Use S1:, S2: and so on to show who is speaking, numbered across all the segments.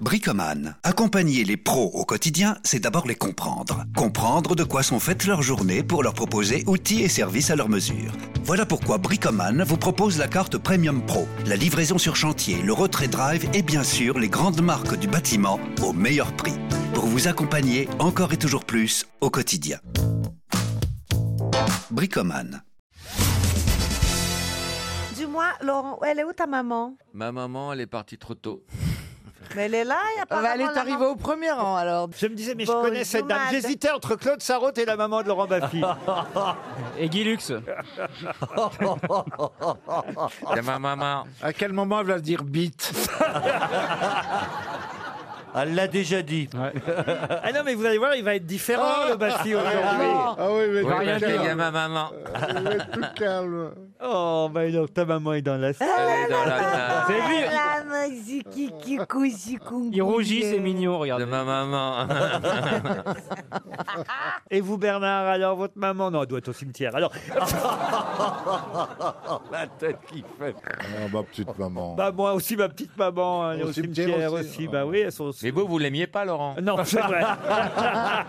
S1: Bricoman. Accompagner les pros au quotidien, c'est d'abord les comprendre. Comprendre de quoi sont faites leurs journées pour leur proposer outils et services à leur mesure. Voilà pourquoi Bricoman vous propose la carte Premium Pro, la livraison sur chantier, le retrait drive et bien sûr les grandes marques du bâtiment au meilleur prix. Pour vous accompagner encore et toujours plus au quotidien. Bricoman.
S2: Dis-moi, Laurent, elle est où ta maman
S3: Ma maman, elle est partie trop tôt.
S2: Mais elle est là, il n'y a pas
S4: Euh, elle est arrivée au premier rang alors.
S5: Je me disais, mais
S2: Bon,
S5: je connais cette dame.
S2: dommage.
S5: J'hésitais entre Claude Sarraute et la maman de Laurent Baffy.
S6: Et Guy Lux
S3: C'est ma maman.
S4: À quel moment elle va dire bite
S7: Elle l'a déjà dit.
S5: ah non, mais vous allez voir, il va être différent, le Baffy, aujourd'hui.
S4: Ah oui, mais
S3: Oui, parce qu'il y a ma maman.
S4: tout calme.
S5: Oh, bah donc, ta maman est dans la salle.
S3: Elle est dans la salle
S6: C'est lui
S2: La musique qui- qui cou- qui cou-
S6: Il rougit, c'est mignon,
S3: de
S6: regardez.
S3: ma maman.
S5: Et vous, Bernard, alors, votre maman Non, elle doit être au cimetière. Alors, euh,
S4: Ah, ma petite maman.
S5: bah, moi aussi, ma petite maman, elle est
S4: Au
S5: au
S4: cimetière
S5: cimetière,
S4: aussi.
S5: aussi. Bah oui, elles sont au
S3: Mais vous, vous l'aimiez pas, Laurent
S5: Non, c'est vrai.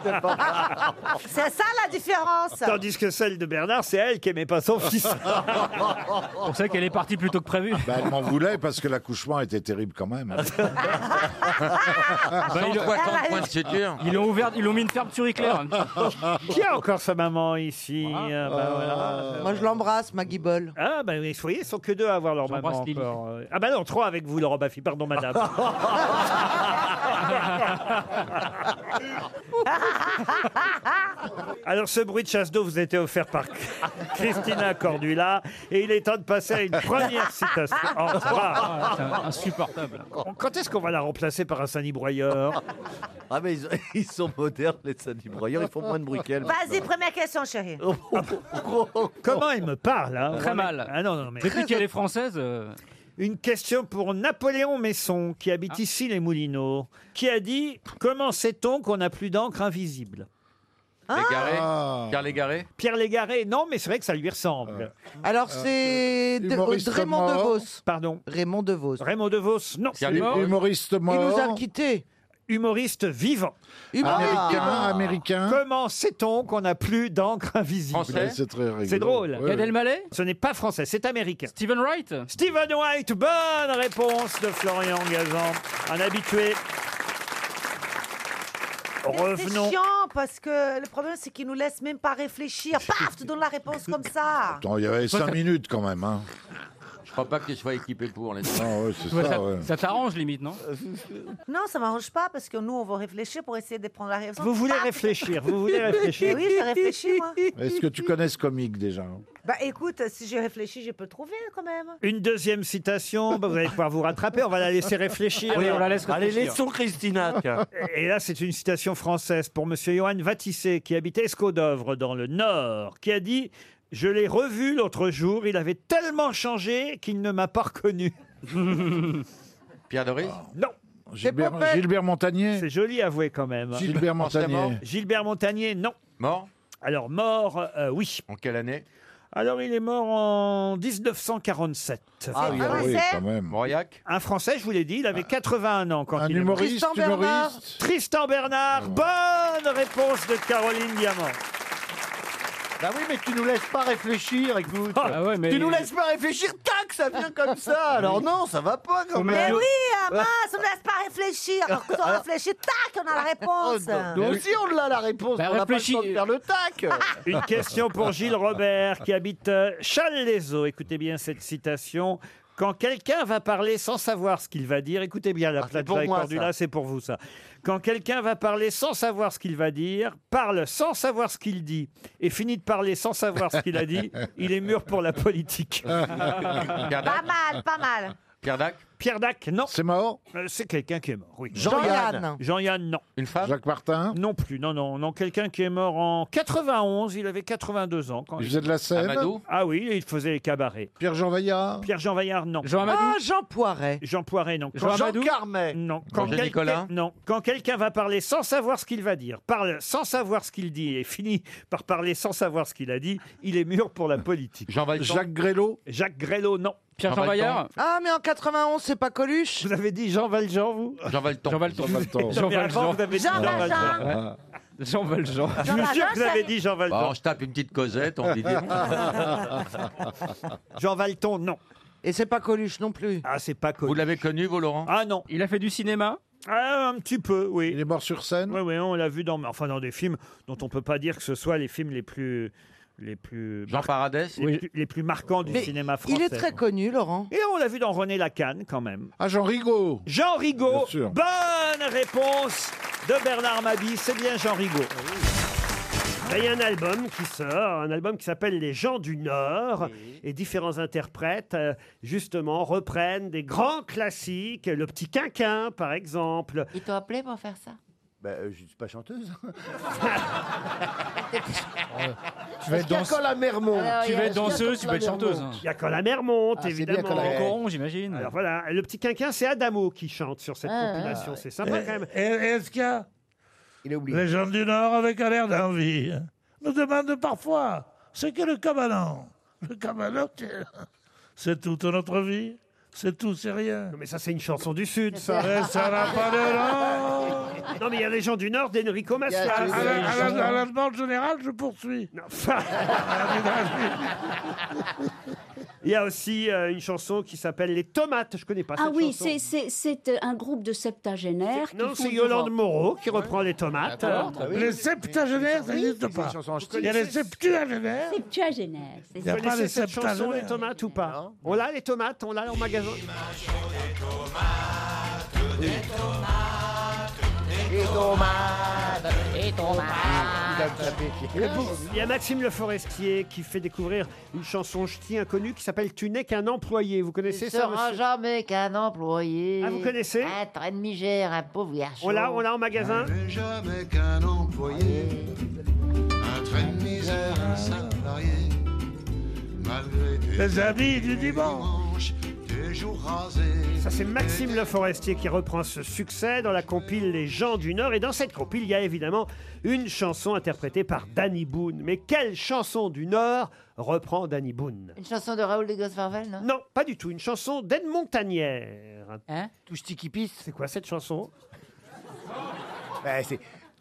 S2: C'est ça la différence.
S5: Tandis que celle de Bernard, c'est elle qui aimait pas son fils.
S6: C'est pour ça qu'elle est partie plus tôt que prévu.
S4: Bah, elle m'en voulait parce que l'accouchement était terrible quand même.
S3: Ah,
S5: Ah,
S6: Bah, ils, l'ont-
S3: 160 points de suture.
S6: ils l'ont ouvert, ils l'ont mis une fermeture éclair.
S5: qui a encore sa maman ici Ah, bah, voilà.
S8: Euh, Moi, je l'embrasse, Maggie Boll.
S5: Ah, bah oui, vous voyez, ils sont que deux à avoir leur
S6: J'embrasse
S5: maman
S6: Lily.
S5: encore. Euh, Ah bah non, trois avec vous, Laurent Baffy, pardon madame. Alors ce bruit de chasse d'eau vous était offert par Christina Cordula et il est temps de passer à une première citation. Au revoir.
S6: Ah, c'est insupportable.
S5: Quand est-ce qu'on va la remplacer par un Sani Broyeur
S7: Ah, mais ils, ils sont modernes, les Sandy Broyeurs, ils font moins de bruit qu'elle.
S2: Vas-y, première question, chérie.
S5: Comment elle me parle hein
S6: Très mal.
S5: Ah non, non, mais...
S6: Depuis qu'elle est française, euh,
S5: Une question pour Napoléon Messon, qui habite
S6: Ah.
S5: ici les Moulineaux, qui a dit Comment sait-on qu'on n'a plus d'encre invisible
S3: Légaré
S4: Ah.
S3: Pierre Légaré
S5: Pierre Légaré, non, mais c'est vrai que ça lui ressemble.
S8: Alors, c'est de-
S4: Euh. humoriste
S8: euh, Raymond
S4: mort.
S8: DeVos.
S5: Pardon.
S8: Raymond DeVos.
S5: Raymond DeVos, non.
S3: Pierre
S4: Hum-
S3: Légaré
S4: Humoriste
S8: Il nous a
S4: mort.
S8: quittés.
S5: Humoriste vivant.
S8: Humoriste
S4: Américain,
S8: mort.
S4: Ah. américain.
S5: Comment sait-on qu'on n'a plus d'encre invisible
S3: Français.
S4: Ouais, C'est très rigolo.
S5: C'est drôle.
S4: Ouais,
S6: Gad
S4: ouais.
S6: Elmaleh
S5: Ce n'est pas français, c'est américain.
S6: Stephen Wright
S5: Stephen White, bonne réponse de Florian Gazan, un habitué. Revenons. Euh,
S2: C'est chiant parce que le problème, c'est qu'ils nous laissent même pas réfléchir. Paf, tu donnes la réponse comme ça.
S4: Attends, il y avait 5 minutes quand même. Hein.
S3: Je crois pas que je sois équipé pour. les-
S4: Ah ouais, c'est
S6: Ouais,
S4: ça,
S6: Ça,
S4: ouais.
S6: ça t'arrange limite, non
S2: Non, ça m'arrange pas parce que nous, on va réfléchir pour essayer de prendre la réponse.
S5: Vous voulez
S2: Paf.
S5: réfléchir, vous voulez réfléchir.
S2: Mais oui, je réfléchis, moi.
S4: Est-ce que tu connais ce comique déjà
S7: hein
S2: Bah écoute, si je réfléchis, je peux trouver quand même.
S5: Une deuxième citation, bah, vous allez pouvoir vous rattraper, on va la laisser réfléchir.
S6: Oui, on la laisse
S7: Allez,
S6: réfléchir.
S7: laissons Christina, tiens.
S5: Et là, c'est une citation française pour Monsieur Johan Vatissé, qui habitait Escodovre, dans le Nord, qui a dit « Je l'ai revu l'autre jour, il avait tellement changé qu'il ne m'a pas reconnu.
S3: Pierre Doris »
S5: Non,
S4: Gilbert,
S8: Popeye.
S4: Gilbert Montagnier
S5: c'est joli avoué quand même.
S4: Gilbert
S3: Forcément.
S4: Montagnier.
S5: Gilbert Montagnier, non.
S3: Mort
S5: Alors, mort, euh, oui.
S3: En quelle année
S5: Alors, il est mort en 1947.
S2: Ah oui,
S4: Ah oui,
S2: Français
S4: quand même. Ah.
S3: Mauriac
S5: Un Français, je vous l'ai dit, il avait 81 ans quand
S4: Un
S5: il est mort.
S4: humoriste,
S8: Tristan Bernard.
S4: humoriste. Ah
S5: Tristan Bernard, bonne réponse de Caroline Diamant.
S7: Bah oui, mais tu nous laisses pas réfléchir, écoute.
S6: Ah ouais, mais
S7: Tu nous laisses pas réfléchir, tac, ça vient comme ça. Alors non, ça va pas quand
S6: Mais
S2: Mais
S7: même.
S2: oui, ah, mince, on ne laisse pas réfléchir. Alors Oh, que si on réfléchit, tac, on a la réponse.
S7: Nous aussi, on l'a la réponse.
S6: Bah,
S7: on n'a pas le
S6: réfléchis.
S7: temps de faire le tac.
S5: Une question pour Gilles Robert qui habite euh, Challes-les-Eaux. Écoutez bien cette citation. Quand quelqu'un va parler sans savoir ce qu'il va dire, écoutez bien la
S7: Ah, c'est
S5: plate
S7: pour
S5: et
S7: moi,
S5: Cordula,
S7: ça.
S5: c'est pour vous ça. Quand quelqu'un va parler sans savoir ce qu'il va dire, parle sans savoir ce qu'il dit et finit de parler sans savoir ce qu'il a dit, il est mûr pour la politique.
S3: Pierre
S2: Pas
S3: Dac
S2: mal, pas mal.
S3: Pierre Dac
S5: Pierre Dac, non.
S4: C'est mort
S5: Euh, C'est quelqu'un qui est mort, oui.
S8: Jean-Yann.
S5: Jean-Yann, non.
S3: Une femme
S4: Jacques Martin
S5: Non plus, non, non, non. Quelqu'un qui est mort en 91, il avait 82 ans. Quand
S4: Il faisait de la scène
S3: Amadou
S5: Ah oui, il faisait les cabarets.
S4: Pierre-Jean Vaillard
S5: Pierre-Jean Vaillard, non.
S6: Jean Amadou
S8: Ah, Jean Poiret.
S5: Jean Poiret, non. Quand-
S6: Jean
S7: Jean
S6: Amadou
S7: Carmet.
S5: non. Quand
S3: Roger
S5: quelqu'un
S3: Nicolas
S5: non. Quand quelqu'un va parler sans savoir ce qu'il va dire, parle sans savoir ce qu'il dit et finit par parler sans savoir ce qu'il a dit, il est mûr pour la politique.
S3: Jean Valjean
S4: Jacques Grélot
S5: Jacques Grelot, non.
S9: Pierre-Jean
S10: Jean Valjean.
S9: Vaillard
S8: Ah, mais en 91, c'est pas Coluche
S6: Vous avez dit Jean Valjean, vous
S10: Jean Valton.
S9: Jean Valton.
S4: Jean Valton.
S6: Mais avant,
S9: Valjean.
S6: vous avez dit
S11: Jean Valjean.
S4: Ah,
S9: Jean Valjean.
S6: Je vous jure que vous avez dit Jean
S10: Bah,
S6: Valjean.
S10: on se tape une petite Cosette, on dit des noms.
S6: Jean Valton, non.
S8: Et c'est pas Coluche non plus.
S6: Ah, c'est pas
S10: Vous
S6: connu.
S10: l'avez connu, vous, Laurent
S6: Ah non.
S9: Il a fait du cinéma
S6: Ah, un petit peu, oui.
S4: Il est mort sur scène
S6: Oui, oui, on l'a vu dans, enfin, dans des films dont on peut pas dire que ce soit les films les plus, les plus,
S10: Jean Paradès
S6: les plus, les plus marquants du
S8: Mais
S6: cinéma français.
S8: Il est très connu, Laurent.
S6: Et on l'a vu dans René Lacan, quand même.
S4: Ah, Jean Rigaud
S6: Jean
S4: Bien
S6: Rigaud,
S4: sûr.
S6: bonne réponse de Bernard Mabie, c'est bien Jean Rigaud.
S5: Là, Ah Il y a un album qui sort, un album qui s'appelle Les gens du Nord, et différents interprètes, euh, justement, reprennent des grands classiques, le petit quinquin, par exemple.
S12: Ils t'ont appelé pour faire ça
S4: Ben,
S7: Bah, euh, je suis pas chanteuse.
S4: Tu vas
S7: Qu'à quand la mer monte
S9: Tu vas être danseuse, tu vas être chanteuse.
S5: Il y a quand la mer monte,
S4: Ah, c'est bien
S5: évidemment.
S4: quand la-
S9: Coron, j'imagine.
S5: Alors voilà, le petit quinquin, c'est Adamo qui chante sur cette
S12: Ah,
S5: compilation, c'est
S13: Eh,
S5: sympa quand même.
S13: Est-ce qu'il y a
S7: Il est oublié.
S13: les gens du Nord avec un air d'envie nous demandent parfois ce qu'est le cabanon. Le cabanon, c'est- c'est toute notre vie, c'est tout, c'est rien.
S5: Non, mais ça, c'est une chanson du Sud, ça.
S13: Mais ça n'a pas de nom.
S5: non, mais il y a les gens du Nord d'Enrico Macias.
S13: À la, à la- à la demande générale, je poursuis.
S5: Non,
S12: Ah
S5: enfin,
S12: bah
S5: Il y a aussi euh, une chanson qui s'appelle Les Tomates. Je connais pas
S12: Ah
S5: cette
S12: oui,
S5: chanson.
S12: c'est- c'est c'est euh, un groupe de septagénaires. qui
S5: Non,
S12: font
S5: c'est
S12: du
S5: Yolande
S12: rock.
S5: Moreau qui reprend Les Tomates.
S4: Ah
S13: Les septagénaires, ça n'existe pas. Il y a les septuagénaires.
S12: Septuagénaires. c'est
S13: Il y a
S5: Vous
S13: pas
S5: connaissez
S13: les
S5: cette chanson, Les
S13: septagénaires.
S5: Tomates, ou pas On l'a, Les Tomates On l'a en magasin Il y a Maxime Le Forestier qui fait découvrir une chanson ch'ti inconnue qui s'appelle Tu n'es qu'un employé. Vous connaissez ça, monsieur
S12: jamais qu'un employé.
S5: Ah, vous connaissez
S12: train de migère, un pauvre garçon.
S5: On l'a, on l'a en magasin
S13: Jamais qu'un employé, un train de misère, un salarié, malgré Les amis du dimanche, des jours rasés.
S5: Ça, c'est Maxime Le Forestier qui reprend ce succès dans la compile Les gens du Nord. Et dans cette compile, il y a évidemment une chanson interprétée par Danny Boone. Mais quelle chanson du Nord reprend Danny Boone
S12: Une chanson de Raoul de Gosfarvel, non
S5: Non, pas du tout. Une chanson d'Anne Montagnière.
S12: Hein
S7: Touche tiki pisse.
S5: C'est quoi cette chanson
S7: Bah, c'est.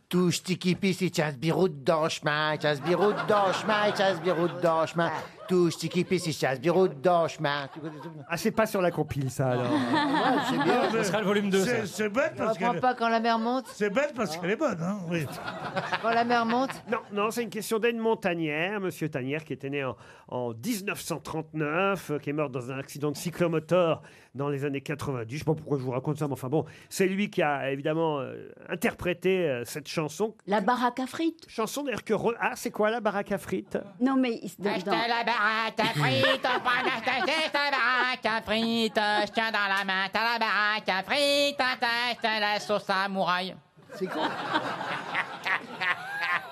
S7: Touche tiki pisse, il chasse biroute dans le chemin, il chasse biroute dans le chemin, il chasse biroute dans le chemin. Touche tiki pisse, il chasse biroute dans le chemin. Tu connais ça
S5: Ah, c'est pas sur la compile, ça, alors.
S9: Ce sera le volume 2.
S13: C'est c'est bête
S12: On
S13: parce
S12: reprend
S13: qu'elle
S12: pas quand la mer monte Ah.
S13: c'est bête parce qu'elle est bonne, hein, oui.
S12: Quand la mer monte
S5: Non, non, c'est une question d'Anne Montagnière, monsieur Tanière, qui était né en, en 1939, euh, qui est mort dans un accident de cyclomoteur dans les années 90. Je sais pas pourquoi je vous raconte ça, mais enfin bon, c'est lui qui a évidemment euh, interprété euh, cette chanson.
S12: La baraque à frites.
S5: Chanson d'ailleurs que... re- Ah, c'est quoi la baraque à frites
S12: Non, mais. Dans, dans-
S13: la baraque à frites, on prend acheter la baraque à frites, je tiens dans la main, t'as la baraque à frites, t'as la sauce à mouraille.
S7: C'est con.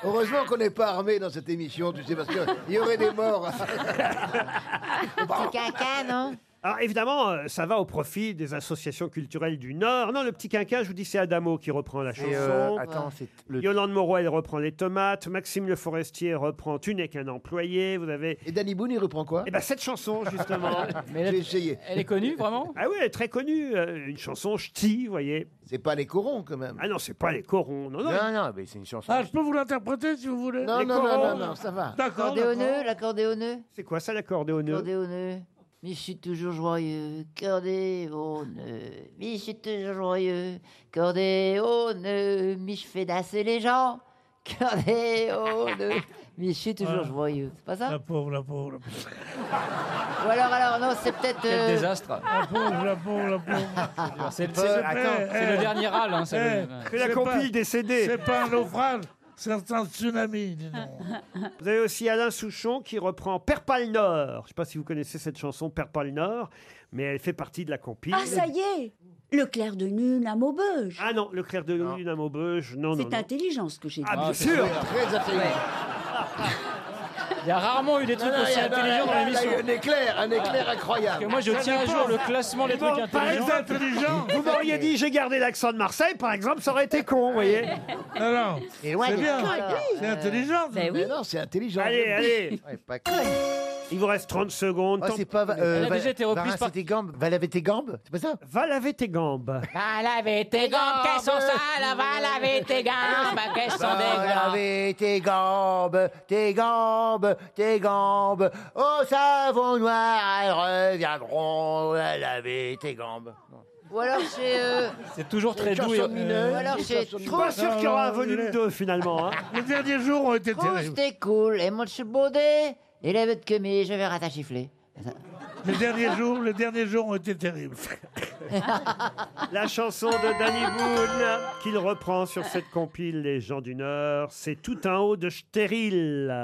S7: Heureusement qu'on n'est pas armé dans cette émission, tu sais, parce qu'il y aurait des morts.
S12: Petit caca, non
S5: Alors évidemment, euh, ça va au profit des associations culturelles du Nord. Non, le petit quinquin, je vous dis, c'est Adamo qui reprend la chanson.
S7: euh,
S5: Euh,
S7: attends, c'est le.
S5: Yolande Moreau, elle reprend les tomates. Maxime Le Forestier reprend Tu n'es qu'un employé. Vous avez.
S7: Et Danny Boone, il reprend quoi
S5: Eh ben, cette chanson, justement.
S7: J'ai essayé.
S9: Elle est connue, vraiment
S5: ah oui, elle est très connue. euh, une chanson ch'ti, vous voyez.
S7: C'est pas les corons, quand même.
S5: Ah non, c'est pas les corons. Non, non.
S7: Non, non, mais c'est une chanson.
S13: Ah, je peux vous l'interpréter si vous voulez.
S7: non,
S5: les
S7: non, non,
S5: corons.
S7: non, non, ça va.
S13: D'accord.
S12: L'accordéoneux, l'accordéoneux.
S5: C'est quoi ça, l'accordéoneux
S12: Accordéoneux. Mais je suis toujours joyeux, accordéoneux. Mais je suis toujours joyeux, accordéoneux. Mais je fais dasser les gens, accordéoneux. Mais je suis toujours joyeux. C'est pas ça
S13: Ah. La pauvre, la pauvre, la pauvre,
S12: Ou alors, alors, non, c'est peut-être.
S9: Quel
S12: euh,
S9: désastre.
S13: la pauvre, la pauvre, la pauvre.
S9: Ah, C'est le,
S13: S'il
S9: c'est
S13: te
S9: le-
S13: plaît,
S9: c'est le
S13: eh,
S9: dernier râle. hein, c'est le-
S13: eh,
S5: Que la
S13: c'est
S5: compile
S13: pas-
S5: décédée.
S13: C'est pas un naufrage, c'est un tsunami, dis donc.
S5: Vous avez aussi Alain Souchon qui reprend Père Pal Nord. Je sais pas si vous connaissez cette chanson, Père Pal Nord, mais elle fait partie de la compile.
S12: Ah, ça y est Le clair de lune à Maubeuge.
S5: Ah non, Le Clair de Lune à Maubeuge. Non, non.
S12: C'est
S5: non.
S12: intelligent ce que j'ai dit.
S5: Ah, bien
S9: Ah, c'est
S5: sûr
S7: Très intelligent.
S9: Il y a rarement eu des
S4: Ah,
S9: trucs aussi intelligents dans l'émission. Ah.
S7: Un éclair, un éclair
S9: Parce que
S7: incroyable.
S9: moi, je tiens à jour le classement des
S5: Bon,
S13: Ah,
S9: trucs
S5: par
S9: intelligents.
S5: exemple, vous m'auriez dit j'ai gardé l'accent de Marseille, par exemple, ça aurait été con, vous voyez.
S13: Non, non,
S7: Et loin
S13: c'est
S7: des
S13: bien,
S12: hein.
S7: corons.
S12: Ben
S13: c'est intelligent.
S7: Mais non, c'est intelligent.
S5: Ben Allez, allez.
S7: Ouais, pas con.
S8: Il vous reste 30 secondes.
S7: Oh,
S8: Tant-
S7: c'est pas. va- euh, va- va rincer tes gambes. Va laver tes gambes C'est pas ça
S8: Va laver tes gambes.
S14: Va laver tes gants, qu'elles sont sales, va laver tes gants, qu'elles sont des
S7: Va
S14: gants.
S7: laver tes gambes, tes gambes, tes gambes. Au savon noir, elles reviendront. Va laver tes gambes.
S12: Ou alors chez. euh,
S15: C'est toujours
S12: très doux et- euh, Ou alors j'ai trop-
S8: pas sûr qu'il y aura un volume 2 finalement. hein.
S12: Les derniers jours ont été
S8: terribles.
S12: C'était cool. Et moi, je suis baudé. Et les vêtements que mais je vais rattachifler.
S16: Les derniers jours, les derniers jours ont été terribles.
S8: La chanson de Danny Boone qu'il reprend sur cette compile Les gens du Nord, c'est tout un haut de stérile.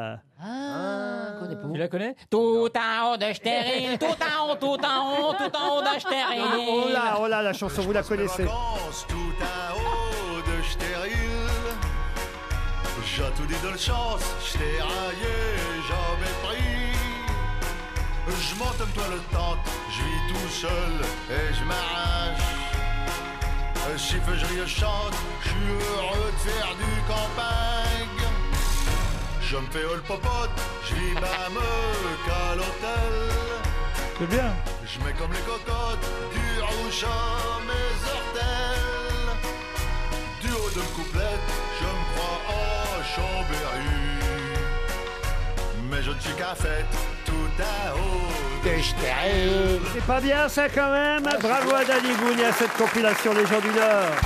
S5: Ah.
S15: Tu la connais
S14: Tout en haut de stérile, tout en haut, tout en haut, tout en haut de stérile.
S5: Oh là, oh là, la chanson, vous la connaissez.
S17: Tout un haut de stérile. J'ai tout dit de chance, j't'ai raillé, jamais pris. Je m'entame toi le temps, je vis tout seul et je m'arrache. Si je ris, je chante, je suis heureux de faire du campagne. Je me fais le popote, je vis ma meute à l'hôtel.
S16: C'est bien.
S17: Je mets comme les cocottes du rouge à mes orteils. Du haut de couplette, je me crois en Chambéry. Mais je ne suis qu'un fait tout à haut de stérile.
S8: C'est pas bien ça quand même. Bravo à Danny Boone et à cette compilation Les gens du Nord.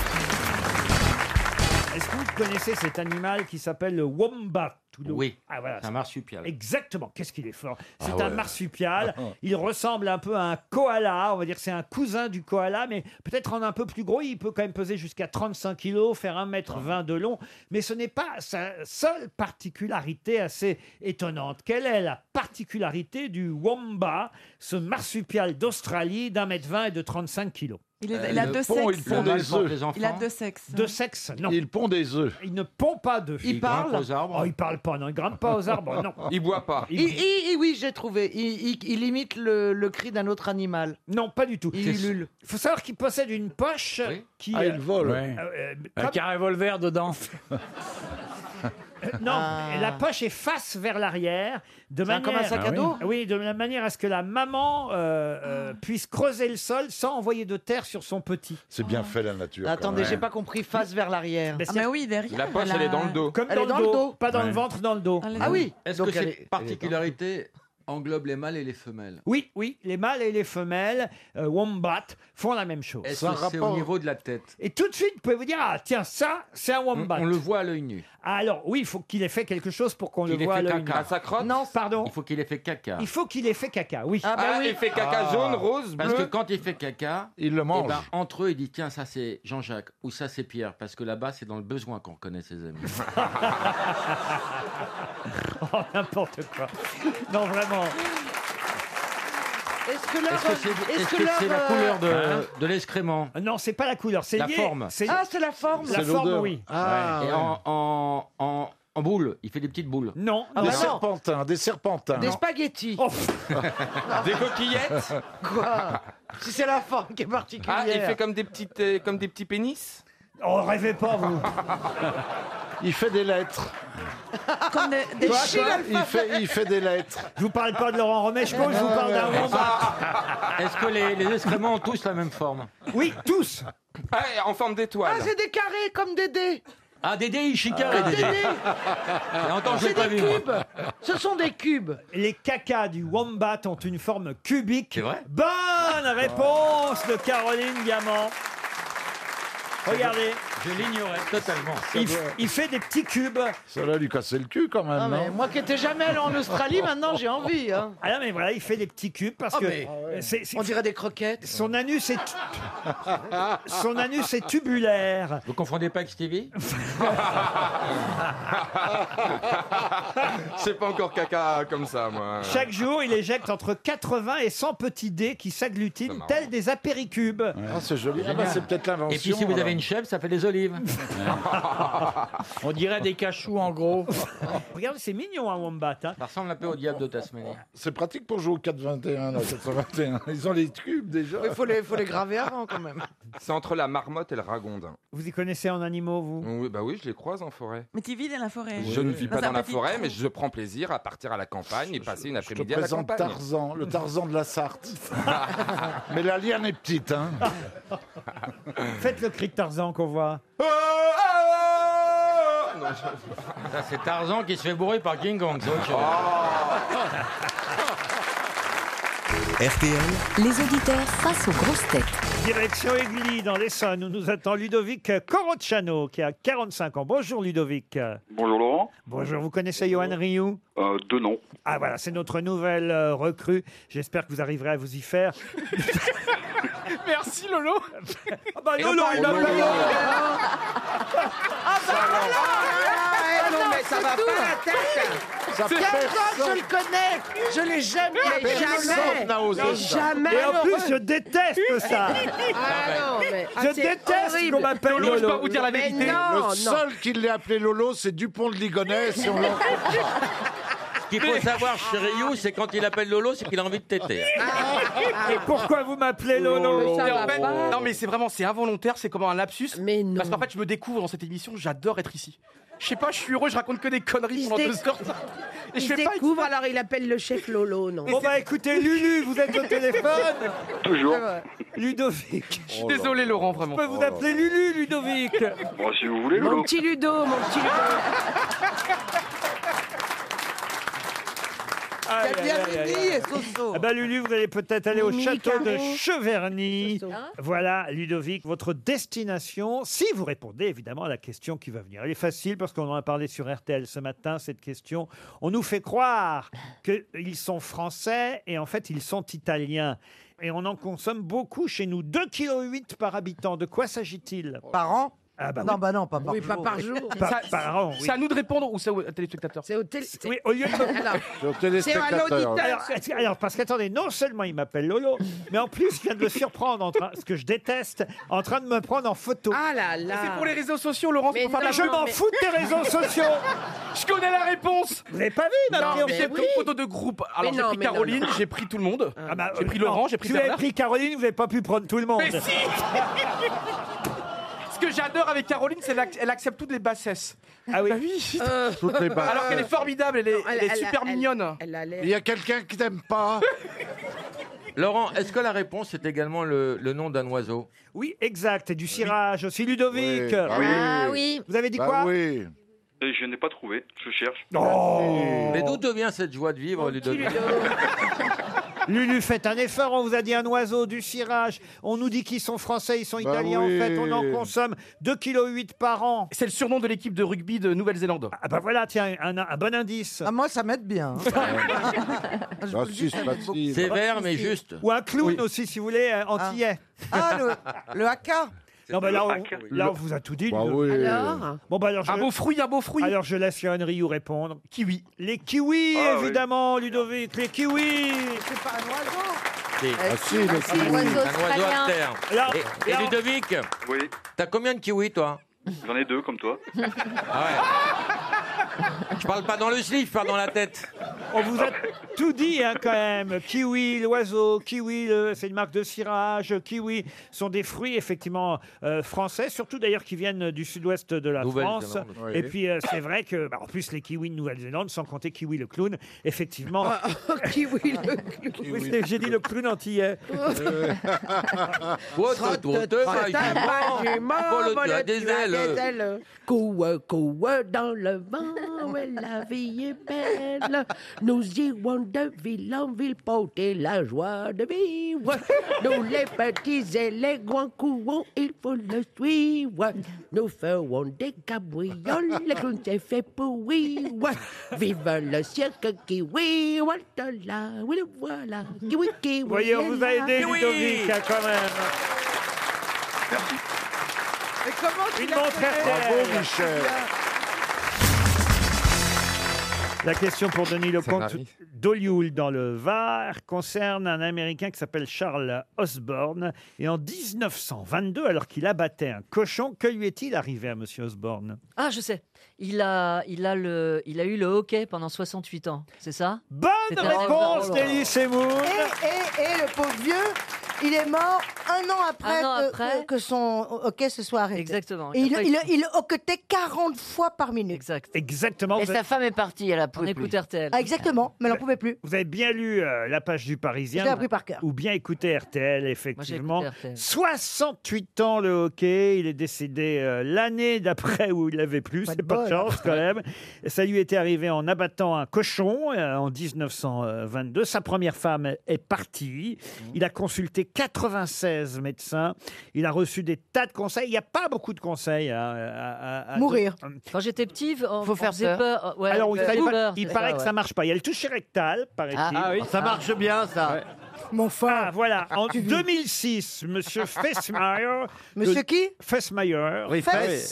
S5: Est-ce que vous connaissez cet animal qui s'appelle le wombat ou le-
S6: Oui.
S5: Ah, voilà,
S6: C'est un marsupial.
S5: Exactement. Qu'est-ce qu'il est fort. C'est
S6: Ah
S5: un
S6: ouais.
S5: marsupial.
S18: Ah
S5: Il ressemble un peu à un koala. On va dire que c'est un cousin du koala, mais peut-être en un peu plus gros. Il peut quand même peser jusqu'à 35 kilos, faire 1m20 de long. Mais ce n'est pas sa seule particularité assez étonnante. Quelle est la particularité du womba, ce marsupial d'Australie d'un mètre 20 et de 35 kilos
S18: Il est- Euh, il a le deux pond, sexes. il pond Le mâle des porte œufs. les enfants. Il a deux sexes.
S5: Deux sexes, non. Il pond des œufs. Il ne pond pas d'œufs.
S18: Il Il parle grimpe aux
S5: arbres. il parle pas, non. Il grimpe pas aux arbres, non.
S18: Il boit pas.
S5: Il-
S19: Il- il- il- oui, j'ai trouvé. Il, il- il imite le, le cri d'un autre animal.
S5: Non, pas du tout.
S19: Il ulule.
S5: Il faut savoir qu'il possède une poche qui.
S18: Ah, il vole.
S5: Ouais. Euh, euh,
S16: Avec un revolver dedans.
S5: Non, la poche est face vers l'arrière,
S19: Ah. C'est
S5: de
S19: un-
S5: manière
S19: comme un sac à Ah oui. dos Ah.
S5: Oui, de la manière à ce que la maman euh, euh, puisse creuser le sol sans envoyer de terre sur son petit.
S20: C'est bien fait la nature.
S19: Attendez, j'ai pas compris. Face vers l'arrière.
S5: Ah, mais oui,
S19: derrière.
S5: La poche, elle est dans le dos. Comme
S19: elle
S5: dans
S19: est
S5: le
S19: dans le
S5: dos,
S19: dos.
S5: pas dans le ventre, dans le dos.
S19: Ah oui.
S6: Est-ce
S19: Donc elle
S6: que
S19: est- elle
S6: cette
S19: est
S6: particularité englobe les mâles et les femelles
S5: Oui, oui, les mâles et les femelles euh, wombat font la même chose.
S6: Est-ce que c'est au niveau de la tête
S5: Et tout de suite, vous pouvez vous dire ah tiens ça c'est un wombat. Ah,
S6: On le voit à l'œil nu.
S5: Alors oui, il faut qu'il ait fait quelque chose pour qu'on le
S6: Il est
S5: voit. à
S6: fait
S5: l'œil nu.
S6: caca. sa Ah, crotte
S5: Non, pardon.
S6: Il faut qu'il ait fait caca.
S5: Il faut qu'il ait fait caca. Oui.
S19: bah
S6: Ah,
S18: oui. il fait caca jaune, rose,
S6: Parce
S18: bleu.
S6: que quand il fait caca,
S18: Il le
S6: eh
S18: mange.
S6: ben, entre eux, il dit tiens, ça c'est Jean-Jacques ou ça c'est Pierre. Parce que là-bas, c'est dans le besoin qu'on reconnaît ses amis.
S5: oh, n'importe quoi. Non, vraiment.
S19: Est-ce que leur.
S6: Est-ce que c'est
S19: est-ce
S6: est-ce
S19: que
S6: que
S19: leur,
S6: c'est la
S19: euh,
S6: couleur de,
S19: Hein
S6: de l'escrément
S5: Non, c'est pas la couleur, c'est
S6: la
S5: lié-
S6: forme.
S5: c'est-
S19: Ah, c'est la forme.
S5: La forme, oui.
S20: Ah,
S6: Ouais. Et
S20: ouais.
S6: en, en, en, en boule, il fait des petites boules.
S5: Ah, bah Non,
S20: des serpentins, des serpentins.
S19: Des spaghettis.
S5: Oh,
S18: Des coquillettes
S19: Quoi Si c'est la forme qui est particulière.
S18: Ah, il fait comme des, petites, euh, comme des petits pénis
S5: On rêvait pas, vous
S20: Il fait des lettres.
S18: Comme des,
S20: Toi, toi, il, fait, il fait des lettres. Ah,
S5: Je vous parle pas de Laurent Romeshko, je vous parle d'un wombat.
S6: Ah, Est-ce que les, les excréments ont tous la même forme
S5: Oui, tous
S18: En forme d'étoile.
S19: Ah, c'est des carrés comme des dés.
S6: Ah, Dédé, il chicane,
S19: Ah,
S6: Dédé.
S19: Dédé.
S6: Et encore, je
S19: C'est
S6: l'ai pas
S19: des
S6: vu, moi.
S19: cubes. Ce sont des cubes.
S5: Les cacas du wombat ont une forme cubique.
S6: C'est vrai
S5: Bonne réponse de Caroline Diamant. Regardez.
S6: Je l'ignorais totalement.
S5: Il, f- il fait des petits cubes.
S20: Ça va lui casser le cul quand même.
S19: Ah, mais
S20: non Oh.
S19: moi qui étais jamais allé en Australie, maintenant j'ai envie. Hein.
S5: Ah non, mais voilà, il fait des petits cubes parce
S19: Ah,
S5: que
S19: mais-
S5: on dirait
S19: des croquettes.
S5: Son anus est son anus est tubulaire.
S6: Vous confondez pas avec Stevie
S18: C'est pas encore caca comme ça, moi.
S5: Chaque jour, il éjecte entre 80 et 100 petits dés qui s'agglutinent tels des apéricubes.
S20: Ah, c'est joli. Ah, bah, c'est peut-être l'invention.
S6: Et puis si vous
S20: alors.
S6: avez une chèvre, ça fait des olives.
S20: Ah.
S21: On dirait des cachous en gros.
S5: Regarde, c'est mignon un wombat. hein.
S6: Ça ressemble un peu au diable de Tasmanie.
S4: C'est pratique pour jouer au 4-21, là, 4-21. Ils ont les cubes déjà.
S8: Il faut les, faut les graver avant quand même.
S22: C'est entre la marmotte et le ragondin.
S5: Vous y connaissez en animaux, vous
S22: Oui, bah oui, je les croise en forêt.
S23: Mais tu vis dans la forêt.
S22: Je ne vis pas
S23: un
S22: dans la
S23: petit
S22: forêt,
S23: trou.
S22: mais je prends plaisir à partir à la campagne et passer une
S4: Je te
S22: après-midi à la
S4: présente
S22: campagne.
S4: Tarzan, le Tarzan de la Sarthe. Mais la liane est petite, hein.
S5: Faites le cri de Tarzan qu'on voit.
S6: Ça, c'est Tarzan qui se fait bourrer par King Kong. c'est autre chose.
S9: RTL.
S5: Les auditeurs face aux grosses têtes. Direction Aigli, dans l'Essonne, où nous attend Ludovic Corocciano, qui a 45 ans. Bonjour Ludovic.
S1: Bonjour Laurent.
S5: Bonjour, vous connaissez Johan Rioux
S1: Euh, deux noms.
S5: Ah voilà, c'est notre nouvelle euh, recrue. J'espère que vous arriverez à vous y faire.
S24: Merci Lolo.
S5: Ah bah Lolo, il m'a pas
S24: Ah bah voilà
S8: Ah, non, mais ça va pas la tête
S24: Ça fait
S8: Personne,
S24: personne.
S8: je le connais Je l'ai jamais, mais
S24: Personne
S8: jamais
S24: n'a osé
S8: mais
S24: ça.
S8: jamais
S5: Et en
S8: alors,
S5: plus, je déteste ça.
S8: Ah, non, mais-
S5: Je déteste qu'on m'appelle Lolo.
S4: le seul qui l'ait appelé Lolo, c'est Dupont de Ligonnès. et on l'en-
S6: Ce qu'il faut savoir chez Ryu, c'est quand il appelle Lolo, c'est qu'il a envie de téter.
S21: Ah.
S5: Et pourquoi vous
S8: Oh.
S5: m'appelez
S6: Lolo
S21: Mais en fait, Non mais c'est vraiment c'est involontaire, c'est comme un lapsus. Mais non. Parce qu'en fait je me découvre dans cette émission, j'adore être ici. Je sais pas, je suis heureux, je raconte que des conneries pendant
S2: dé-
S21: deux heures. Et
S2: Il
S21: je fais pas
S2: découvre, alors il appelle le chèque Lolo, non
S5: Bon bah écoutez, Lulu, vous êtes au téléphone
S1: Toujours.
S5: Ludovic. Je
S21: suis désolé Laurent, vraiment.
S5: Je peux
S22: Oh
S5: vous appeler Lulu, Ludovic
S1: Bon, si vous voulez,
S2: Mon
S1: Lolo.
S2: petit Ludo, mon petit Ludo.
S5: Aïe, aïe, aïe, aïe, aïe.
S21: Soso.
S5: Ah bah Lulu, vous allez peut-être aller au
S21: Mimi,
S5: château de
S21: Caro.
S5: Cheverny.
S8: Hein
S5: Voilà, Ludovic, votre destination, si vous répondez évidemment à la question qui va venir. Elle est facile parce qu'on en a parlé sur RTL ce matin, cette question. On nous fait croire qu'ils sont français et en fait ils sont italiens. Et on en consomme beaucoup chez nous. 2,8 kg par habitant. De quoi s'agit-il Par an ah bah
S8: Non,
S5: oui.
S8: bah non, pas par Oui, pas jour. par jour.
S5: Par, par an, oui.
S21: C'est à nous de répondre ou c'est aux téléspectateurs C'est au téléspectateur.
S5: Oui, au lieu de-
S4: C'est au téléspectateur.
S5: Alors, est-ce- alors, parce qu'attendez, non seulement il m'appelle Lolo, mais en plus, il vient de me surprendre, en train, ce que je déteste, en train de me prendre en photo. Ah là là
S21: C'est pour les réseaux sociaux, Laurent. c'est
S5: Mais
S21: pour faire de la
S5: non,
S21: pub.
S5: je m'en fous de tes réseaux sociaux.
S21: Je connais la réponse.
S5: Vous n'avez pas vu ma
S21: Non,
S5: vidéo
S21: mais j'ai pris une photo de groupe. Alors
S5: Mais
S21: j'ai
S5: non,
S21: pris
S5: mais non,
S21: Caroline,
S5: non. Ah, bah,
S21: j'ai pris tout le monde. j'ai pris
S5: Non,
S21: Laurent, j'ai pris
S5: Si vous avez
S21: Bernard.
S5: pris Caroline, vous n'avez pas pu prendre tout le monde.
S21: Mais si Ce que j'adore avec Caroline, c'est qu'elle accepte toutes les bassesses. Bah
S5: Ah oui,
S4: Toutes les bassesses.
S21: Alors qu'elle est formidable, elle est, elle est
S4: elle-
S21: super
S4: elle-
S21: mignonne.
S4: Il y a quelqu'un qui t'aime pas.
S6: Laurent, est-ce que la réponse est également le, le nom d'un oiseau
S5: Oui, exact. Et du cirage aussi, Ludovic.
S6: Oui. Ah oui.
S5: Vous avez dit
S6: Bah
S5: quoi
S4: oui.
S1: Et je n'ai pas trouvé, je cherche.
S5: Oh.
S6: Mais d'où te vient cette joie de vivre, Ludovic
S5: Lulu, faites un effort. On vous a dit un oiseau, du cirage. On nous dit qu'ils sont français, ils sont
S21: Bah
S5: italiens.
S21: oui.
S5: En fait, on en consomme 2,8 kg par an.
S21: C'est le surnom de l'équipe de rugby de Nouvelle-Zélande.
S5: Ah bah voilà, tiens, un, un bon indice.
S8: Ah, moi, ça m'aide bien.
S5: bah,
S6: Sévère, mais juste.
S5: Ou un clown aussi, si vous voulez, euh, antillais.
S8: Ah, le, le haka
S5: Non, bah là, on, là, on vous a tout dit.
S8: Bah
S5: nous.
S8: oui. Alors
S5: bon, bah alors je...
S8: Un beau
S21: fruit, un beau fruit.
S5: Alors, je laisse Yann Rioux répondre.
S21: Kiwi.
S5: Les kiwis,
S21: Ah, oui.
S5: évidemment, Ludovic, les kiwis
S8: C'est pas un oiseau
S4: Ah si, le
S6: Un
S4: kiwi.
S6: oiseau à terre.
S5: Là-
S6: et, et
S5: là-
S6: Ludovic
S1: Oui.
S6: T'as combien de kiwis, toi
S1: J'en ai deux comme toi.
S6: Je parle pas dans le slip, je parle dans la tête.
S5: On vous a tout dit hein, quand même. Kiwi, l'oiseau, kiwi, le- c'est une marque de cirage. Kiwi sont des fruits effectivement euh, français, surtout d'ailleurs qui viennent du sud-ouest de la
S6: Nouvelle-Zélande,
S5: France.
S6: oui.
S5: Et puis euh, c'est vrai que, bah, en plus les kiwis de Nouvelle-Zélande, sans compter kiwi le clown, effectivement.
S2: Ah, kiwi le Oh.
S5: Oui, c'est- J'ai dit le clown antillais.
S6: Quoi, toi, toi, toi,
S2: C'est
S6: toi,
S2: un
S6: toi,
S2: bâtiment,
S6: vole,
S2: vole,
S6: tu as des
S2: tu as
S6: ailes.
S2: des ailes. Coue, coue dans le vent, ouais, la vie est belle. Nous irons de ville en ville porter la joie de vivre. Nous les petits et les grands courons, il faut le suivre. Nous ferons des cabrioles, le clown s'est fait pour vivre. Vive le cirque kiwi, voilà, oui, le voilà, kiwi, kiwi.
S5: Vous voyez, on
S2: est
S5: vous a
S2: là.
S5: aidé, Ludovic, hein, quand même.
S8: Mais comment tu
S5: Une
S8: l'as
S5: montre
S8: fait
S5: RTL. Bravo, Michel. La question pour Denis Lecomte
S25: m'arrive.
S5: d'Olioul dans le Var concerne un Américain qui s'appelle Charles Osborne. Et en 1922, alors qu'il abattait un cochon, que lui est-il arrivé à Monsieur Osborne
S8: Ah, je sais. Il a, il, a le, il a eu le hockey pendant 68 ans, c'est ça
S5: Bonne
S8: C'était un
S5: réponse
S8: Osborne.
S5: d'Élie Semoun
S2: Et, et- et le pauvre vieux, il est mort un an après,
S8: Un an
S2: que-
S8: après.
S2: Que, que son hockey se soit arrêté.
S8: Exactement.
S2: Et il,
S8: Après,
S2: il, il hoquetait 40 fois par minute.
S8: Exact.
S5: Exactement.
S8: Et
S5: vous
S8: sa
S5: êtes-
S8: femme est partie, elle a On écoute RTL.
S2: Ah, exactement, mais elle n'en pouvait plus.
S5: Vous avez bien lu euh, la page du Parisien.
S2: Je l'ai appris par cœur.
S5: Ou bien écouté RTL, effectivement.
S8: écouté RTL.
S5: 68 ans le hockey. Il est décédé euh, l'année d'après où il l'avait plus.
S8: Pas de
S5: C'est pas de
S8: bol.
S5: chance quand même. Ça lui était arrivé en abattant un cochon euh, en 1922. Sa première femme est partie. Il a consulté 96 médecins. Il a reçu des tas de conseils. Il n'y a pas beaucoup de conseils hein, à, à- à- à-
S8: Quand j'étais petit, on,
S5: Faut
S8: Oh, on
S5: faire
S8: faisait
S5: peur.
S8: peur. Ouais,
S5: Ah, euh,
S8: euh,
S5: Alors,
S8: on
S5: il,
S8: faisait
S5: paraît- il
S8: peur, c'est
S5: paraît que ça marche pas. Il y a le toucher rectal, paraît-il.
S8: Ah oui. Ça marche
S5: bien, ça. Mon phare. voilà. En 2006, Monsieur Fessmeyer.
S2: Monsieur qui
S5: Fessmeyer.
S2: Oui, Fess-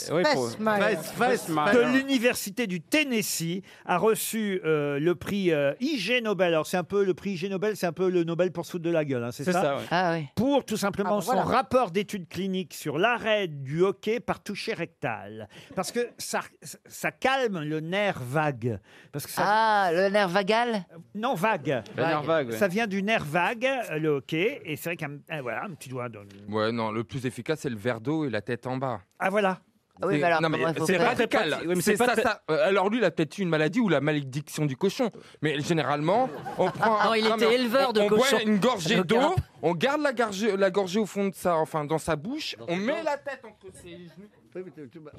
S2: Fess- oui, pour- Fessmeyer. Fess- Fessmeyer.
S5: De l'université du Tennessee a reçu euh, le prix euh, IG Nobel. Alors c'est un peu le prix IG Nobel, c'est un peu le Nobel pour se foutre de la gueule, hein, c'est
S8: C'est
S5: ça,
S8: ça, ouais. Ah oui.
S5: Pour tout simplement
S8: Ah, bah,
S5: son
S8: voilà.
S5: rapport d'études cliniques sur l'arrêt du hockey par toucher rectal, parce que ça, ça calme le nerf vague. Parce que ça, Euh,
S8: Ah, le nerf vagal
S5: Non, vague.
S21: Le nerf vague, ouais.
S5: Ça vient du nerf vague, euh, le hockey, et c'est vrai qu'un euh, voilà, un petit doigt. dans le-
S21: Ouais, non, le plus efficace, c'est le verre d'eau et la tête en bas.
S5: Ah voilà.
S8: Ah oui,
S21: C'est-
S8: mais alors,
S21: non, mais
S8: comment il faut
S21: c'est
S8: faire
S21: radical.
S8: Oui, mais
S21: C'est
S8: c'est pas
S21: ça,
S8: très-
S21: ça. Euh, Alors lui, il a peut-être eu une maladie ou la malédiction du cochon. Mais généralement, on prend.
S8: Non, il
S21: on-
S8: était éleveur de
S21: on
S8: cochons.
S21: boit une gorgée
S8: Ça
S21: d'eau,
S8: regarde.
S21: on garde la gorgée, la gorgée au fond de sa, enfin dans sa bouche, on met la tête entre ses genoux.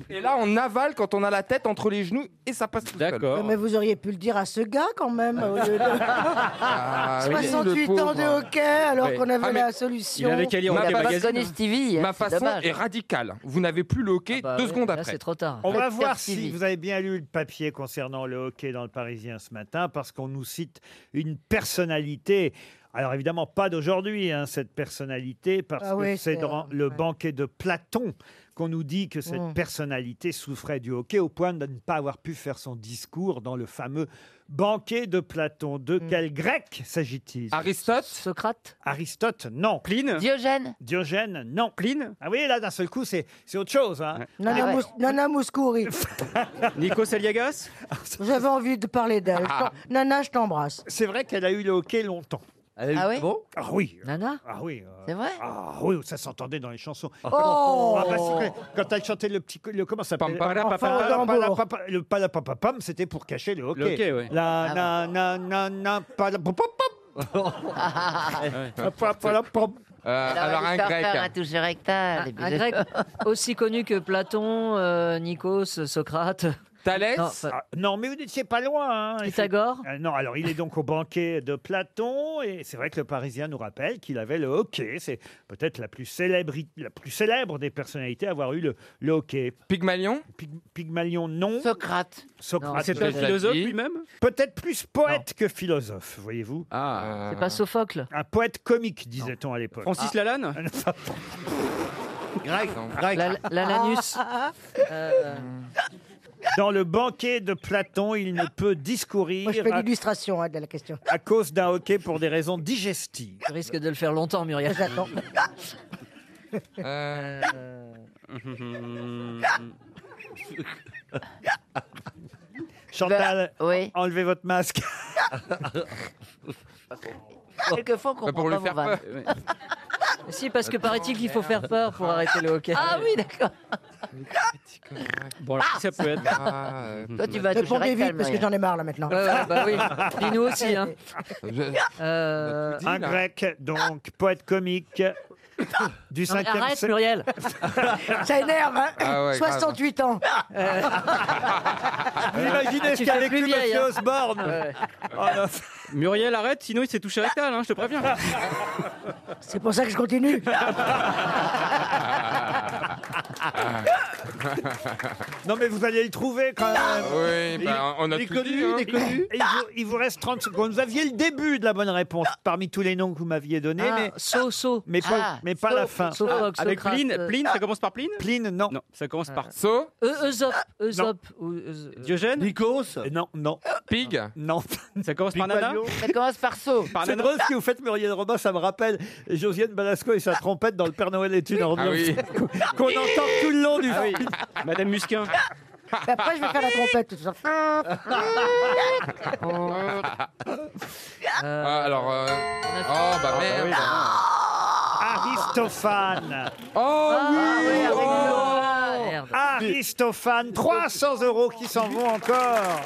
S21: Et là, on avale quand on a la tête entre les genoux et ça passe tout D'accord.
S2: Mais vous auriez pu le dire à ce gars quand même. au lieu de-
S21: Ah, oui, le
S2: 68 ans de
S21: pauvre.
S2: hockey alors
S21: Ouais.
S2: qu'on avait
S21: Ah, mais
S2: la solution.
S21: Ma façon-
S8: Stevie, hein,
S21: Ma
S8: c'est
S21: façon
S8: dommage.
S21: est radicale. Vous n'avez plus le hockey deux
S8: ouais,
S21: secondes
S8: là,
S21: après.
S8: c'est trop tard.
S5: On va
S8: Faites
S5: voir
S8: faire
S5: si
S8: Stevie.
S5: vous avez bien lu le papier concernant le hockey dans le Parisien ce matin, parce qu'on nous cite une personnalité. Alors évidemment, pas d'aujourd'hui, hein, cette personnalité, parce
S2: Ah
S5: que
S2: oui,
S5: c'est
S2: c'est-
S5: dans le banquet de Platon qu'on nous dit que cette
S2: Mm.
S5: personnalité souffrait du hockey au point de ne pas avoir pu faire son discours dans le fameux banquet de Platon. De quel grec s'agit-il
S21: Aristote
S8: Hmm. Socrate
S5: Aristote, non.
S4: Pline
S8: Diogène
S5: Diogène, non.
S4: Pline
S5: Ah oui, là, d'un seul coup, c'est c'est autre chose. Hein.
S2: Nana,
S8: Ah
S2: Mous- Nana Mouskouri.
S4: Nico Aliagas
S2: J'avais envie de parler d'elle. Je t'en- Nana, je t'embrasse.
S5: Ah. C'est vrai qu'elle a eu le hockey longtemps.
S2: Ah oui
S5: bon Ah oui.
S8: Nana
S5: Ah oui. euh,
S8: C'est vrai
S5: Ah oui, ça s'entendait dans les chansons.
S8: Oh
S5: Ah bah, c'est vrai, Quand elle chantait le petit... co- Le, comment ça s'appelle
S8: Pam, pam,
S5: Enfin,
S8: pam,
S5: le
S8: pam,
S5: palapapa- Le palapapapam, c'était pour cacher le hockey.
S8: Le hockey, ouais.
S5: La
S8: Ah
S5: na na na na palapapapam.
S12: Ah,
S5: Ah, Palapapapam.
S21: Euh, alors, un grec.
S8: toucher
S12: Ah,
S8: rectal. Un,
S21: bisous.
S8: grec Ah, aussi connu que Platon, euh, Nikos, Socrate.
S21: Thalès
S8: Non, ça-
S5: Ah, non, mais vous n'étiez pas loin. hein,
S8: Pythagore
S5: effectivement. Euh, Non, alors il est donc au banquet de Platon, et c'est vrai que le Parisien nous rappelle qu'il avait le hockey. C'est peut-être la, plus célèbre- la plus célèbre des personnalités à avoir eu le, le hockey.
S21: Pygmalion
S5: Pygmalion, non.
S8: Socrate.
S5: Socrate.
S4: C'est un philosophe lui-même
S5: Peut-être plus poète que philosophe, voyez-vous.
S4: Ah.
S8: C'est pas Sophocle
S5: Un poète comique, disait-on à l'époque. Ah.
S4: Francis Lalanne
S5: Grec.
S8: La, Lalanus. Euh,
S5: Dans le banquet de Platon, il ne peut discourir.
S2: Moi, je fais
S5: à-
S2: l'illustration hein, de la question.
S5: à cause d'un hockey pour des raisons digestives.
S8: Je risque de le faire longtemps, Muriel. Euh.
S2: J'attends.
S5: Chantal,
S8: Bah,
S5: enlevez votre masque.
S8: Quelquefois, on comprend
S5: Bah, pour le
S8: pas vos
S5: faire
S8: vannes. Si, parce que paraît-il qu'il faut faire peur pour arrêter le hockey. Ah oui, d'accord.
S4: Bon, alors, qui ça peut être
S8: Ah
S5: Ah, euh,
S8: Euh, Toi, tu vas toucher
S2: Répondez
S8: rectal,
S2: vite, parce que
S8: Muriel.
S2: j'en ai marre là maintenant.
S8: Ouais, ouais, bah oui. Puis nous aussi. Hein. Euh,
S5: Un grec, donc, poète comique du
S8: Non, mais
S5: 5e
S8: arrête,
S5: siècle.
S8: Muriel.
S2: Ça énerve, hein
S5: Ah ouais,
S2: 68 ans.
S8: Euh.
S5: Vous imaginez ce
S4: Tu
S5: qu'a
S4: fais
S5: vécu
S4: plus vieille,
S5: Monsieur
S4: hein.
S5: Osborne
S4: Ouais.
S5: Oh là.
S4: Muriel, arrête, sinon il s'est touché rectal, hein, je te préviens.
S2: C'est pour ça que je continue.
S21: Ah.
S5: Non, mais vous allez le trouver quand même.
S18: Oui, bah, on a tout dit, hein.
S5: Et il, vous, il vous reste 30 secondes. Vous aviez le début de la bonne réponse parmi tous les noms que vous m'aviez donnés.
S26: Ah,
S5: mais,
S26: so, so.
S5: mais pas,
S26: Ah,
S5: mais pas
S26: so,
S5: la fin. Ah.
S26: so, Sophocle,
S15: Ah, Avec
S26: Socrate,
S15: Pline,
S26: euh,
S15: Pline, ça commence par Pline Euh. E,
S5: Pline, non. Ah.
S15: Non, ça commence par
S18: So.
S8: E,
S26: Eu- Eusope. Eusope. ou Eus-
S15: Diogène
S5: Nikos Euh, Non, non.
S18: Pig
S5: Non.
S15: Ça commence par Nana
S12: Ça commence par saut.
S15: Par
S5: C'est
S15: nana.
S5: drôle ce que vous faites, Muriel Robin, ça me rappelle Josiane Balasco et sa trompette dans Le Père Noël est une
S18: Ah
S8: Ah
S5: ordure.
S15: oui.
S5: Qu'on entend tout le long du
S15: Ah oui.
S5: film.
S15: Madame Musquin.
S8: Bah,
S27: Après, je vais faire la trompette. tout ça.
S18: Ah, alors. euh, Oh, bah merde.
S8: Ah,
S5: Aristophane.
S18: Oh
S5: oui,
S26: Ah, merde.
S5: Aristophane, 300 euros qui s'en vont encore.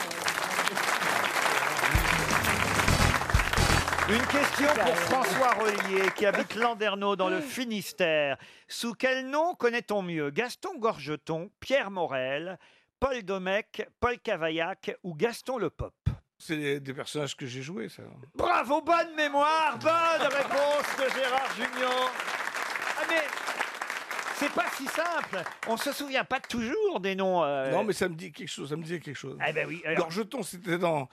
S5: Une question pour François Relier qui habite Landerneau dans le Finistère. Sous quel nom connaît-on mieux Gaston Gorgeton, Pierre Morel, Paul Domecq, Paul Cavaillac ou Gaston Le Pop
S16: C'est des- des personnages que j'ai joués, ça.
S5: Bravo, bonne mémoire, bonne réponse de Gérard Junior. Ah mais c'est pas si simple. On se souvient pas toujours des noms. euh,
S16: Non, mais ça me dit quelque chose, ça me disait quelque chose.
S5: Ah ben oui, alors-
S16: Gorgeton, c'était dans,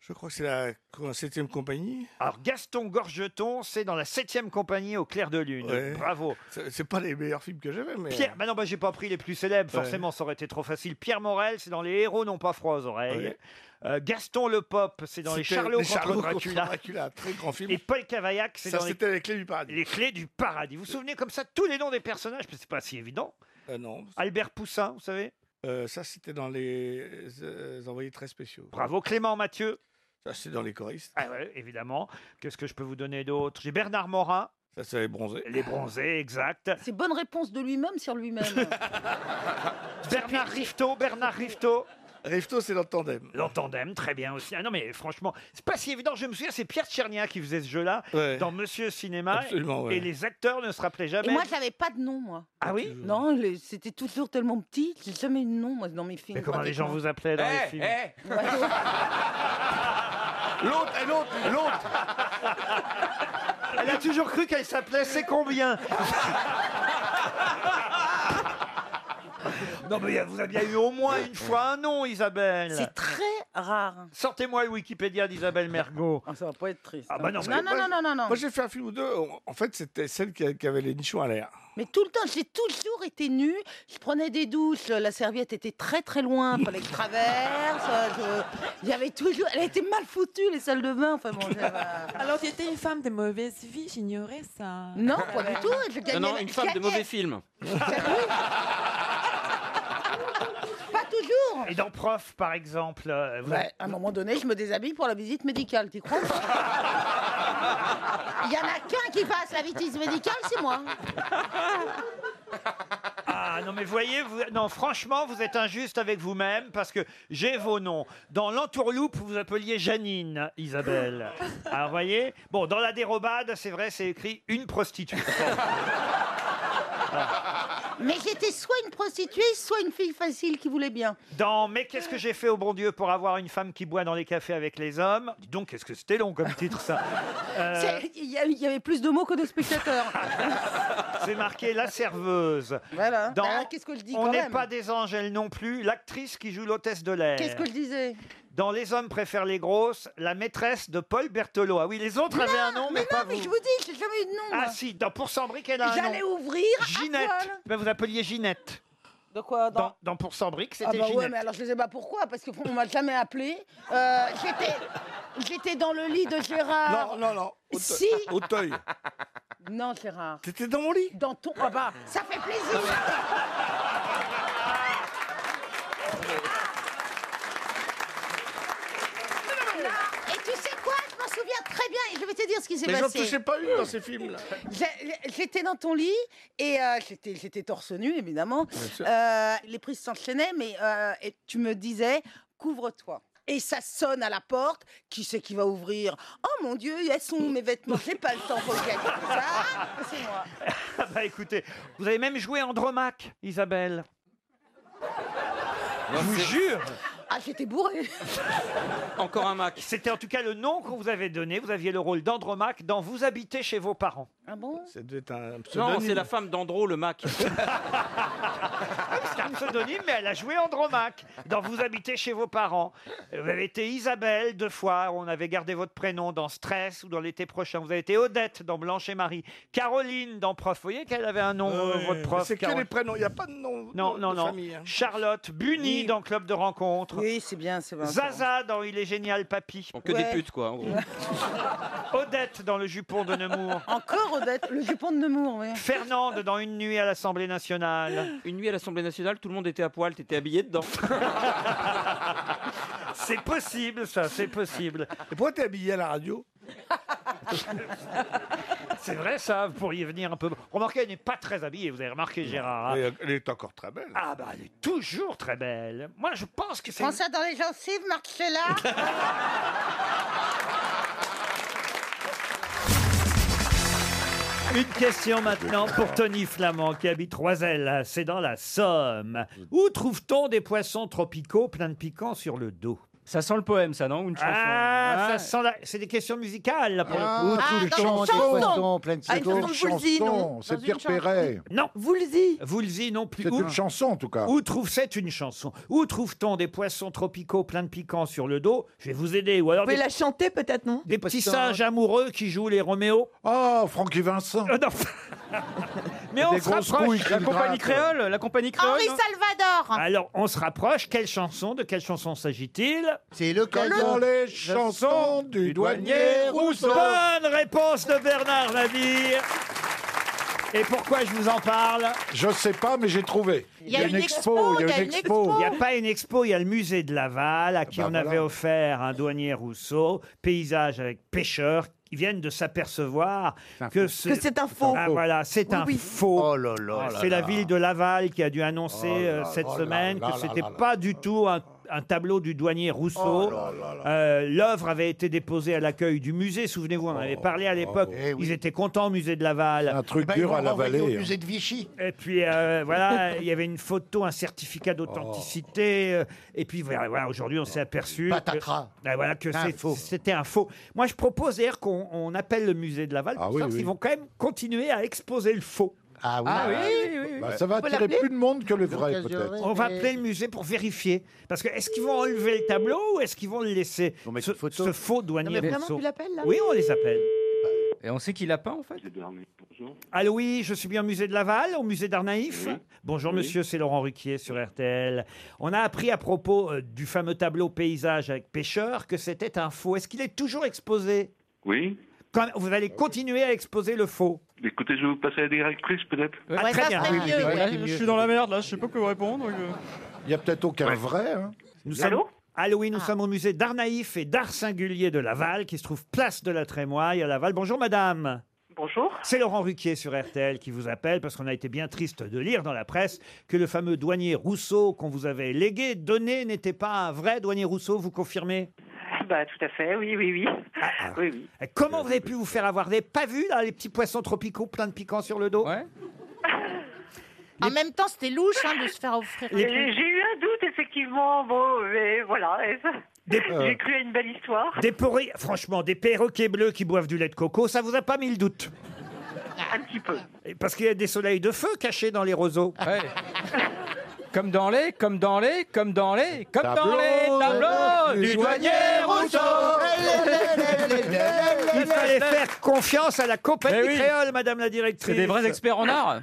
S16: je crois que c'est la co- septième compagnie.
S5: Alors Gaston Gorgeton, c'est dans la septième compagnie au clair de lune.
S16: Ouais.
S5: Bravo.
S16: C'est c'est pas les meilleurs films que j'avais, mais... euh,
S5: Pierre, bah non, bah j'ai pas pris les plus célèbres,
S16: Ouais.
S5: forcément ça aurait été trop facile. Pierre Morel, c'est dans Les héros n'ont pas froid aux oreilles.
S16: Ouais.
S5: Euh, Gaston le Pop, c'est dans Les
S16: C'était
S5: Charlots,
S16: Les Charlots
S5: contre,
S16: contre
S5: Dracula.
S16: Dracula, très grand film.
S5: Et Paul Cavaillac, c'est
S16: Ça,
S5: dans les...
S16: c'était Les Clés du Paradis.
S5: Les Clés du Paradis. Vous vous souvenez comme ça tous les noms des personnages, parce que c'est pas si évident.
S16: Euh, non.
S5: Albert Poussin, vous savez
S16: Euh, ça, c'était dans les euh, envoyés très spéciaux.
S5: Bravo Clément Mathieu.
S16: Ça, c'est dans les choristes.
S5: Ah ouais, évidemment. Qu'est-ce que je peux vous donner d'autre J'ai Bernard Morin.
S16: Ça, c'est les bronzés.
S5: Les bronzés, exact.
S2: C'est bonne réponse de lui-même sur lui-même.
S5: Bernard Rifto, Bernard Rifto.
S16: Rifto, c'est dans Tandem.
S5: Dans Tandem, très bien aussi. Ah non, mais franchement, c'est pas si évident. Je me souviens, c'est Pierre Tchernia qui faisait ce jeu-là
S16: Ouais.
S5: dans Monsieur Cinéma.
S16: Absolument, ouais.
S5: Et les acteurs ne se rappelaient
S2: Et
S5: jamais.
S2: moi, j'avais pas de nom, moi.
S5: Ah oui
S2: Non, le- c'était toujours tellement petit, j'ai jamais eu de nom, moi, dans mes films.
S5: Mais comment les gens vous appelaient dans les films
S16: L'autre, et l'autre, et l'autre
S5: Elle a toujours cru qu'elle s'appelait C'est combien Non, mais vous avez bien eu au moins une fois un nom, Isabelle.
S2: C'est très rare.
S5: Sortez-moi le Wikipédia d'Isabelle Mergot.
S2: ça va pas être triste. hein.
S5: Ah bah non,
S2: non,
S5: mais-
S2: non, non, non, non, non.
S16: Moi, j'ai fait un film ou deux. En fait, c'était celle qui, a- qui avait les nichons à l'air.
S2: Mais tout le temps, j'ai toujours été nue. Je prenais des douches, euh, la serviette était très très loin, fallait que je traverse. euh, je- J'avais toujours. Elle était mal foutue, les salles de bain. Enfin bon, j'avais-
S9: Alors, tu étais une femme de mauvaise vie, j'ignorais ça.
S2: Non, pas du tout. Je gagnais,
S9: Euh, Non,
S2: la-
S9: une
S2: je
S9: femme de
S2: gagnais.
S9: mauvais
S6: film.
S2: Pas toujours.
S5: Et dans Prof, par exemple. euh, vous
S2: Ouais, à un moment donné, je me déshabille pour la visite médicale, tu crois Il y en a qu'un qui passe la visite médicale, c'est moi.
S5: Ah non mais voyez, vous, non franchement vous êtes injuste avec vous-même parce que j'ai vos noms. Dans l'entourloupe vous appeliez Janine, Isabelle. Alors voyez, bon dans la dérobade c'est vrai c'est écrit une prostituée.
S2: Mais j'étais soit une prostituée, soit une fille facile qui voulait bien.
S5: Dans mais qu'est-ce que j'ai fait au bon Dieu pour avoir une femme qui boit dans les cafés avec les hommes Dis donc qu'est-ce que c'était long comme titre ça. Euh,
S2: C'est- Il y, a- il y avait plus de mots que de spectateurs.
S5: c'est marqué la serveuse.
S2: Voilà.
S5: Dans
S2: Bah, qu'est-ce que je dis
S5: On
S2: quand
S5: n'est
S2: même
S5: pas des anges elle non plus. L'actrice qui joue l'hôtesse de l'air.
S2: Qu'est-ce que je disais
S5: Dans Les hommes préfèrent les grosses, la maîtresse de Paul Berthelot. Ah oui, les autres avaient un nom, mais,
S2: non,
S5: pas
S2: mais
S5: vous.
S2: je vous dis, j'ai jamais eu de nom.
S5: Ah
S2: moi.
S5: si, dans Pour Sambric, elle a un nom.
S2: J'allais ouvrir. à
S5: Ginette.
S2: poil.
S5: Ben, vous appeliez Ginette.
S2: De quoi dans-
S5: Dans, dans Pour Sambric, c'était
S2: Ah bah ouais,
S5: Ginette.
S2: mais alors je sais pas pourquoi, parce qu'on m'a jamais appelé. Euh, j'étais, j'étais dans le lit de Gérard.
S16: Non, non, non.
S2: Si.
S16: Auteuil.
S2: Non, Gérard.
S16: T'étais dans mon lit
S2: Dans ton. Ah bah, ça fait plaisir. Et tu sais quoi Je m'en souviens très bien et je vais te dire ce qui s'est
S16: Mais j'en
S2: passé.
S16: touchais pas une dans ces films-là.
S2: J'ai- J'étais dans ton lit et euh, j'étais, j'étais torse nu, évidemment.
S16: sûr.
S2: Euh, les prises s'enchaînaient, mais euh, et tu me disais couvre-toi. Et ça sonne à la porte. Qui c'est qui va ouvrir Oh mon Dieu, elles sont où mes vêtements J'ai pas le temps pour regarder ça. C'est moi.
S5: Ah bah écoutez, vous avez même joué Andromaque, Isabelle. Je vous jure
S2: Ah, j'étais bourré.
S5: Encore un Mac. C'était en tout cas le nom qu'on vous avait donné. Vous aviez le rôle d'Andromaque dans Vous habitez chez vos parents.
S2: Ah bon
S16: Ça devait être un
S6: Non,
S16: pseudonyme.
S6: c'est la femme d'Andro, le Mac.
S5: C'est un pseudonyme, mais elle a joué Andromaque dans Vous habitez chez vos parents. Vous avez été Isabelle deux fois, on avait gardé votre prénom dans Stress ou dans l'été prochain. Vous avez été Odette dans Blanche et Marie. Caroline dans Prof. Vous voyez qu'elle avait un nom, euh, votre prof.
S4: C'est que
S5: Carole.
S4: les prénoms, il n'y a pas de nom.
S5: Non,
S4: de
S5: non, non.
S4: famille, hein.
S5: Charlotte, Bunny dans Club de Rencontre.
S2: Oui, c'est bien, c'est bien.
S5: Zaza dans Il est génial, papy.
S8: que des putes, quoi, en gros.
S5: Odette dans Le jupon de Nemours.
S2: Encore Odette, le jupon de Nemours, oui.
S5: Fernande dans Une nuit à l'Assemblée nationale.
S8: Une nuit à l'Assemblée nationale, tout le monde était à poil, t'étais habillé dedans.
S5: C'est possible, ça, c'est possible.
S4: Et pourquoi t'es habillé à la radio
S5: C'est vrai, ça, vous pourriez venir un peu. Remarquez, elle n'est pas très habillée, vous avez remarqué, Gérard. hein.
S4: Et Elle est encore très belle.
S5: Ah, bah, elle est toujours très belle. Moi, je pense que c'est.
S2: Prends ça dans les gencives, Marcella.
S5: Une question maintenant pour Tony Flamand qui habite Roiselle, c'est dans la Somme. Où trouve-t-on des poissons tropicaux pleins de piquants sur le dos
S8: Ça sent le poème, ça, non Ou une chanson
S5: Ah,
S8: Ouais.
S5: ça sent la... C'est des questions musicales, là, pour le
S4: Ah,
S5: coup.
S4: Où Ah, trouve-t-on dans une des chanson. poissons pleins de Ah, une piquants chanson de Woolsey, non Chanson, c'est Dans une Pierre chanson. Perret.
S5: Non. Woolsey Woolsey, non plus.
S4: C'est
S5: Où-
S4: une chanson, en tout cas.
S5: Où trouve c'est une chanson Où trouve-t-on des poissons tropicaux pleins de piquants sur le dos Je vais vous aider. Ou alors
S7: Vous pouvez
S5: des-
S7: la chanter peut-être, non
S5: Des petits singes amoureux qui jouent les Roméo.
S16: Ah,
S4: Oh, Francky Vincent.
S5: Mais on
S4: Des
S5: se
S4: grosses couilles
S5: rapproche.
S4: qui La me compagnie grattent. créole,
S8: la compagnie
S28: Henri Salvador.
S5: Alors, on se rapproche. Quelle chanson De quelle chanson s'agit-il C'est le
S4: Quand dans les chansons du douanier Rousseau.
S5: Bonne réponse de Bernard Navire. Et pourquoi je vous en parle
S4: Je sais pas, mais j'ai trouvé.
S5: Il y a une
S4: expo, il y a une expo.
S5: Il n'y a pas une expo, il y a le musée de Laval à qui
S4: bah
S5: on
S4: voilà.
S5: avait offert un douanier Rousseau, paysage avec pêcheurs. qui viennent de s'apercevoir que c'est
S7: Que c'est un faux.
S5: Ah, voilà, c'est
S7: Oui,
S5: un
S7: oui.
S5: faux. c'est la
S7: Oh là.
S5: ville de Laval qui a dû annoncer
S7: Oh là
S5: euh,
S7: là,
S5: cette
S7: oh là
S5: semaine
S7: là
S5: que
S7: là
S5: c'était
S7: là là.
S5: pas du tout un, un tableau du douanier Rousseau.
S7: Oh là là
S5: Euh, L'œuvre avait été déposée à l'accueil du musée. Souvenez-vous, on en
S7: Oh.
S5: avait parlé à l'époque.
S7: Eh
S5: Ils étaient contents au musée de Laval. Un
S4: truc Eh ben, ils dur l'ont à renvoyé l'avaler, au hein. musée
S5: de Vichy. Et puis euh, voilà, il y avait une photo, un certificat d'authenticité. euh, Et puis voilà, voilà, aujourd'hui, on s'est aperçu.
S29: Patatras.
S5: Que, Ah, voilà, que
S29: Un
S5: c'est- c'était un faux. Moi, je propose d'ailleurs qu'on on appelle le musée de Laval pour
S4: Ah oui,
S5: savoir
S4: oui.
S5: s'ils vont quand même continuer à exposer le faux.
S4: Ah oui. Ah oui, oui, oui. Bah, ça va Faut attirer l'appeler plus de monde que le vrai, L'occasion peut-être. rêvée.
S5: On va appeler le musée pour vérifier. Parce que est-ce qu'ils vont enlever le tableau ou est-ce qu'ils vont le laisser ce, ce faux douanier
S7: Non, mais vraiment,
S5: Rousseau.
S7: tu l'appelles, là
S5: Oui, on les appelle.
S8: Et on sait qu'il a peint, en fait.
S5: Allô, Ah, oui, je suis bien au musée de Laval, au musée d'art naïf. Bonjour, monsieur, c'est Laurent Ruquier sur RTL. On a appris à propos euh, du fameux tableau paysage avec pêcheur que c'était un faux. Est-ce qu'il est toujours exposé
S30: Oui
S5: Quand Vous allez continuer à exposer le faux
S30: Écoutez, je vais vous passer à la directrice, peut-être
S5: Ah, très bien.
S30: oui, oui, oui, oui,
S8: Je suis dans la merde, là, je sais pas quoi répondre. donc, euh.
S4: Il n'y a peut-être aucun vrai. hein.
S5: Nous sommes... Allô, oui, nous
S16: Ah.
S5: sommes au musée d'art naïf et d'art singulier de Laval, qui se trouve place de la Trémoille à Laval. Bonjour, madame. Bonjour. C'est Laurent Ruquier sur RTL qui vous appelle parce qu'on a été bien triste de lire dans la presse que le fameux douanier Rousseau qu'on vous avait légué, donné, n'était pas un vrai douanier Rousseau, vous confirmez Ah,
S16: Bah, tout à fait, oui, oui, oui. oui, oui.
S5: Et Comment vous avez pu vous faire avoir des pas vu là, les petits poissons tropicaux pleins de piquants sur le dos
S31: En même temps, c'était louche hein, de se faire offrir. un
S16: J'ai
S31: truc.
S16: j'ai eu un doute, effectivement. Bon, mais voilà. et ça- J'ai cru à une belle histoire.
S5: Euh. Des pourri- franchement, des perroquets bleus qui boivent du lait de coco, ça vous a pas mis le doute
S16: Un petit peu.
S5: Et Parce qu'il y a des soleils de feu cachés dans les roseaux.
S8: Comme dans les, comme dans les, comme dans les, comme dans
S5: Tableau
S8: les
S5: de-
S8: tableaux
S5: du
S8: du douanier Rousseau.
S5: Il fallait faire confiance à la compagnie
S8: Mais oui.
S5: créole, madame la directrice.
S8: C'est des vrais experts en art.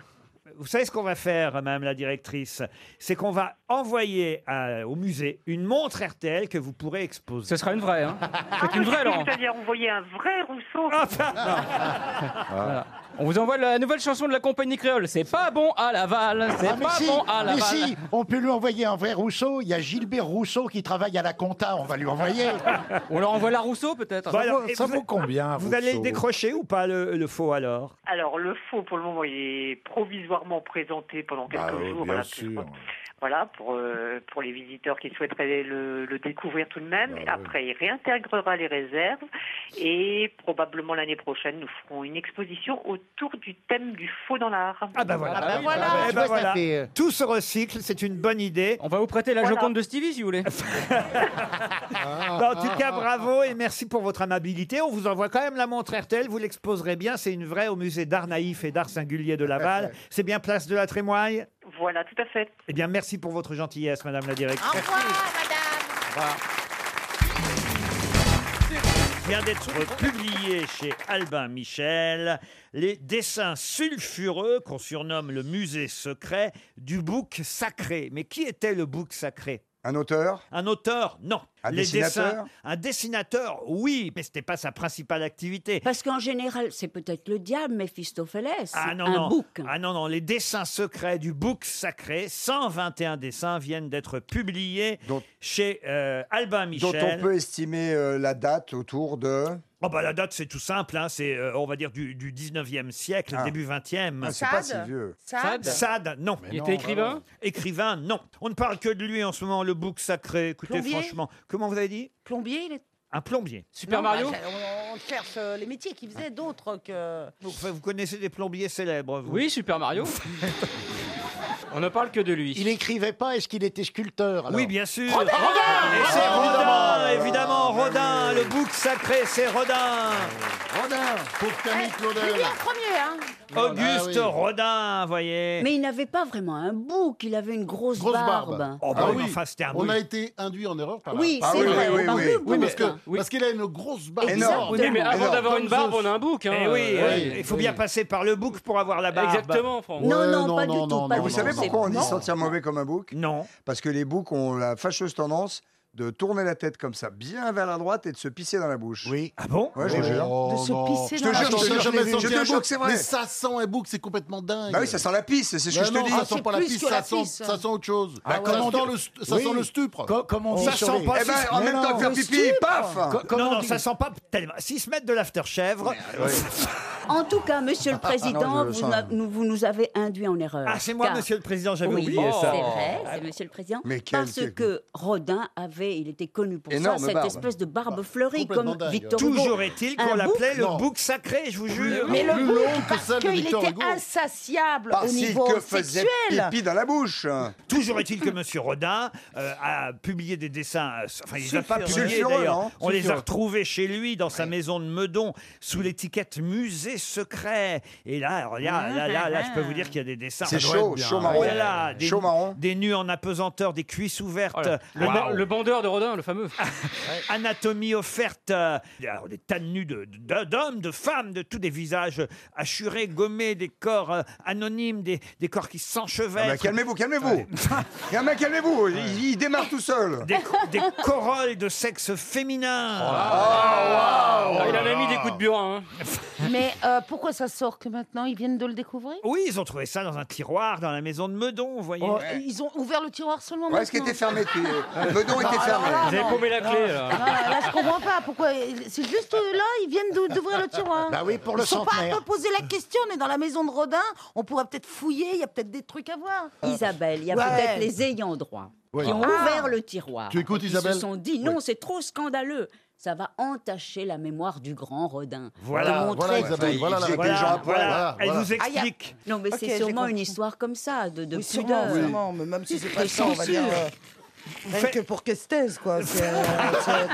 S5: Vous savez ce qu'on va faire, madame la directrice C'est qu'on va envoyer à- au musée une montre RTL que vous pourrez exposer. Ce
S8: sera une vraie, Ah, hein
S16: Ah, C'est-à-dire, on voyait un vrai Rousseau.
S4: Ah.
S8: Voilà. On vous envoie la nouvelle chanson de la compagnie créole. C'est pas bon à Laval, c'est
S32: Ah, mais
S8: pas
S32: si,
S8: bon à
S32: mais
S8: Laval.
S32: si, on peut lui envoyer un vrai Rousseau. Il y a Gilbert Rousseau qui travaille à la compta, on va lui envoyer.
S8: On leur envoie la Rousseau peut-être. Bah,
S5: Voilà, et vous- Vous allez le décrocher ou pas, le, le faux, alors
S16: Alors, le faux, pour le moment, il est provisoirement présenté pendant quelques
S5: Bah, oh,
S16: jours. voilà, parce que je crois- Voilà, pour, euh, pour les visiteurs qui souhaiteraient le, le découvrir tout de
S5: Bah,
S16: même. Après, il réintégrera les réserves. Et probablement l'année prochaine, nous ferons une exposition autour du thème du faux dans l'art.
S5: Ah ben voilà. Eh ben voilà. Tout se recycle, c'est une bonne idée.
S8: On va vous prêter la
S5: Voilà.
S8: Joconde de Stevie si vous voulez.
S5: Bah, en tout cas, bravo et merci pour votre amabilité. On vous envoie quand même la montre RTL. Vous l'exposerez bien. C'est une vraie au musée d'art naïf et d'art singulier de Laval. C'est bien place de la Trémoille.
S33: Voilà, tout à fait.
S5: Eh bien, merci pour votre gentillesse, Madame la directrice. vient d'être publié chez Albin Michel les dessins sulfureux qu'on surnomme le musée secret du bouc sacré. Mais qui était le bouc sacré
S1: Un auteur
S5: Un auteur, non.
S1: Un dessinateur
S5: Un dessinateur, oui, mais c'était pas sa principale activité.
S9: Parce qu'en général, c'est peut-être le diable, Méphistophélès.
S5: Ah non,
S9: un
S5: non.
S9: bouc.
S5: Ah non, non, les dessins secrets du bouc sacré, 121 dessins viennent d'être publiés chez euh, Albin
S1: Dont
S5: Michel.
S1: on peut estimer euh, la date autour de.
S5: Oh bah la date c'est tout simple, hein, c'est euh, on va dire du, du 19e siècle,
S1: Ah.
S5: début 20e.
S1: Ah, c'est pas Sade si vieux. Sade
S5: Sade, non.
S1: Mais Il était non, écrivain bah
S5: Écrivain, non. On ne parle que de lui en ce moment, le bouc sacré. Écoutez,
S2: Plombier
S5: franchement, comment vous avez dit
S2: Plombier, il est.
S5: Un plombier.
S2: Non, bah, on, on cherche euh, les métiers qui faisaient d'autres que.
S5: Euh, vous, vous connaissez des plombiers célèbres, vous
S8: Oui, Super Mario. On ne parle que de lui.
S34: Il écrivait pas, est-ce qu'il était sculpteur alors
S5: Oui, bien sûr. Rodin Et c'est Rodin, évidemment, Rodin, le bouc sacré, c'est Rodin. Rodin, pour Camille
S9: Eh,
S5: Ah, bah
S9: Je l'ai dit en premier, hein.
S5: Auguste Rodin, voyez.
S9: Mais il n'avait pas vraiment un bouc, il avait une grosse,
S4: Grosse barbe.
S5: Oh, bah oui, enfin, c'était un
S4: Ah On
S5: bouc.
S4: a été induit en erreur par Ah
S9: Oui,
S4: la
S9: c'est
S4: barbe.
S9: vrai, on parle de bouc,
S4: parce que-
S9: hein.
S4: parce qu'il a une grosse barbe.
S5: Bah, Énorme.
S4: énorme, énorme, comme Zeus.
S1: hein.
S5: Eh oui, oui, il faut bien passer par le bouc pour avoir la barbe. bah.
S1: Et vous savez pourquoi on dit se sentir mauvais comme un bouc
S5: Non.
S1: Parce que les boucs ont la fâcheuse tendance de tourner la tête comme ça, bien vers la droite et de se pisser dans la bouche.
S5: Oui. Ah bon
S1: Ouais, je te jure. Je
S4: Ah,
S1: te jure, je te jure, je te jure, je te jure que c'est vrai.
S4: Mais ça sent un bouc, c'est complètement dingue.
S1: Bah oui, ça sent la pisse, c'est ce que
S4: Bah
S1: je te
S4: non,
S1: dis.
S4: Ça sent pas la pisse, ça sent, ça sent autre chose.
S1: Bah,
S4: ça,
S1: comment
S4: sent
S1: dire-
S4: le, stu- ça
S1: Oui.
S4: sent le stupre.
S1: Co- comment on dit Ça sur sent les- pas Eh ben, si- en Mais même temps non. que faire pipi, Le stupre. paf Co- comment
S5: Non,
S1: on
S5: non,
S1: dit-
S5: ça sent pas tellement. 6 mètres de l'after-chèvre.
S9: En tout cas, monsieur le
S5: Ah, Non,
S9: président,
S5: je le
S9: vous,
S5: sens.
S9: n'a- nous- vous nous avez induit en erreur.
S5: Ah, c'est moi, monsieur le président, j'avais
S9: Oui,
S5: oublié ça.
S9: C'est vrai, c'est monsieur le président.
S5: Mais quel-
S9: parce
S5: quel-
S9: que Rodin avait, il était connu pour
S5: Énorme
S9: ça, cette
S5: barbe. Bah,
S9: espèce de barbe fleurie
S5: Complètement
S9: comme
S5: dingue.
S9: Victor Hugo.
S5: Toujours est-il
S9: Un
S5: qu'on l'appelait
S9: bouc-
S5: le bouc sacré, je vous jure.
S2: Mais le bouc, parce qu'il était insatiable au
S1: Parce
S2: niveau
S1: que faisait
S2: sexuel.
S1: pipi dans la bouche.
S5: Toujours est-il que Monsieur Rodin euh, a publié des dessins, euh, enfin il les a pas
S1: Sulfureux.
S5: publiés
S1: Sulfureux,
S5: d'ailleurs,
S1: non
S5: on les a
S1: Sulfureux.
S5: retrouvés chez lui dans sa maison de Meudon sous l'étiquette musée secret. Et là,
S2: Ah,
S5: regarde, là, là, là, je peux vous dire qu'il y a des dessins.
S1: C'est
S5: Ça doit
S1: chaud,
S5: être bien.
S1: chaud marron.
S5: Oh là là, des,
S1: Chaud marron.
S5: des nus en apesanteur, des cuisses ouvertes,
S8: Le,
S5: Waouh.
S8: ban- le bandeur de Rodin, le fameux.
S5: Anatomie offerte, euh, alors, des tas de nus de- de- d'hommes, de femmes, de tous des visages assurés, gommés, des corps euh, anonymes, des, des corps qui s'enchevêtrent.
S1: Ah
S5: Ah.
S1: bah, calmez-vous, calmez-vous. Non, mais calmez-vous, il, il démarre tout seul. Oh
S5: Des, des corolles de sexe féminin.
S8: Ah, il en a mis des coups de burin. hein.
S2: Mais euh, pourquoi ça sort que maintenant Ils viennent de le découvrir
S5: Oui, ils ont trouvé ça dans un tiroir dans la maison de Meudon, vous voyez.
S2: Oh, Ils ont ouvert le tiroir seulement
S1: Ouais, ce qui
S2: maintenant.
S1: était fermé depuis.
S5: Ouais.
S1: euh, Meudon
S5: Non,
S1: était
S5: Ah, alors
S1: fermé.
S5: là, Vous avez non. paumé la clé,
S1: Non.
S5: là.
S2: Ah, là, je comprends pas. Pourquoi C'est juste euh, là, ils viennent d'ou- d'ouvrir le tiroir.
S4: Bah oui, pour le
S2: Ils sont pas à
S4: centenaire.
S2: te poser la question. On est dans la maison de Rodin. On pourrait peut-être fouiller. Il y a peut-être des trucs à voir.
S1: Euh,
S9: Ah. Isabelle, il y a
S2: Ouais.
S9: peut-être les ayants droit
S4: Oui.
S9: qui ont
S4: Ah.
S9: ouvert le tiroir.
S4: Tu écoutes,
S9: Ils
S4: Isabelle
S9: se sont dit non, c'est trop scandaleux. Ça va entacher la mémoire du grand Rodin.
S4: Voilà,
S9: De montrer
S4: voilà,
S9: que-
S4: Isabelle, voilà la- Voilà, voilà, elle vous
S9: Ah, il y a-
S4: explique.
S9: Non, mais
S4: Ok,
S9: c'est
S4: j'ai
S9: sûrement
S4: compris.
S9: une histoire comme ça, de, de
S35: Oui, sûrement,
S9: pudeur.
S35: sûrement, mais même si c'est pas ça, on va
S9: C'est
S35: dire.
S9: sûr.
S35: euh, Même
S9: faites-
S35: que pour Questez, quoi. c'est, euh,
S1: Et
S35: c'est-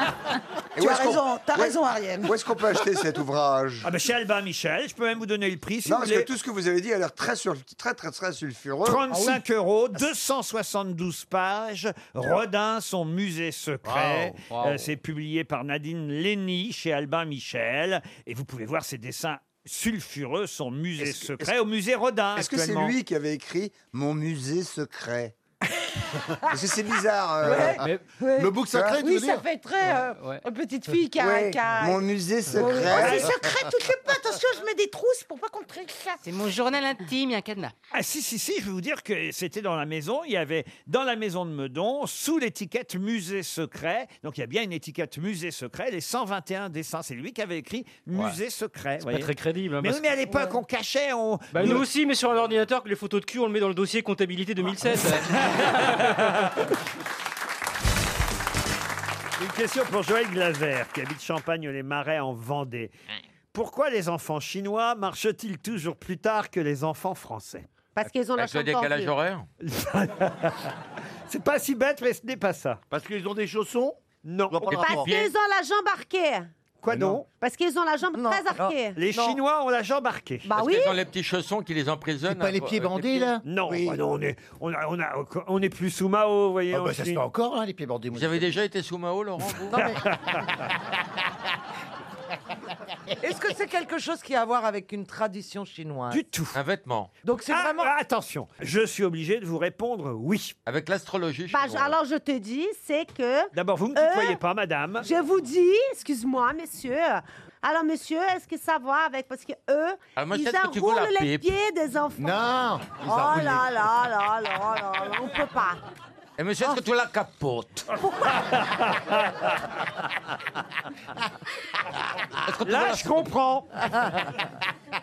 S1: où
S35: tu as
S1: est-ce qu'on-
S35: raison, t'as
S1: où est-
S35: raison, Ariel.
S1: Où est-ce qu'on peut acheter cet ouvrage
S5: Ah ben chez Albin Michel, je peux même vous donner le prix si
S1: Non,
S5: vous
S1: parce
S5: voulez.
S1: que tout ce que vous avez dit a l'air très, sur- très, très, très sulfureux.
S2: Ah
S5: 35
S35: Ah
S5: euros, 272 pages, Rodin, son musée secret.
S1: Wow, wow.
S5: Euh, c'est publié par Nadine Lenny chez Albin Michel. Et vous pouvez voir ses dessins sulfureux, son musée
S1: Est-ce que-
S5: secret,
S1: est-ce-
S5: au musée Rodin
S1: Est-ce que c'est
S5: actuellement.
S1: lui qui avait écrit Mon musée secret Parce que c'est bizarre. euh,
S2: Ouais, ouais.
S1: Le bouc sacré, tu
S2: Oui,
S1: veux
S2: ça
S1: dire
S2: fait très euh, une petite fille qui a.
S1: Ouais,
S2: qui a-
S1: Mon musée
S2: Oh,
S1: secret.
S2: c'est secret, toutes les pas. Attention, je mets des trousses pour pas qu'on triche ça.
S5: C'est mon journal intime, il y a un cadenas. Ah si, si, si, je vais vous dire que c'était dans la maison, il y avait dans la maison de Meudon, sous l'étiquette musée secret, donc il y a bien une étiquette musée secret, les 121 dessins, c'est lui qui avait écrit musée secret.
S8: C'est
S5: voyez.
S8: pas très crédible. hein,
S5: Mais
S8: parce
S5: oui, mais à l'époque, on cachait, on...
S8: Bah, nous aussi, mais sur un ordinateur, que les photos de cul, on le met dans le dossier comptabilité 2007.
S5: Une question pour Joël Glaser, qui habite Champagne-les-Marais en Vendée. Pourquoi les enfants chinois marchent-ils toujours plus tard que les enfants français
S36: Parce qu'ils
S2: Bah,
S36: ont la
S5: Avec le décalage horaire C'est pas si bête, mais ce n'est pas ça.
S36: Parce qu'ils ont des chaussons
S5: Non.
S36: Parce qu'ils ont la jambe arquée.
S5: Quoi donc
S19: Parce qu'ils ont la jambe très
S2: Eh,
S19: arquée.
S5: Les Chinois ont la jambe arquée.
S19: Bah
S6: Parce
S19: oui.
S6: que dans les petits chaussons qui les emprisonnent. hein, pour- euh, pieds-
S5: Non, bah non, on est, on a- on a- on est plus sous Mao, vous voyez.
S6: Ah bah, ça se fait
S5: encore, hein, les pieds bandés.
S6: Vous avez déjà été sous Mao, Laurent vous
S8: Est-ce que c'est quelque chose qui a à voir avec une tradition chinoise
S5: Du tout.
S6: Un vêtement.
S5: Donc c'est vraiment. attention, je suis obligé de vous répondre oui.
S6: Avec l'astrologie.
S19: Bah, je- alors je te dis, c'est que.
S5: D'abord, vous ne me
S19: Eux,
S5: tutoyez pas, madame.
S19: Je vous dis, excuse-moi, monsieur. Alors, monsieur, est-ce que ça va avec Parce que eux,
S6: Ah, moi,
S19: ils
S6: peut-être que tu vois
S19: enroulent
S6: la
S19: les
S6: pipe.
S19: pieds des enfants.
S6: Non, ils
S19: Oh
S6: enroulent
S19: là
S6: les-
S19: là là là là là, on peut pas.
S6: Et monsieur,
S19: Oh.
S6: est-ce que tu la capotes
S5: Là, je comprends.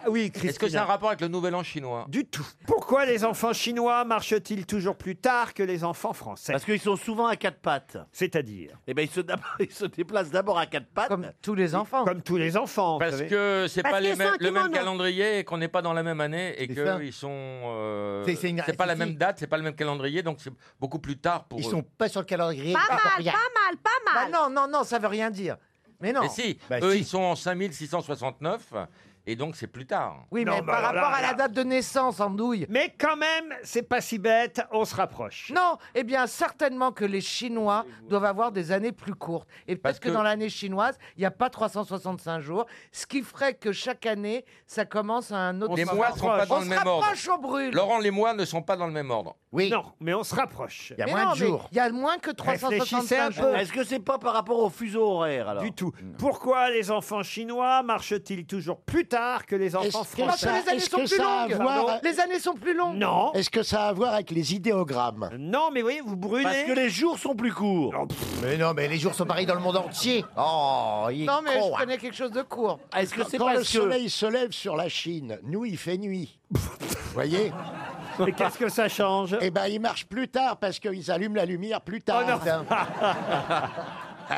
S5: oui, Christina.
S6: Est-ce que c'est un rapport avec le Nouvel An chinois
S5: Du tout. Pourquoi les enfants chinois marchent-ils toujours plus tard que les enfants français Parce
S4: qu'ils sont souvent à quatre pattes.
S5: C'est-à-dire
S4: Eh ben, ils se, d'abord- ils se déplacent d'abord à quatre pattes. Comme
S5: tous les enfants. Comme tous les enfants. vous
S6: Parce
S5: savez.
S6: que c'est
S5: Parce
S6: pas
S5: qu'ils
S6: les
S5: sont
S6: mêmes-
S5: en
S6: le
S5: kimono.
S6: même calendrier et qu'on n'est pas dans la même année et
S4: ça.
S6: qu'ils sont. euh,
S4: C'est- c'est une-
S6: c'est pas la
S4: si,
S6: même date, c'est pas le même calendrier, donc c'est beaucoup plus tard pour
S4: Ils
S6: eux.
S4: sont
S7: Pas sur le calendrier.
S4: Pas
S7: sur
S4: mal,
S7: rien.
S19: Pas mal, pas
S8: mal. Bah non, non, non, ça veut rien dire. Mais non. Bah
S6: Mais si, eux ils sont en 5669 et donc c'est plus tard.
S8: Oui, mais
S5: bah
S19: bah
S8: par rapport à la date de naissance, Andouille.
S5: Mais quand même, c'est pas si bête, on se rapproche.
S8: Non, eh bien, certainement que les Chinois doivent avoir des années plus courtes. Et peut-être que,
S6: que-
S8: dans l'année chinoise, il n'y a pas 365 jours, ce qui ferait que chaque année, ça commence à un autre
S6: Les
S8: moment.
S6: mois ne sont pas dans
S8: on
S6: le
S8: se
S6: même ordre.
S8: rapproche, on brûle.
S6: Laurent, les mois ne sont pas dans le même ordre.
S5: Oui. Non, mais on se rapproche.
S8: Mais non, mais Il y a moins que
S5: Réfléchissez un
S8: 365 jours.
S5: peu.
S4: Est-ce que c'est pas par rapport au fuseau horaire alors Hmm.
S5: Du tout. Pourquoi les enfants chinois marchent-ils toujours plus tard que les enfants
S4: Est-ce que
S5: français
S8: Parce que les années sont plus longues.
S5: Pardon
S8: Les années sont plus longues.
S5: Non. Euh,
S4: Est-ce que ça a à voir avec les idéogrammes
S5: Non, mais voyez, vous brûlez. Oh,
S4: Parce que les jours sont plus courts.
S7: Mais non, mais les jours sont pareils dans le monde entier. Oh, il est
S8: Non, mais
S7: con,
S8: je
S7: hein.
S8: connais quelque chose de court.
S4: Est-ce que c'est
S7: Quand
S4: parce
S7: le
S4: que-
S7: soleil se lève sur la Chine, nous, il fait nuit. Vous voyez
S5: Et qu'est-ce que ça change Oh,
S7: Eh ben, ils marchent plus tard parce qu'ils allument la lumière plus tard. putain. Ah,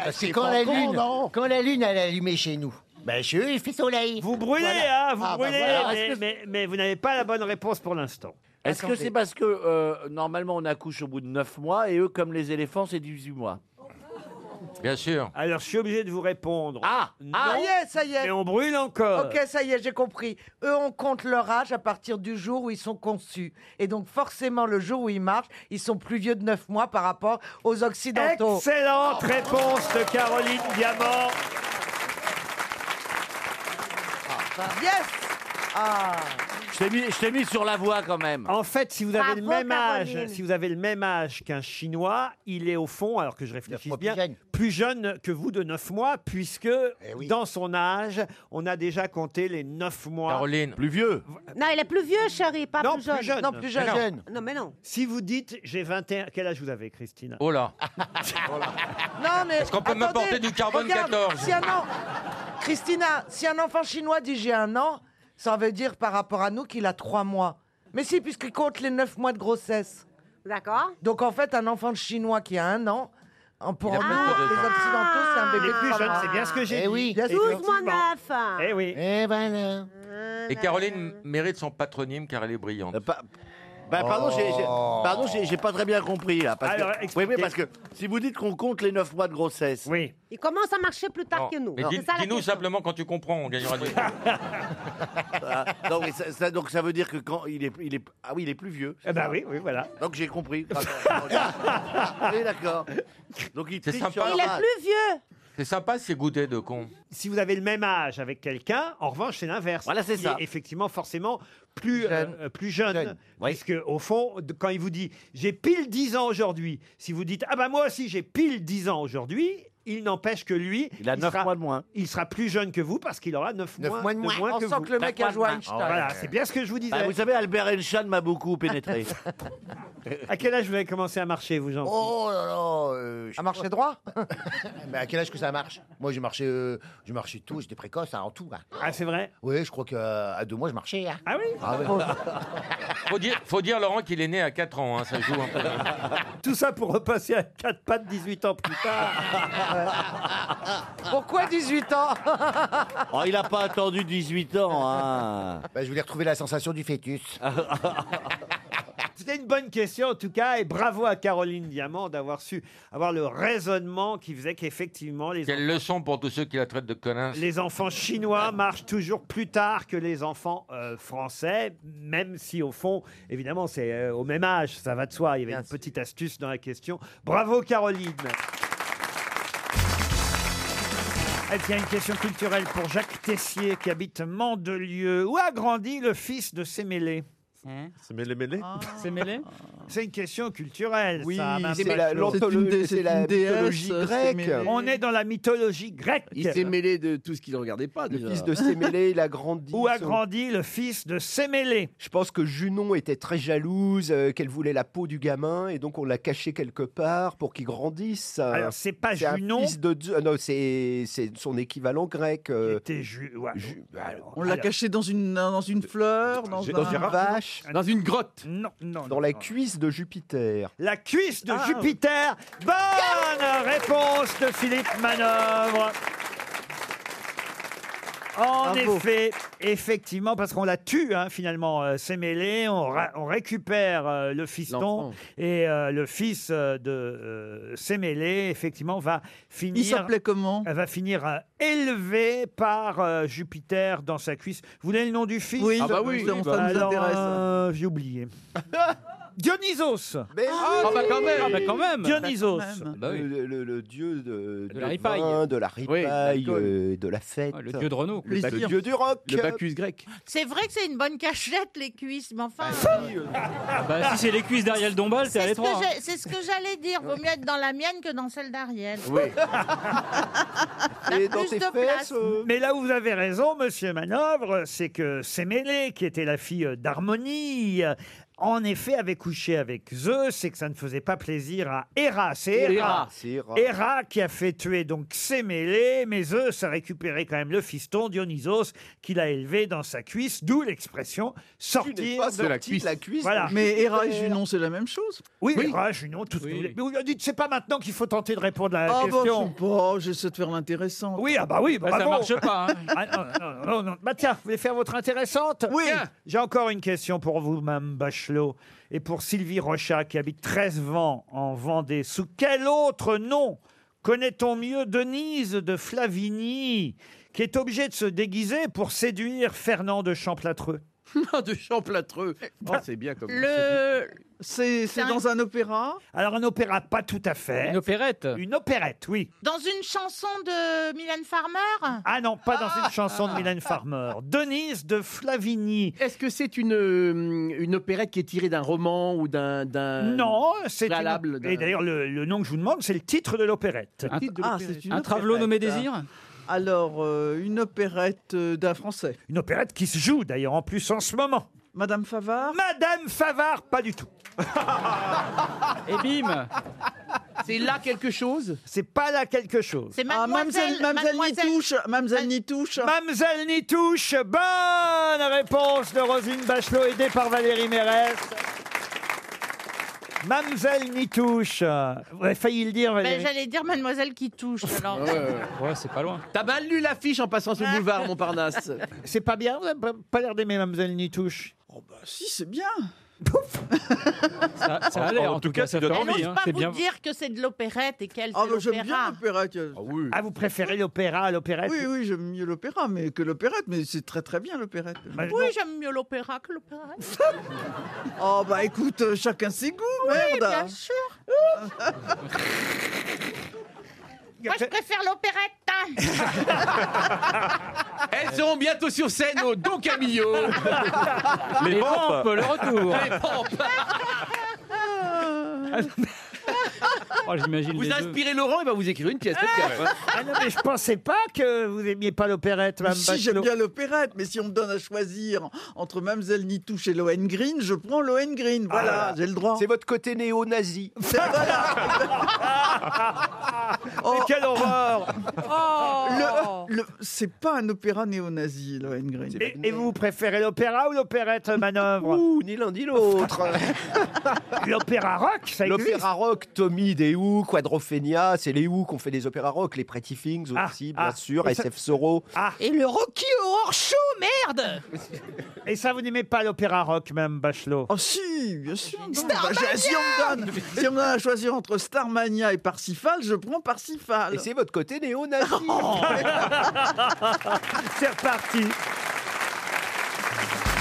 S4: C'est
S7: c'est
S4: quand
S7: quand
S4: la
S7: con,
S4: lune-
S7: non
S4: quand la lune elle est allumée chez nous.
S7: Ben, chez eux, il fait soleil.
S5: Vous brûlez,
S7: Voilà.
S5: hein, vous
S7: Ah, bah
S5: brûlez,
S7: voilà.
S5: mais, mais- mais vous n'avez pas la bonne réponse pour l'instant.
S4: Est-ce que c'est parce que euh, normalement on accouche au bout de 9 mois et eux, comme les éléphants, c'est 18 mois
S6: Bien sûr.
S5: Alors, je suis obligé de vous répondre. Ah,
S8: Ah, ça y est, ça y est.
S5: Mais on brûle encore.
S8: Ok, ça y est, j'ai compris. Eux, on compte leur âge à partir du jour où ils sont conçus. Et donc, forcément, le jour où ils marchent, ils sont plus vieux de 9 mois par rapport aux Occidentaux.
S5: Excellente
S8: Oh.
S5: réponse de Caroline Diamant.
S8: Yes Ah
S4: Je t'ai mis, je t'ai mis sur la voie quand même.
S5: En fait, si vous avez le
S4: Bravo,
S5: même
S4: Caroline.
S5: âge, si vous avez le même âge qu'un Chinois, il est au fond, alors que je réfléchis bien, plus jeune que vous de 9 mois, puisque dans son âge, on a déjà compté les 9 mois.
S6: Caroline.
S4: Plus vieux.
S19: Non, il est plus vieux, chérie, pas
S5: Non,
S19: plus jeune.
S5: plus jeune. Non, plus jeune.
S19: Mais
S5: Jeune.
S19: Non, mais non.
S5: Si vous dites j'ai 21, quel âge vous avez, Christine
S6: Oh là.
S8: Non, mais.
S6: Est-ce qu'on peut
S8: attendez,
S6: m'apporter du carbone
S8: regarde,
S6: 14?
S8: si un en- Christina, si un enfant chinois dit j'ai un an, ça veut dire par rapport à nous qu'il a 3 mois. Mais si, puisqu'il compte les 9 mois de grossesse.
S19: D'accord.
S8: Donc en fait, un enfant chinois qui a un an, en- pour
S5: Il a
S8: en
S5: plus de
S8: mesure
S5: deux
S8: des
S5: ans.
S8: Occidentaux, c'est un
S5: Il
S8: bébé
S5: est
S8: de
S5: plus
S8: trois
S5: jeune,
S8: mois.
S5: c'est bien ce que j'ai
S8: Eh
S5: dit.
S8: oui,
S5: Bien sûr.
S19: 12 moins 9.
S5: Eh oui.
S7: Eh ben
S6: Et Caroline mérite son patronyme car elle est brillante.
S4: Bah, pardon, j'ai- j'ai-
S6: Oh.
S4: pardon, j'ai j'ai pas très bien compris là. Parce
S6: Alors,
S4: que, oui, oui, parce que si vous dites qu'on compte les 9 mois de grossesse.
S5: Oui.
S19: Il commence à marcher plus tard que nous.
S6: Mais dis-
S19: C'est ça la
S6: dis-nous
S19: question.
S6: simplement quand tu comprends, on gagnera du temps.
S4: donc, Ah, ça, ça- donc ça veut dire que quand il est, il est, ah oui, il est plus vieux.
S5: Eh ben oui, oui, voilà.
S4: Donc j'ai compris. Oui, d'accord. Donc il
S6: C'est
S4: triche
S6: sympa.
S4: sur leur
S19: Il est
S4: âge.
S19: plus vieux.
S6: C'est sympa ces goûters de con.
S5: Si vous avez le même âge avec quelqu'un, en revanche, c'est l'inverse. Voilà, c'est ça. effectivement, forcément, plus jeune. plus jeune, Parce que, au fond, de- quand il vous dit j'ai pile 10 ans aujourd'hui, si vous dites ah bah moi aussi j'ai pile 10 ans aujourd'hui, il n'empêche que lui. Il a 9 mois de moins. Il sera plus jeune que vous parce qu'il aura 9,
S4: Neuf
S5: mois,
S4: mois de moins. On
S5: que
S4: sent
S5: vous.
S4: que le mec a joué à Einstein.
S5: Voilà, c'est bien ce que je vous disais.
S4: Bah, vous savez, Albert Einstein m'a beaucoup pénétré.
S5: À quel âge vous avez commencé à marcher, vous, jean
S7: Oh là là euh, je-
S8: À marcher droit
S7: Mais Eh ben, à quel âge que ça marche Moi, j'ai marché, euh, j'ai marché tout, j'étais précoce hein, en tout.
S5: Ah, c'est vrai
S7: Oui, je crois qu'à à deux mois, je marchais. hein.
S5: Ah oui
S6: Faut dire, faut dire Laurent qu'il est né à 4 ans, hein, ça joue un peu.
S5: Tout ça pour repasser à 4 pattes 18 ans plus tard.
S8: Pourquoi 18 ans
S4: Oh, il n'a pas attendu 18 ans. Hein.
S5: Ah,
S7: Bah, je voulais retrouver la sensation du fœtus.
S5: C'était une bonne question en tout cas, et bravo à Caroline Diamant d'avoir su avoir le raisonnement qui faisait qu'effectivement les
S6: Quelle leçon pour tous ceux qui la traitent de connasse.
S5: les enfants chinois marchent toujours plus tard que les enfants euh, français, même si au fond, évidemment, c'est euh, au même âge, ça va de soi. Il y avait une petite astuce dans la question. Bravo Caroline. Et puis, il y a une question culturelle pour Jacques Tessier qui habite Mandelieu. Où a grandi le fils de Sémélé
S17: C'est mêlé mêlé.
S5: C'est mêlé C'est une question culturelle.
S17: Oui,
S5: ça, ma
S17: c'est
S5: belle
S17: la-
S5: chose.
S17: l'antholo- C'est une dé- c'est c'est la une déesse, mythologie euh, grecque. Sémélé.
S5: On est dans la mythologie grecque.
S17: Il s'est mêlé de tout ce qu'il ne regardait pas. Le fils de Sémélé, il a grandi.
S5: Où a grandi le fils de Sémélé
S17: Je pense que Junon était très jalouse, euh, qu'elle voulait la peau du gamin, et donc on l'a caché quelque part pour qu'il grandisse.
S5: Alors, c'est pas
S17: un
S5: Junon.
S17: fils de Zeus- euh, non, c'est c'est son équivalent grec. euh, Ju- ah,
S8: On l'a caché dans une, dans une
S5: euh,
S8: fleur, dans,
S17: J'ai-
S8: un-
S17: dans une vache.
S5: Dans
S17: une grotte.
S5: Non, non.
S17: Dans la cuisse de Jupiter.
S5: La cuisse de
S8: Ah.
S5: Jupiter. Bonne réponse de Philippe Manœuvre. En
S4: Bravo.
S5: effet, effectivement, parce qu'on la tue hein, finalement, euh, c'est mêlé, on, ra- on récupère euh, le fiston et euh, le fils euh, de euh, Sémélé, effectivement, va finir.
S8: Il s'appelait
S5: comment Va finir euh, élevé par euh, Jupiter dans sa cuisse. Vous voulez le nom du fils
S8: Oui, Ah bah oui, ça- oui, ça bah. nous
S5: Alors,
S8: intéresse.
S5: euh, J'ai oublié. Dionysos
S17: Ah,
S5: oui.
S17: bah quand même.
S5: Ah bah quand même. Ben Dionysos.
S17: Bah oui. le, le- le dieu de,
S5: la
S17: du
S5: ripaille.
S17: vin, de la ripaille,
S5: l'alcool.
S17: euh, de la
S4: Ah,
S37: Ah,
S17: fête.
S5: le dieu de Renaud.
S17: Le,
S5: Le
S17: dieu
S5: Bacchus.
S17: du rock.
S5: Le Bacchus
S17: grec.
S2: C'est vrai que c'est une bonne cachette, les cuisses, mais enfin.
S4: Ah
S37: Bah, si c'est les cuisses d'Ariel Dombal, c'est à
S2: C'est ce, que
S37: l'étroit.
S2: j'ai- c'est ce que j'allais dire. Vaut mieux être dans la mienne que dans celle d'Ariel.
S5: Et
S2: dans plus tes de fesses, place. euh.
S5: Mais là où vous avez raison, monsieur Manœuvre, c'est que Sémélé, qui était la fille euh, d'Harmonie, euh, en effet avait couché avec Zeus c'est que ça ne faisait pas plaisir à Héra. C'est Héra.
S17: Héra, c'est Héra.
S5: Héra qui a fait tuer donc Sémélé, mais Zeus a récupéré quand même le fiston Dionysos qu'il a élevé dans sa cuisse, d'où l'expression sortir
S8: pas sorti de la cuisse.
S5: Voilà.
S8: Mais Héra et Junon, c'est la même chose.
S5: Oui, Ah, Héra, Junon, tout ce que vous voulez. Mais vous dites, c'est pas maintenant qu'il faut tenter de répondre à la
S8: Ah bah,
S5: question.
S8: je sais pas, j'essaie de faire l'intéressant.
S5: Oui, ah bah oui, bah
S8: ça
S5: bravo.
S8: marche pas. hein.
S5: Ah, non, non, non, non. Bah tiens, vous voulez faire votre intéressante Oui. J'ai encore une question pour vous, Mme Bachelot, et pour Sylvie Rochat, qui habite 13 vents en Vendée. Sous quel autre nom connaît-on mieux Denise de Flavigny, qui est obligée de se déguiser pour séduire Fernand de Champlâtreux
S8: de champlâtreux.
S5: Eh
S4: Oh,
S5: c'est bien comme
S8: Le... C'est c'est dans un opéra
S5: Alors un opéra, pas tout à fait. Une opérette Une opérette, oui.
S2: Dans une chanson de Mylène Farmer
S5: Ah non, pas dans une chanson de Mylène Farmer. Denise de Flavigny.
S4: Est-ce que c'est une, euh, une opérette qui est tirée d'un roman ou d'un. d'un-
S5: Non, c'est une-
S4: préalable d'un-
S5: Et d'ailleurs, le, le nom que je vous demande, c'est le titre de l'opérette.
S8: Un- ah, c'est une opérette. Ah. Alors, euh, une opérette euh, d'un Français.
S5: Une opérette qui se joue d'ailleurs en plus en ce moment.
S8: Madame Favard
S5: Madame Favard, pas du tout.
S4: Et bim C'est là quelque chose
S5: C'est pas là quelque chose.
S2: C'est
S8: Ah,
S2: mademoiselle-
S8: Mamselle Mamselle Nitouche Mamselle Nitouche
S5: Mamselle Nitouche, bonne réponse de Rosine Bachelot, aidée par Valérie Mérès. Mamselle Nitouche, euh, vous avez failli le dire,
S2: Ben,
S5: Valérie.
S2: J'allais dire mademoiselle qui touche.
S5: Ah
S2: alors.
S37: Ouais, c'est pas loin.
S4: T'as mal lu l'affiche en passant sur le boulevard Montparnasse.
S5: C'est pas bien, vous n'avez pas- pas l'air d'aimer Mamselle Nitouche.
S4: Oh, bah,
S8: Si, c'est bien.
S5: Ah,
S37: Ça, ça a l'air, en, tout cas, ça fait
S2: Elle
S37: envie.
S2: n'ose
S37: hein.
S2: pas
S37: C'est
S2: vous
S37: bien.
S2: dire que c'est de l'opérette et qu'elle
S8: Ah,
S2: fait
S8: bah, j'aime bien
S2: l'opéra.
S8: l'opérette.
S5: Ah, vous préférez l'opéra à l'opérette
S8: Oui, oui, j'aime mieux l'opéra mais que l'opérette, mais c'est très très bien l'opérette.
S5: Bah,
S2: Oui, j'aime mieux l'opéra que l'opérette.
S8: Oh, bah écoute, euh, chacun ses goûts,
S2: Oui,
S8: merde
S2: bien sûr. Moi, je préfère l'opérette.
S4: Elles seront bientôt sur scène au Don Camillo.
S37: Les pompes, le retour.
S4: Les pompes.
S27: Ah,
S37: Oh, j'imagine les
S4: Vous
S37: deux.
S4: inspirez Laurent, il va vous écrire une pièce. peut-être, quand même. hein.
S5: Ah non, mais je pensais pas que vous aimiez pas l'opérette, Mme
S8: Si j'aime bien l'opérette, mais si on me donne à choisir entre Mamselle Nitouche et Lohengrin, je prends
S5: Ah.
S8: Lohengrin. Voilà, j'ai le droit.
S17: C'est votre côté néo-nazi.
S8: C'est- voilà. Oh.
S5: quelle horreur Ah,
S18: Le- le- c'est pas un opéra néo-nazi, Lohengrin.
S5: Et, et vous préférez l'opéra ou l'opérette euh, manœuvre
S12: Ouh, ni l'un ni l'autre.
S5: L'opéra rock, ça existe.
S12: L'opéra rock, Tommy, des Who, Quadrophenia, c'est les Who qu'on fait des opéras rock, les Pretty Things aussi, bien
S5: ah,
S12: sûr,
S5: et ça-
S12: SF Soro.
S5: Et le Rocky Horror Show, merde Et ça, vous n'aimez pas l'opéra rock, même, Bachelot
S18: Oh si, bien sûr. non.
S5: Starmania
S18: Bah, je- si, on me donne, si on me donne à choisir entre Starmania et Parsifal, je prends Parsifal.
S12: Et c'est votre côté néo-nazi.
S5: C'est reparti.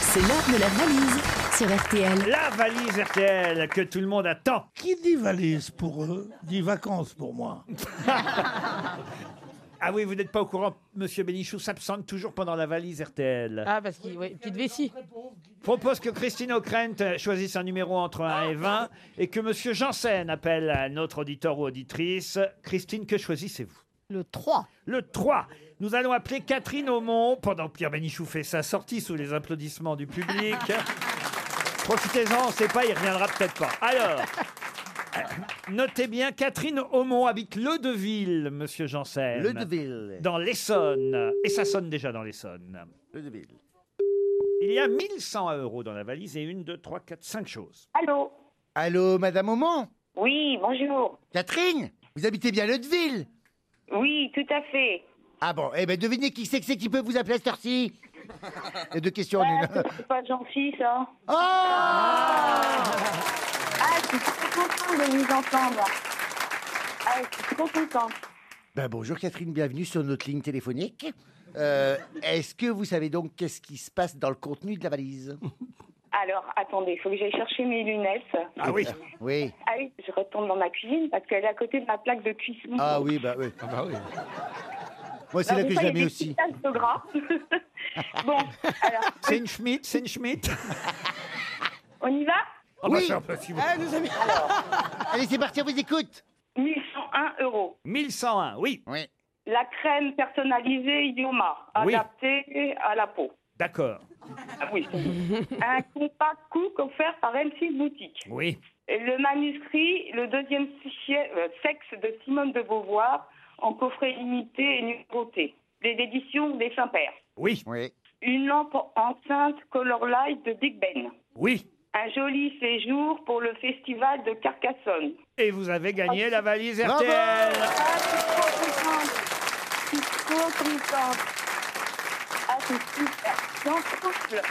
S14: C'est l'heure de la valise sur RTL.
S5: La valise RTL que tout le monde attend.
S16: Qui dit valise pour eux, dit vacances pour moi.
S5: Ah oui, vous n'êtes pas au courant, Monsieur Bénichou s'absente toujours pendant la valise RTL.
S9: Ah, parce qu'il. Oui, petite vessie.
S5: Propose que Christine O'Krent choisisse un numéro entre 1 et 20 et que Monsieur Janssen appelle à notre auditeur ou auditrice. Christine, que choisissez-vous
S9: Le 3.
S5: Le 3. Nous allons appeler Catherine Aumont pendant que Pierre Bénichou fait sa sortie sous les applaudissements du public. Profitez-en, on ne sait pas, il reviendra peut-être pas. Alors, notez bien, Catherine Aumont habite Ledeville, Monsieur Janssen.
S16: Ledeville.
S5: Dans l'Essonne. Et ça sonne déjà dans l'Essonne.
S16: Ledeville.
S5: Il y a 1100 euros dans la valise et une, deux, trois, quatre, cinq choses.
S16: Allô
S7: Allô, Madame Aumont
S16: Oui, bonjour.
S7: Catherine Vous habitez bien Leudeville
S16: Oui, tout à fait.
S7: Ah bon, eh ben devinez qui c'est que c'est qui peut vous appeler à cette heure-ci Il y a deux questions en une.
S16: C'est pas gentil, ça.
S7: Oh
S16: Ah, je suis très contente de vous entendre. Ah, je suis trop contente.
S7: Ben bonjour Catherine, bienvenue sur notre ligne téléphonique. Euh, Est-ce que vous savez donc qu'est-ce qui se passe dans le contenu de la valise
S16: Alors, attendez, il faut que j'aille chercher mes lunettes.
S7: Ah oui Oui.
S16: Ah oui, je retourne dans ma cuisine parce qu'elle est à côté de ma plaque de cuisson.
S7: Ah oui, bah oui. Moi, c'est
S16: Alors,
S7: là
S16: des
S7: que
S16: fois,
S7: je la
S16: il y a
S7: mets
S16: des
S7: aussi.
S16: petites taches de gras. bon, alors,
S5: C'est une Schmidt, c'est une Schmidt.
S16: on y va
S5: Ah bah, c'est impossible.
S7: Allez, c'est parti, on vous écoute.
S16: 1101 euros.
S5: 1101, oui.
S7: Oui.
S16: La crème personnalisée Yoma,
S5: Oui.
S16: adaptée à la peau.
S5: D'accord.
S16: Ah oui. Un compact cook offert par M6 Boutique.
S5: Oui.
S16: Et Le manuscrit, le deuxième fichier- euh, sexe de Simone de Beauvoir, en coffret limité et numéroté. Des éditions des Saint-Pères.
S5: Oui.
S7: Oui.
S16: Une lampe enceinte color light de Dick Ben.
S5: Oui.
S16: Un joli séjour pour le festival de Carcassonne. Ah,
S5: Et vous avez gagné la valise
S16: Bravo
S5: RTL.
S16: Trop contente. Je suis trop contente. Ah, c'est super. J'en souffle.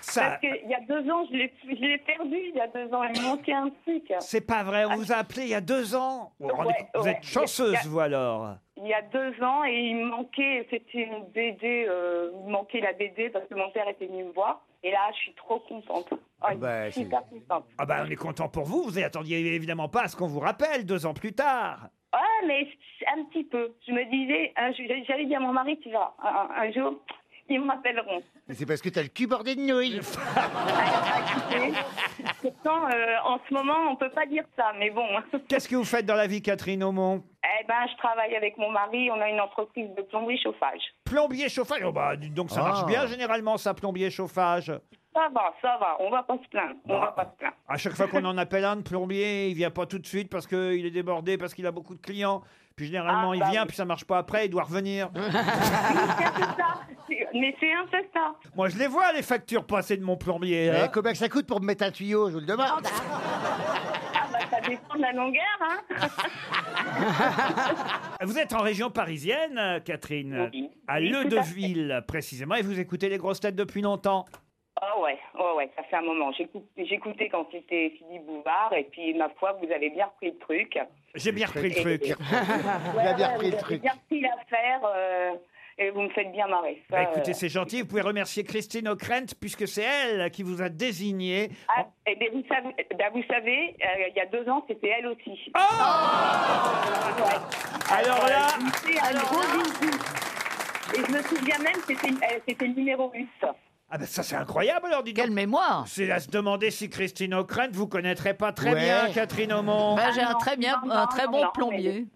S5: Ça-
S16: Parce qu'il y a deux ans, je l'ai je l'ai perdu. Il y a deux ans, il me manquait un truc.
S5: C'est pas vrai, on vous a appelé il y a deux ans. Vous, vous rendez-
S16: Ah, Ouais,
S5: vous
S16: ouais. Ah,
S5: êtes chanceuse,
S16: Il y a-
S5: vous alors.
S16: Il y a deux ans, et il me manquait, c'était une BD, euh, il me manquait la BD parce que mon père était venu me voir. Et là, je suis trop contente. Ah, je suis
S5: bah, c'est-
S16: super contente.
S5: Ah bah on est content pour vous, vous attendiez évidemment pas à ce qu'on vous rappelle deux ans plus tard.
S16: Ouais, mais un petit peu. Je me disais, un jour- j'allais dire à mon mari, tu verras, un, un jour, ils m'appelleront.
S7: Mais c'est parce que t'as le cul bordé de nouilles.
S16: Et Pourtant, euh, en ce moment, on peut pas dire ça, mais bon.
S5: Qu'est-ce que vous faites dans la vie, Catherine Aumont
S16: Eh ben, je travaille avec mon mari, on a une entreprise de plomberie chauffage.
S5: Plombier chauffage, oh bah dites donc ça marche
S16: Ah.
S5: bien généralement ça, plombier chauffage.
S16: Ça va, ça va, on va pas se plaindre,
S5: Bah.
S16: on va pas se plaindre.
S5: À chaque fois qu'on en appelle un de plombier, il vient pas tout de suite parce qu'il est débordé, parce qu'il a beaucoup de clients. Puis généralement
S16: Ah, bah
S5: il vient,
S16: oui.
S5: puis ça marche pas après, il doit revenir.
S16: C'est- Mais c'est un peu ça.
S5: Moi je les vois les factures passer de mon plombier.
S7: Eh,
S5: hein.
S7: combien que ça coûte pour me mettre un tuyau Je vous le demande.
S16: Ah bah, ça dépend de la longueur, hein.
S5: Vous êtes en région parisienne, euh, Catherine,
S16: Oui.
S5: à
S16: Oui, tout à
S5: Leudeville précisément, et vous écoutez les grosses têtes depuis longtemps.
S16: Ah ouais, ouais, ouais, ça fait un moment. J'écoute- J'écoutais quand c'était Philippe Bouvard, et puis ma foi, vous avez bien repris le truc.
S5: J'ai bien repris le truc.
S16: Et-
S5: Il
S16: Ouais,
S5: a bien
S16: ouais,
S5: repris
S16: vous avez
S5: le truc.
S16: bien repris l'affaire, euh, et vous me faites bien marrer. Ça,
S5: Bah, écoutez,
S16: euh,
S5: c'est gentil. Vous pouvez remercier Christine O'Krent puisque c'est elle qui vous a désigné.
S16: ah, eh bien, vous savez, bah, vous savez, euh, il y a deux ans, c'était elle aussi.
S5: Oh Alors là,
S16: Et je me souviens même, c'était euh, c'était le numéro 8.
S5: Ah ben ça c'est incroyable alors, dis Quelle mémoire C'est à se demander si Christine O'Krent vous connaîtrez pas très
S16: Ouais.
S5: bien, Catherine Aumont.
S16: Bah, j'ai un très bien- un très bon plombier.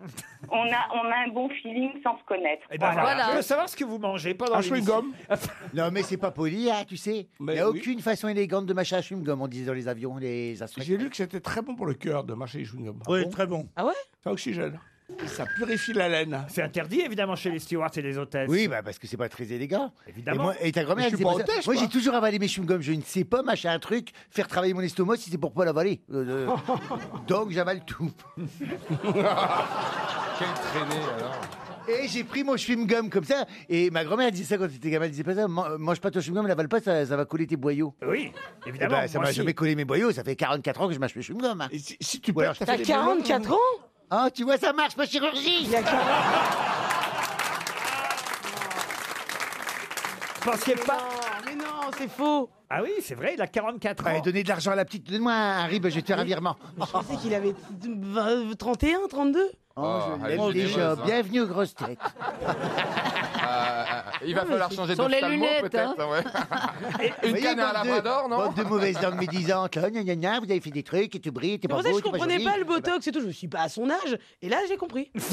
S16: On a, on a un bon feeling sans se connaître.
S5: Eh ben, voilà. Je veux savoir ce que vous mangez pendant
S7: Un
S5: l'émission.
S7: non, mais c'est pas poli, hein, tu sais. Il n'y a aucune façon élégante de mâcher un chewing-gum, on disait dans les avions, les astronautes.
S13: J'ai lu que c'était très bon pour le cœur de marcher les chewing-gums.
S7: Oui, très
S13: bon. Ah ouais Ça oxygène.
S5: Ça purifie la laine. C'est interdit, évidemment, chez les stewards et les hôtesses.
S7: Oui, bah, parce que c'est pas très élégant.
S5: Évidemment.
S7: Et, moi- et ta grand-mère,
S5: Mais je
S7: elle
S5: suis
S7: disait
S5: pas
S7: ça.
S5: hôtesse,
S7: Moi,
S5: moi.
S7: j'ai toujours avalé mes chewing-gums. Je ne sais pas mâcher un truc, faire travailler mon estomac si c'est pour pas l'avaler. Euh, euh, Donc, j'avale tout.
S38: Quelle traînée alors
S7: Et j'ai pris mon chewing-gum comme ça. Et ma grand-mère disait ça quand j'étais gamin. Elle disait pas ça. Man- Mange pas ton chewing-gum, l'avale pas, ça, ça va coller tes boyaux.
S5: Oui,
S7: Eh ben, ça m'a jamais collé mes boyaux. Ça fait 44 ans que je mâche mes chewing-gums. hein.
S5: si
S7: tu peux.
S27: T'as 44 ans
S7: Ah, tu vois, ça marche, ma chirurgie
S5: Pensiez pas.
S27: mais non, c'est faux.
S5: Ah oui, c'est vrai, il a 44 ans.
S7: Allez, donnez de l'argent à la petite. Donne-moi un rib, je vais te faire un virement.
S27: Je pensais qu'il avait 20, 31, 32.
S7: Oh, je
S27: Ah,
S7: l'aime
S27: elle est
S7: déjà.
S27: heureuse, hein.
S7: Bienvenue aux grosses têtes.
S8: Ah,
S21: Ah, il va
S27: Non, mais
S21: falloir
S27: c'est-
S21: changer
S27: sont les
S21: d'ophtalmo,
S27: lunettes,
S21: peut-être.
S27: hein.
S21: ouais. Une canne à un labrador, non
S7: Bande de mauvaises langues médisantes. là. Gna, gna, gna, vous avez fait des trucs et tu brilles,
S27: C'est
S7: t'es pas
S27: pour
S7: beau,
S27: ça que je
S7: t'es pas
S27: comprenais
S7: joli. Ah bah.
S27: pas le botox et tout. Je me suis dit, pas à son âge. Et là, j'ai compris.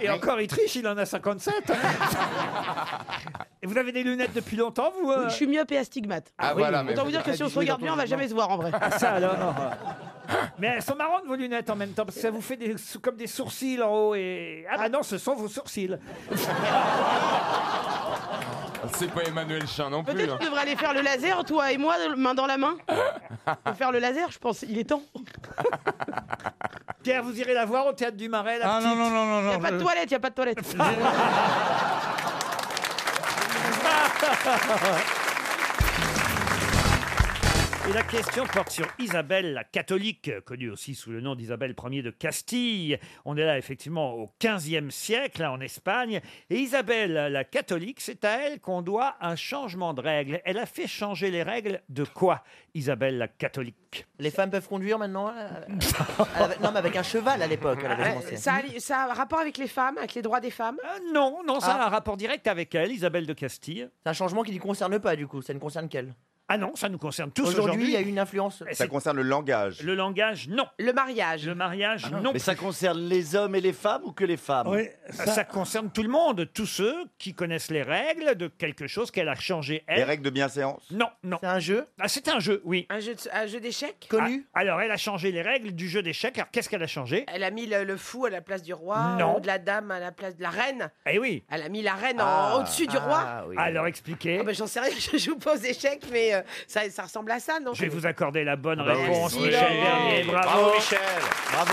S5: Et encore, il triche, il en a 57. Et vous avez des lunettes depuis longtemps, vous euh
S27: Oui, je suis myope et astigmate.
S5: Ah, voilà, mais
S27: Autant vous
S5: vous
S27: dire
S5: êtes
S27: que si on se
S5: habitué
S27: regarde
S5: dans
S27: bien,
S5: ton
S27: on va
S5: jugement.
S27: jamais se voir en vrai.
S5: Ah, ça alors Mais elles sont marrantes vos lunettes en même temps, parce que ça vous fait des, comme des sourcils en haut et... Ah bah non, ce sont vos sourcils
S21: Ah, C'est pas Emmanuel Chien non plus.
S27: Peut-être
S21: hein.
S27: qu'on devrait aller faire le laser, toi et moi, main dans la main. Pour faire le laser, je pense, il est temps.
S5: Pierre, vous irez la voir au Théâtre du Marais, la
S27: Ah,
S5: petite
S27: non, non, non, Il n'y a pas de toilette, il n'y a pas de toilette.
S5: Et la question porte sur Isabelle la catholique, connue aussi sous le nom d'Isabelle Ier de Castille. On est là effectivement au XVe siècle, hein, en Espagne. Et Isabelle la catholique, c'est à elle qu'on doit un changement de règles. Elle a fait changer les règles de quoi, Isabelle la catholique
S20: Les femmes peuvent conduire maintenant euh, elle avait- Non, mais avec un cheval à l'époque, elle avait commencé.
S27: Ah, ça, a, ça a un rapport avec les femmes, avec les droits des femmes
S5: Non, non, ça
S27: Ah.
S5: a un rapport direct avec elle, Isabelle de Castille.
S20: C'est un changement qui ne concerne pas, du coup. Ça ne concerne qu'elle.
S5: Ah non, ça nous concerne tous aujourd'hui.
S20: Aujourd'hui, il y a eu une influence.
S5: Ça concerne le langage. Le langage, non.
S27: Le mariage.
S5: Le mariage,
S20: Ah
S5: non.
S4: Mais ça concerne les hommes et les femmes ou que les femmes
S5: Oui, ça... concerne tout le monde, tous ceux qui connaissent les règles de quelque chose qu'elle a changé. Elle.
S3: Les règles de bienséance.
S5: Non, non. C'est un jeu ah, C'est un jeu, oui.
S27: Un jeu, d'échecs
S5: Connu Alors, elle a changé les règles du jeu d'échecs. Alors, qu'est-ce qu'elle a changé
S27: Elle a mis le, le fou à la place du roi,
S5: Non.
S27: ou de la dame à la place de la reine.
S5: Eh oui.
S27: Elle a mis la reine en-
S5: Ah.
S27: au-dessus du
S5: Ah,
S27: roi.
S5: oui. Alors, expliquez.
S27: Ah ben, J'en sais rien, je joue pas aux échecs, mais euh, ça, ça ressemble à ça, non
S5: Je vais vous accorder la bonne
S20: Bravo.
S5: réponse,
S20: Ah bah Oui.
S5: Michel
S20: Oui.
S5: Bernier. Bravo.
S20: Bravo,
S5: Michel.
S4: Bravo.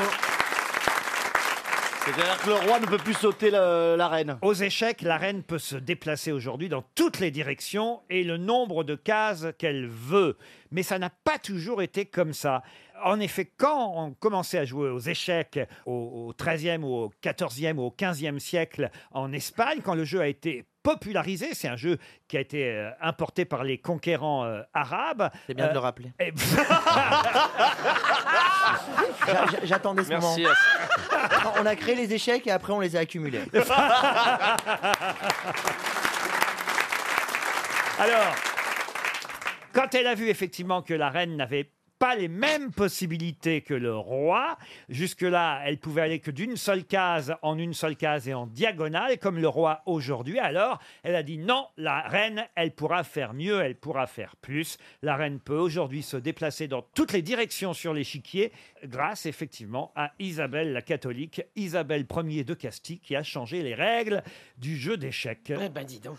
S4: C'est-à-dire que le roi ne peut plus sauter la, la reine.
S5: Aux échecs, la reine peut se déplacer aujourd'hui dans toutes les directions et le nombre de cases qu'elle veut. Mais ça n'a pas toujours été comme ça. En effet, quand on commençait à jouer aux échecs au XIIIe ou au XIVe ou au XVe siècle en Espagne, quand le jeu a été popularisé, c'est un jeu qui a été euh, importé par les conquérants euh, arabes. euh,
S20: C'est bien de le rappeler. J'a- j'a- J'attendais ce
S5: Merci,
S20: moment. On a créé les échecs et après on les a accumulés.
S5: Alors, quand elle a vu effectivement que la reine n'avait pas les mêmes possibilités que le roi. Jusque-là, elle pouvait aller que d'une seule case en une seule case et en diagonale, comme le roi aujourd'hui. Alors, elle a dit non, la reine, elle pourra faire mieux, elle pourra faire plus. La reine peut aujourd'hui se déplacer dans toutes les directions sur l'échiquier, grâce effectivement à Isabelle la catholique, Isabelle Ier de Castille, qui a changé les règles du jeu d'échecs.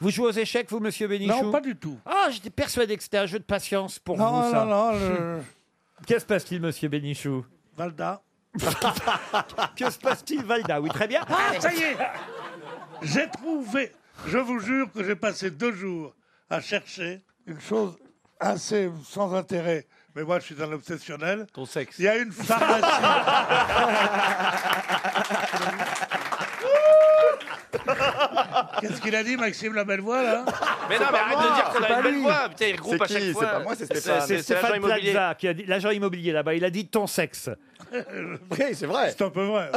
S5: Vous jouez aux échecs, vous, monsieur Bénichou
S13: Non, pas du tout.
S5: Ah, j'étais persuadé que c'était un jeu de patience pour
S13: Non,
S5: vous,
S13: non,
S5: ça.
S13: non, le-
S5: Qu'est-ce qui se passe-t-il, monsieur Bénichou
S13: Valda.
S5: Que se passe-t-il, Valda Oui, très bien.
S13: Ah, ça y est J'ai trouvé. Je vous jure que j'ai passé deux jours à chercher une chose assez sans intérêt. Mais moi, je suis un obsessionnel. Ton sexe. Il y a une pharmacie. Qu'est-ce qu'il a dit, Maxime la belle voix là
S39: Mais non, mais arrête de dire qu'on a une belle voix. Putain, il regroupe à chaque fois.
S5: C'est Stéphane Plaza, qui a dit- l'agent immobilier là-bas, il a dit ton sexe.
S13: Oui, c'est vrai. C'est un peu vrai.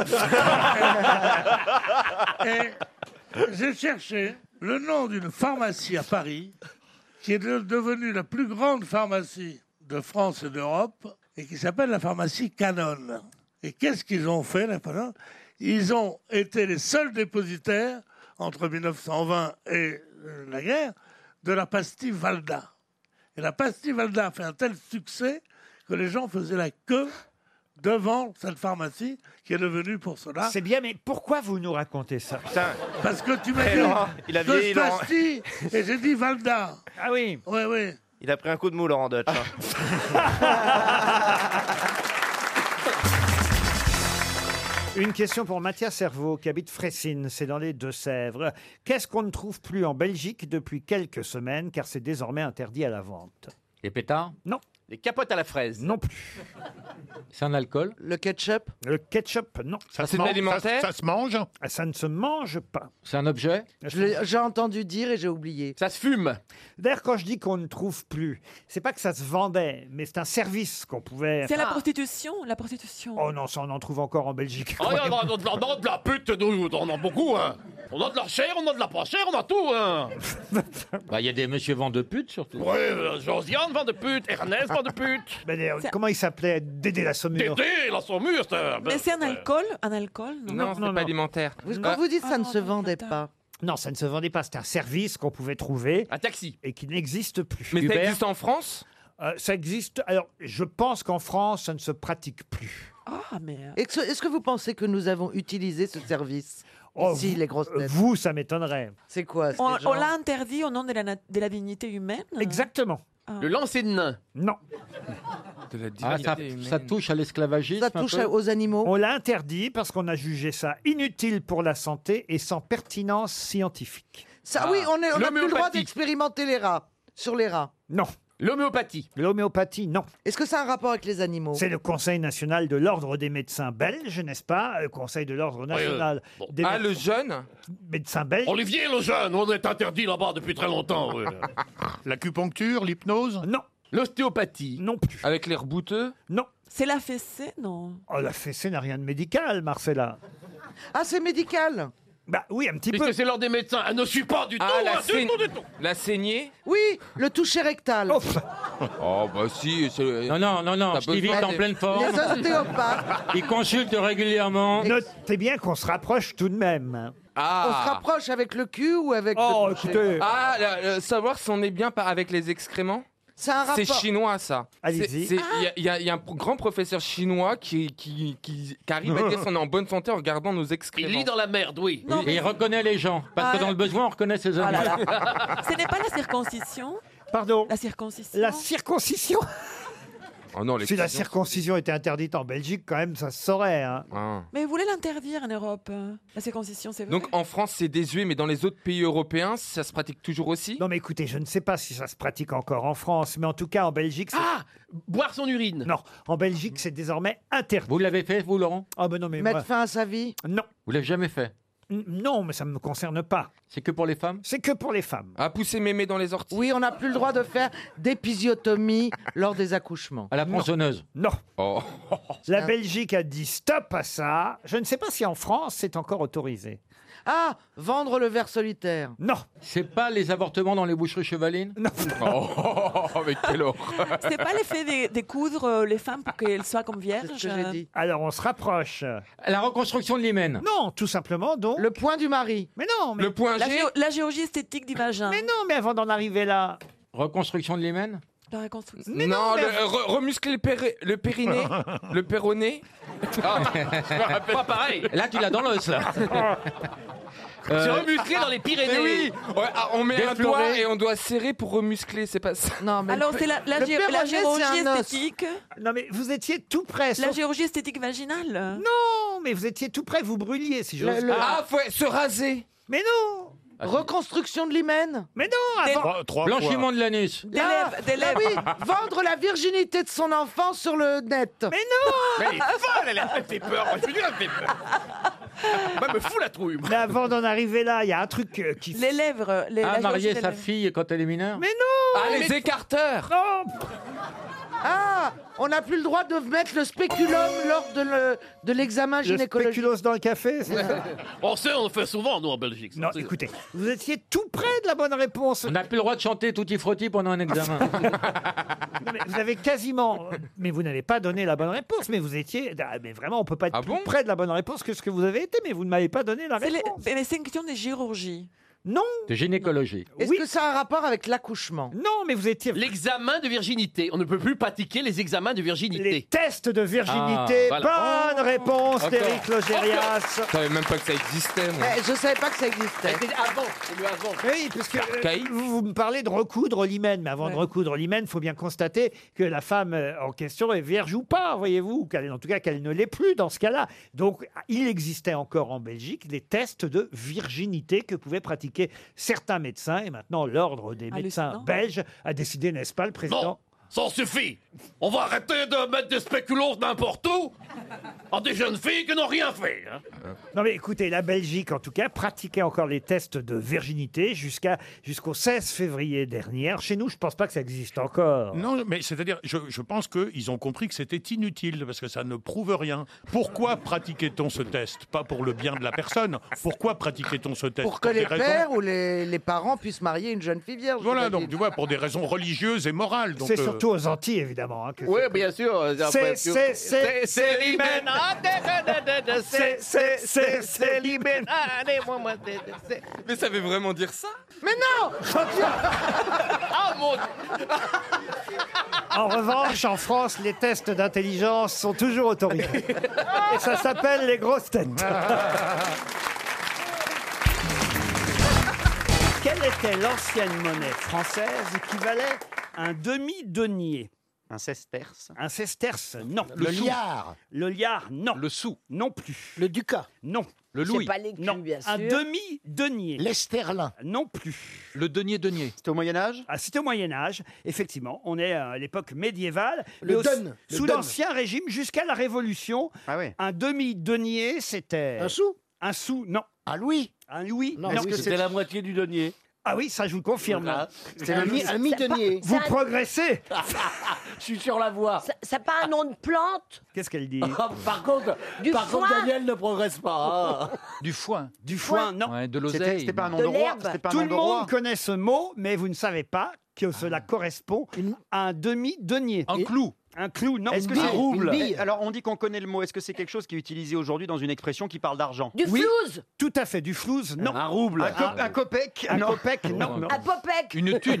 S13: Et j'ai cherché le nom d'une pharmacie à Paris qui est de- devenue la plus grande pharmacie de France et d'Europe et qui s'appelle la pharmacie Canon. Et qu'est-ce qu'ils ont fait, les Canon Ils ont été les seuls dépositaires entre 1920 et euh, la guerre de la pastille Valda. Et la pastille Valda a fait un tel succès que les gens faisaient la queue devant cette pharmacie qui est devenue pour cela.
S5: C'est bien, mais pourquoi vous nous racontez ça
S13: Parce que tu m'as
S39: Eh,
S13: dit
S39: Laurent, il a
S13: deux
S39: vieilli, Laurent.
S13: pastilles et j'ai dit Valda.
S5: Ah oui
S13: Oui, oui.
S39: Il a pris un coup de mou, Laurent Dutch. hein.
S5: Une question pour Mathias Servaux, qui habite Fressines, c'est dans les Deux-Sèvres. Qu'est-ce qu'on ne trouve plus en Belgique depuis quelques semaines, car c'est désormais interdit à la vente
S6: Les pétards
S5: Non.
S6: Les capotes à la fraise
S5: Non plus.
S6: C'est un alcool
S5: Le ketchup Le ketchup, non.
S6: Ça se C'est de mange- l'alimentaire ça- ça
S5: se mange Ah, Ça ne se mange pas.
S6: C'est un objet
S8: Je l'ai- J'ai entendu dire et j'ai oublié.
S5: Ça se fume. D'ailleurs, quand je dis qu'on ne trouve plus, c'est pas que ça se vendait, mais c'est un service qu'on pouvait. Ah.
S1: C'est la prostitution, la prostitution.
S5: Oh non, ça on en trouve encore en Belgique.
S17: Oh, on a de la, on a de la pute, nous, on en a beaucoup, hein. On a de la chair, on a de la pas chère, on a tout, hein.
S6: Bah, Il y a des monsieur vendent de putes surtout.
S17: Ouais, euh, Josiane, vend de pute, Ernest, vend de pute.
S5: Ben, d'ailleurs, comment il s'appelait Dédé la Saumure.
S17: Dédé, la saumure, c'est un-
S5: ben,
S1: Mais c'est un alcool Un alcool
S5: alimentaire.
S17: Ah.
S5: vendait pas. Non, ça ne se vendait pas. C'était un service qu'on pouvait trouver. Un taxi. Et qui n'existe plus.
S21: Mais ça Uber existe
S5: en France Ça existe. Alors, je pense qu'en France, ça ne se pratique plus.
S8: Ah, mais. Est-ce est-ce que vous pensez que nous avons utilisé ce service
S5: Oh,
S8: Si,
S5: vous-
S8: les grosses têtes.
S5: Vous, ça m'étonnerait.
S8: C'est quoi
S1: On,
S8: ces gens
S1: on l'a interdit au nom de la, nat- de la dignité humaine
S5: Exactement.
S1: Ah.
S4: Le lancer de nain.
S5: Non.
S6: Ah, ça, ça touche à l'esclavagisme. un peu
S5: animaux. On l'a interdit parce qu'on a jugé ça inutile pour la santé et sans pertinence scientifique.
S8: Ça, Oui, on est- on n'a plus le droit d'expérimenter les rats. Sur les rats.
S5: Non. L'homéopathie. L'homéopathie, non.
S8: Est-ce que ça a un rapport avec les animaux
S5: C'est le Conseil national de l'ordre des médecins belges, n'est-ce pas Le Conseil de l'ordre national
S17: bon.
S5: des
S17: Ah, le
S5: jeune Médecin belge.
S17: Olivier le jeune, on est interdit là-bas depuis très longtemps. ouais.
S5: L'acupuncture, l'hypnose Non. L'ostéopathie Non plus. Avec les rebouteux Non.
S1: C'est la fessée, non
S5: Oh, la fessée n'a rien de médical, Marcella.
S8: Ah, c'est médical
S5: Bah oui, un petit
S17: Puisque c'est l'ordre des médecins, elle ne suit pas du
S8: Ah,
S17: tout,
S8: la
S17: hein, du
S8: saign-
S17: tout, du tout.
S21: La saignée
S8: Oui, le toucher rectal.
S21: Oh, bah si. Non,
S6: non, non, non.
S21: Stevie
S6: est en pleine forme.
S8: Les ostéopathes.
S6: Il consulte régulièrement.
S5: Notez bien qu'on se rapproche tout de même.
S4: Ah.
S8: On se rapproche avec le cul ou avec le toucher
S21: Ah, la- euh, savoir si on est bien par- avec les excréments
S8: Ça a un rapport-
S21: C'est chinois, ça.
S5: Allez-y.
S21: C'est- c'est- Il y a- il y, a- il y a un pro- grand professeur chinois qui, qui, qui, qui arrive à dire si on est en bonne santé en regardant nos excréments.
S17: Il lit dans la merde, oui.
S21: Non, mais-
S6: Et il reconnaît les gens. Parce que dans le besoin, on reconnaît
S1: Ah,
S6: ses hommes.
S1: Ce n'est pas la circoncision
S5: Pardon
S1: La circoncision
S5: La circoncision
S21: Oh non, les
S5: Si la
S21: cousins.
S5: circoncision était interdite en Belgique, quand même, ça se saurait. hein.
S1: Mais vous voulez l'interdire en Europe hein La circoncision, c'est vrai
S21: Donc en France, c'est désuet, mais dans les autres pays européens, ça se pratique toujours aussi
S5: Non, mais écoutez, je ne sais pas si ça se pratique encore en France, mais en tout cas, en Belgique. Ah
S17: Boire son urine
S5: Non, en Belgique, c'est désormais interdit.
S6: Vous l'avez fait, vous, Laurent
S5: Ah, ben non, mais.
S8: Mettre
S5: moi-
S8: fin à sa vie
S5: Non.
S6: Vous l'avez jamais fait
S5: N- Non, mais ça ne me concerne pas.
S6: C'est que pour les femmes
S5: C'est que pour les femmes.
S21: À pousser mémé dans les orties
S8: Oui, on n'a plus le droit de faire d'épisiotomie lors des accouchements.
S6: À la ponçonneuse
S5: Non.
S21: Oh.
S8: Ah.
S5: La Belgique a dit stop à ça. Je ne sais pas si en France, c'est encore autorisé.
S8: Ah, vendre le verre solitaire.
S5: Non.
S6: C'est pas les avortements dans les boucheries chevalines
S5: Non.
S21: Oh, mais quelle horreur
S1: C'est pas l'effet des, des coudres euh, les femmes pour qu'elles soient comme vierges euh,
S5: Alors, on se rapproche.
S6: La reconstruction de l'hymen
S5: Non, tout simplement, donc.
S8: Le point du mari.
S5: Mais non, mais.
S1: la, géo- la géorgie esthétique du vagin.
S5: Mais non, mais avant d'en arriver là.
S6: Reconstruction de l'hymen
S1: La reconstruction.
S21: non, le- euh, re- remuscler le, péri- le périnée, le péroné.
S17: Ah, Pas pareil.
S6: Là, tu l'as dans l'os, là.
S17: C'est
S21: Euh,
S17: remusclé dans les Pyrénées.
S21: Mais oui, on, ah, on met
S17: Déflorer.
S21: un doigt et on doit serrer pour remuscler, c'est pas ça.
S8: Non,
S1: mais Alors, le- c'est la- la le gé- la péroné, c'est géorgie un os. esthétique.
S5: Non, mais vous étiez tout près.
S1: La
S5: sauf-
S1: géorgie esthétique vaginale.
S5: Non, mais vous étiez tout près, vous brûliez, si j'ose
S21: Le-
S5: dire.
S21: Ah, faut se raser.
S5: Mais non
S8: Ah, Reconstruction de l'hymen
S5: Mais non bah
S8: avant-
S6: Blanchiment de l'anus.
S1: Des lèvres, des
S21: bah
S1: lèvres.
S8: Ah oui, vendre la virginité de son enfant sur le net.
S5: Mais non
S17: Mais elle est folle, elle a fait peur. Je veux dire, elle fait peur. Elle bah, me fout la trouille. moi.
S5: Mais avant d'en arriver là, il y a un truc euh, qui.
S1: Les lèvres. Les,
S6: Ah,
S1: la
S6: marier
S1: géorgie des
S6: sa
S1: lèvres.
S6: fille quand elle est mineure
S5: Mais non
S21: Ah, les écarteurs
S5: Non
S8: Ah, on n'a plus le droit de mettre le spéculum lors de le- de l'examen
S5: Le
S8: gynécologique.
S5: spéculoos dans le café c'est ça
S17: On sait, on le fait souvent, nous, en Belgique.
S5: Non, écoutez, vous étiez tout près de la bonne réponse.
S6: On n'a plus le droit de chanter Tutti Frutti pendant un examen.
S5: Non, mais vous avez quasiment. Mais vous n'avez pas donné la bonne réponse, mais vous étiez. Ah, Mais vraiment, on peut pas être plus près de la bonne réponse que ce que vous avez été, mais vous ne m'avez pas donné la
S1: C'est les-
S5: réponse.
S1: Mais c'est une question des chirurgies.
S5: Non.
S6: De gynécologie.
S8: Est-ce que ça a un rapport avec l'accouchement
S5: Non, mais vous étiez.
S40: L'examen de virginité. On ne peut plus pratiquer les examens de virginité.
S5: Les tests de virginité.
S40: Ah,
S5: Bonne
S40: voilà.
S4: Oh,
S5: réponse
S40: Encore.
S5: d'Éric Logérias.
S21: Je savais même pas que ça existait. moi.
S8: Eh, Je savais pas que ça existait.
S40: Avant, c'est le avant.
S5: Oui, parce que euh,
S21: Archaïque.
S5: vous, vous me parlez de recoudre l'hymen, mais avant de recoudre l'hymen, il faut bien constater que la femme euh, en question est vierge ou pas, voyez-vous, ou qu'elle- en tout cas qu'elle ne l'est plus dans ce cas-là. Donc, il existait encore en Belgique des tests de virginité que pouvaient pratiquer certains médecins, et maintenant l'ordre des médecins
S17: Hallucinant.
S5: belges a décidé, n'est-ce pas, le
S17: Non,
S5: président
S17: ça suffit. On va arrêter de mettre des spéculoos n'importe où à des jeunes filles qui n'ont rien fait. hein.
S6: Euh.
S5: Non mais écoutez, la Belgique en tout cas pratiquait encore les tests de virginité jusqu'à jusqu'au 16 février dernier. Alors, Chez nous, je pense pas que ça existe encore.
S19: Non, mais c'est-à-dire, je, je pense qu'ils ont compris que c'était inutile, parce que ça ne prouve rien. Pourquoi pratiquait-on ce test Pas pour le bien de la personne. Pourquoi pratiquait-on ce test
S8: Pour que
S19: des
S8: les
S19: raisons-
S8: pères ou les, les parents puissent marier une jeune fille vierge.
S19: Voilà, donc tu vois, pour des raisons religieuses et morales. donc,
S5: C'est
S19: euh,
S5: surtout aux Antilles évidemment. hein, que
S40: Oui, bien sûr. euh, après,
S5: C'est-
S40: tu-
S5: c'est- c'est- c'est l'hymen.
S40: Ah, de- de- de- de- C'est, c'est, c'est, c'est l'hymen. Ah, allez, moi, moi, c'est- c'est-
S21: Mais ça veut vraiment dire ça
S40: Mais non Ah, mon
S5: En revanche, en France, les tests d'intelligence sont toujours autorisés. Et ça s'appelle les grosses têtes. Quelle était l'ancienne monnaie française qui valait un demi-denier Un sesterce. Un sesterce, non.
S3: Le
S5: sou.
S3: liard.
S5: Le liard, non. Le sou. Non plus. Le ducat. Non. Le
S3: C'est louis. pas les culs,
S5: Non.
S3: bien
S5: Un
S3: sûr.
S5: demi-denier. L'esterlin. Non plus. Le denier-denier. C'était au Moyen-Âge ah, C'était au Moyen-Âge, effectivement. On est euh, à l'époque médiévale.
S3: Le
S5: mais au-
S3: dun, le
S5: Sous
S3: dun.
S5: l'Ancien Régime, jusqu'à la Révolution, un demi-denier, c'était... Un sou Un sou, non. Un louis Un louis, non.
S4: Est-ce que c'était la moitié du denier
S5: Ah oui, ça je vous le confirme.
S4: Ah.
S5: C'était un mi- un mi-denier. Vous progressez.
S4: Je suis sur la voie.
S2: Ça n'a pas un nom de plante
S5: Qu'est-ce qu'elle dit
S4: Ah, par contre,
S2: Du
S4: par contre,
S2: foin.
S4: Daniel ne progresse pas. hein.
S5: Du foin. Du foin, non.
S4: Ouais, de l'oseille. C'était- c'était pas un nom De de roi, l'herbe. c'était pas un
S5: Tout
S4: nom
S5: le
S4: de
S5: monde
S4: roi.
S5: connaît ce mot, mais vous ne savez pas que cela correspond à un demi-denier. Un clou. Un clou, non.
S41: Est-ce que c'est rouble Alors on dit qu'on connaît le mot. Est-ce que c'est quelque chose qui est utilisé aujourd'hui dans une expression qui parle d'argent
S5: Oui, Tout à fait, du flouze, non. Un rouble.
S41: Un cop- un copec
S5: Un
S41: Non.
S5: copec, non.
S41: Non.
S5: non.
S2: Un popec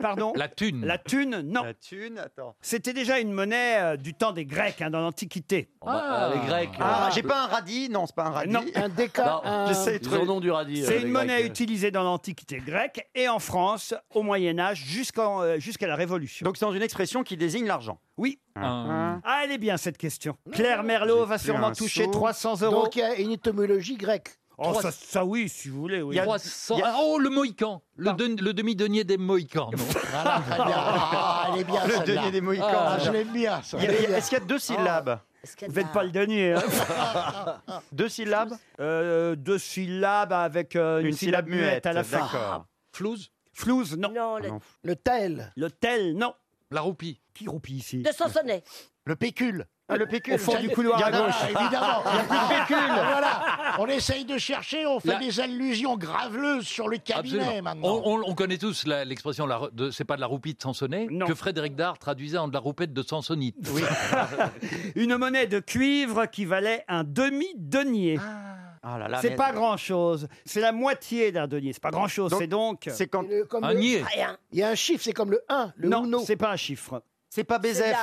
S5: Pardon
S19: La thune.
S5: La thune, non.
S41: La thune, attends.
S5: C'était déjà une monnaie euh, du temps des Grecs, hein, dans l'Antiquité. bah,
S41: Ah. Ah, j'ai pas un radis, non, c'est pas un radis.
S5: euh, Non. Un déca- un-
S41: J'essaie de
S5: Ils
S41: trouver-
S5: en ont du euh, C'est une monnaie utilisée dans l'Antiquité grecque et en France au Moyen Âge jusqu'en, euh, jusqu'à la Révolution. Donc c'est dans une expression qui désigne l'argent. Oui.
S41: Un-
S5: Ah, elle est bien cette question. Claire Merlot va
S41: plus
S5: sûrement
S41: un
S5: toucher
S41: sou.
S5: 300 euros.
S41: Donc,
S5: il y a une étymologie grecque. Oh, ça, ça oui, si vous voulez.
S3: Il
S5: Oui.
S3: y a 300. Ah, Oh, le Mohican. Le, de- le demi-denier des Mohicans. non
S5: Voilà, très bien. Ah, elle est bien,
S41: Le
S5: celle-là.
S41: denier des Mohicans.
S5: Ah, je
S41: l'aime bien,
S5: ça. Oh.
S41: Est-ce qu'il y a deux syllabes
S5: Vous n'êtes pas le denier. hein.
S41: hein. Deux syllabes
S5: Euh, deux syllabes avec euh, une,
S41: Une
S5: syllabe,
S41: syllabe
S5: muette à la
S41: muette,
S5: fin. Ah,
S41: d'accord.
S5: Flouze Flouze, non. le tel. Le tel, non. La roupie. Qui roupie ici
S2: de Sansonnet.
S5: Le pécule.
S41: Ah, le pécule.
S5: Au fond du couloir
S41: Il y en
S5: à
S41: a,
S5: gauche. Ah,
S41: évidemment. Il y a plus de pécule.
S3: Voilà, on essaye de chercher, on fait La- des allusions graveleuses sur le cabinet Absolument. maintenant.
S5: On,
S3: on- on connaît tous la- l'expression la re- de c'est pas de la roupie de Sansonnet que Frédéric Dard traduisait en de la roupette de Ah, Sansonite. Oui.
S5: Une monnaie de cuivre qui valait un demi-denier.
S41: Ah.
S5: c'est pas grand-chose. C'est la moitié d'un denier. C'est pas grand-chose. C'est donc. euh,
S41: c'est quand-
S5: Il
S41: comme Un le- niais.
S5: y a un chiffre. C'est comme le 1, le Non, c'est pas un chiffre.
S41: C'est pas Bézef.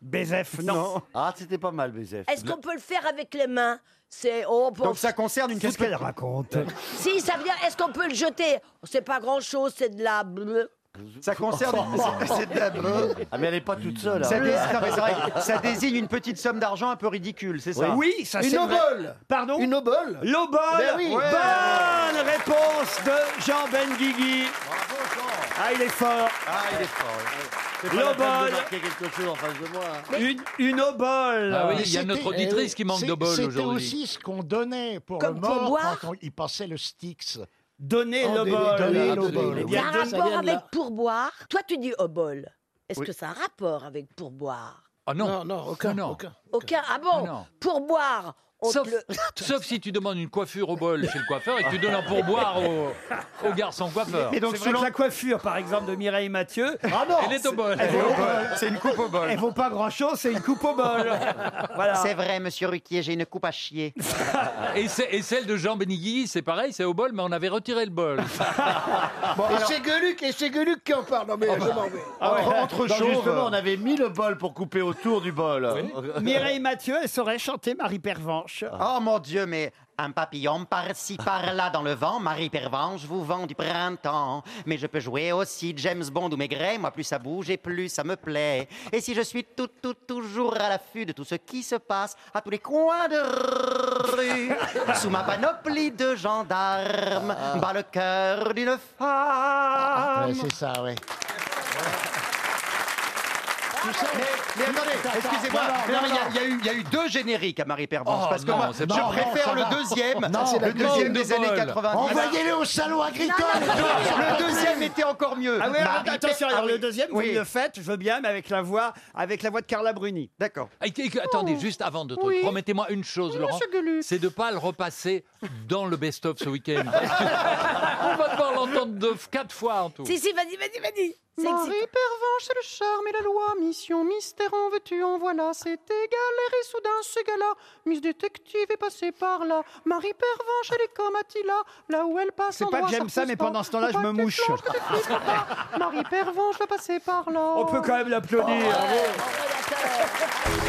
S5: Bézef, non.
S41: Ah, c'était pas mal, Bézef.
S2: Est-ce qu'on peut le faire avec les mains C'est oh, bon,
S41: Donc ça concerne une
S5: Qu'est-ce qu'elle raconte
S2: Si ça vient, est-ce qu'on peut le jeter C'est pas grand chose, c'est de la. bleu.
S41: Ça concerne. c'est de la
S4: Ah, mais elle n'est pas toute seule.
S41: Ça,
S4: hein.
S41: dé- non, mais c'est vrai que ça désigne une petite somme d'argent un peu ridicule, c'est ça
S5: Oui, ça c'est vrai. Pardon Une obole L'obole
S41: Ben oui. Ouais.
S5: Bonne réponse de Jean Benguigui. Ah, il est fort.
S4: Ah, il est fort.
S5: C'est pas la peine de L'obole.
S4: marquer quelque chose en face de moi.
S5: Une, une obole.
S3: Ah oui,
S5: Mais
S3: il y a
S5: c'était- eh,
S3: notre auditrice qui manque
S5: c'est-
S3: de bol
S5: c'était
S3: aujourd'hui.
S5: aussi
S3: ce qu'on donnait pour
S5: Comme pour boire
S3: quand on- il passait le Styx.
S5: Donner
S3: Oh,
S5: l'obole.
S3: donner l'obole.
S5: Eh
S3: Il
S2: Il y
S5: bien,
S2: a un
S5: donne-
S2: rapport avec pourboire. Toi, tu dis obol. Est-ce
S3: Oui.
S2: que ça a un rapport avec pourboire
S3: Ah non. Non, aucun. aucun.
S2: Aucun. Ah bon
S3: Non.
S2: Pour boire, on
S3: Sauf,
S2: te le-
S3: sauf si tu demandes une coiffure au bol chez le coiffeur et que tu donnes un pourboire au, au garçon coiffeur.
S5: Et donc,
S3: C'est vrai
S5: selon
S3: que
S5: la coiffure, par exemple, de Mireille Mathieu, ah non,
S3: Elle est au bol.
S5: elle
S3: Elle est
S5: vaut-
S3: au bol. C'est une coupe au bol.
S5: Elle vaut pas grand-chose, c'est une coupe au bol. voilà.
S7: C'est vrai, monsieur Ruquier, j'ai une coupe à chier.
S3: la- Et, c'est- et celle de Jean Benigui, c'est pareil, c'est au bol, mais on avait retiré le bol.
S8: et c'est Gueluc, et c'est Gueluc qui en parle. Non mais
S7: Oh,
S8: je m'en vais.
S5: Ah
S4: justement, on avait mis le bol pour couper autour du bol.
S5: Mireille Mathieu, elle saurait chanter Marie Pervenche.
S7: Oh mon Dieu, mais un papillon par-ci par-là dans le vent, Marie Pervenche vous vend du printemps. Mais je peux jouer aussi James Bond ou Maigret, moi plus ça bouge et plus ça me plaît. Et si je suis tout, tout, toujours à l'affût de tout ce qui se passe à tous les coins de rue, sous ma panoplie de gendarmes,
S5: Ah.
S7: bat le cœur d'une femme.
S8: Ah,
S7: ah,
S8: Ouais, c'est ça, oui.
S7: Mais, Eh, mais attendez, excusez-moi,
S8: Non, non,
S7: mais non,
S8: non,
S7: il y a-
S8: non.
S7: il y, a eu- il y a eu deux génériques à Marie Pervenche,
S8: Oh,
S7: parce que
S8: non,
S7: moi, je
S8: c'est pas-
S7: préfère
S8: non, ça
S7: le
S8: va.
S7: deuxième,
S8: Non, c'est la
S7: le deuxième
S8: commande
S7: des
S8: de
S7: années
S8: bol.
S7: 90.
S8: Envoyez-le au salon agricole.
S7: Le deuxième était encore mieux.
S5: Ah oui,
S7: Marie
S5: alors, attention,
S7: Per-
S5: alors
S7: ah
S5: le
S7: oui.
S5: deuxième, vous
S7: Oui.
S5: me le faites, je veux bien, mais avec la voix, avec la voix de Carla Bruni.
S7: D'accord.
S3: Et que- que- attendez, juste avant de truc,
S5: Oh. Oui.
S3: promettez-moi une chose, Laurent, c'est de pas le repasser dans le best-of ce week-end. On va devoir l'entendre deux, quatre fois en tout.
S2: Si, si, vas-y, vas-y, vas-y. C'est
S7: Marie
S2: excitant.
S7: Pervenche, c'est le charme et la loi. Mission, mystère, en veux-tu, en voilà. C'était galère et soudain, ce gars-là. Miss Détective est passée par là. Marie Pervenche, elle est comme Attila. Là où elle passe,
S5: C'est pas que j'aime ça, mais pendant ce temps-là, je me mouche.
S7: Marie Pervenche va passer par là.
S5: On peut quand même l'applaudir.
S16: Ah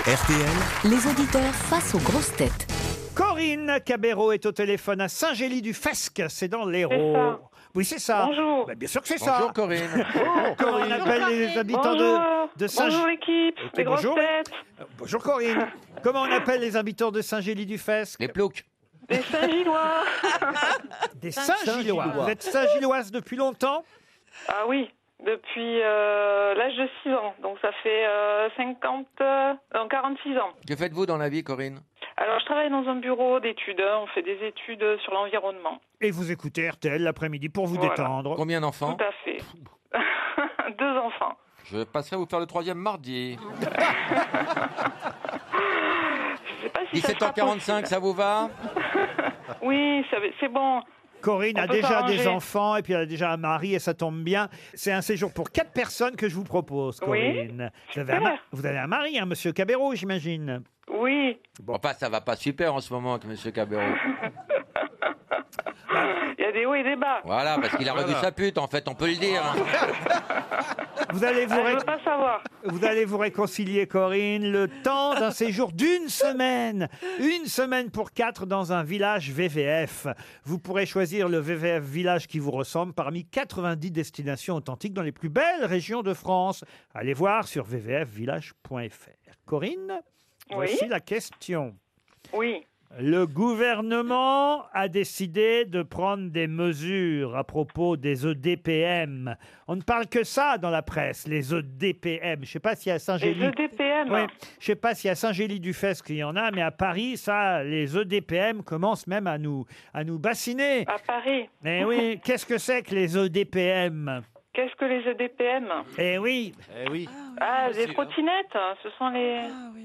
S9: RTL. Les auditeurs face aux grosses têtes.
S5: Corinne Cabero est au téléphone à Saint-Gély-du-Fasque, c'est dans l'Hérault. Oui, c'est ça. Bonjour. bien sûr que c'est ça.
S6: Bonjour, Corinne.
S5: Comment on appelle les habitants
S16: Bonjour.
S5: de, de Saint
S16: Bonjour, équipe, les grosses
S5: Bonjour. Euh, Bonjour Corinne. Comment on appelle les habitants de Saint-Gély-du-Fasque Les ploucs.
S16: Des Saint-Gillois.
S5: Des Saint-Gillois. Vous êtes Saint-Gilloise depuis longtemps
S16: Ah oui, depuis euh, l'âge de 6 ans. Donc ça fait euh, 50, euh, non, 46 ans.
S6: Que faites-vous dans la vie, Corinne
S16: Alors je travaille dans un bureau d'études. hein. On fait des études sur l'environnement.
S5: Et vous écoutez RTL l'après-midi pour vous
S16: Voilà.
S5: détendre.
S6: Combien d'enfants
S16: Tout à fait. Deux enfants.
S6: Je passerai vous faire le troisième mardi.
S16: Je sais pas si ça sera
S6: 17h45,
S16: possible.
S6: ça vous va
S16: Oui, ça va- c'est bon.
S5: Corinne
S16: On
S5: a
S16: peut
S5: déjà des
S16: s'arranger.
S5: enfants et puis elle a déjà un mari et ça tombe bien. C'est un séjour pour quatre personnes que je vous propose,
S16: Oui,
S5: Corinne. vous, avez un, ma-
S16: super.
S5: vous avez un mari, hein, monsieur Cabero, j'imagine.
S16: Oui,
S6: Enfin, ça va pas super en ce moment avec M. Cabero.
S16: il y a des hauts et des bas.
S6: Voilà, parce qu'il a revu sa pute, en fait, on peut le dire.
S5: Vous allez vous,
S16: Ah, je
S5: ré-
S16: veux pas savoir.
S5: vous allez vous réconcilier, Corinne, le temps d'un séjour d'une semaine. Une semaine pour quatre dans un village VVF. Vous pourrez choisir le VVF village qui vous ressemble parmi 90 destinations authentiques dans les plus belles régions de France. Allez voir sur vvfvillage.fr. Corinne,
S16: Oui.
S5: voici la question.
S16: Oui.
S5: Le gouvernement a décidé de prendre des mesures à propos des E EDPM. On ne parle que ça dans la presse, les E EDPM. Je ne sais pas si à Saint-Gély.
S16: Les E EDPM.
S5: Oui. Je sais pas si à Saint-Gély-du-Fesque qu'il y en a, mais à Paris, ça, les E EDPM commencent même à nous, à nous bassiner.
S16: À Paris.
S5: Eh oui, qu'est-ce que c'est que les E EDPM
S16: Qu'est-ce que les E EDPM
S5: Eh oui. oui. bah
S16: Ah, des trottinettes, hein, ce sont les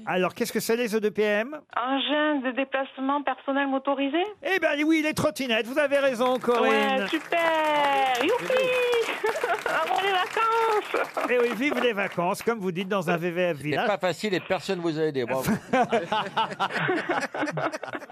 S7: Ah
S5: Alors, qu'est-ce que c'est les E EDPM
S16: engins de déplacement personnel motorisé
S5: Eh bien oui, les trottinettes. Vous avez raison, Corinne.
S16: Ouais, super Youpi Avant les vacances
S5: Et oui, vive les vacances, comme vous dites dans un VVF
S6: C'est
S5: village.
S6: pas facile et personne vous a aidé. Bravo.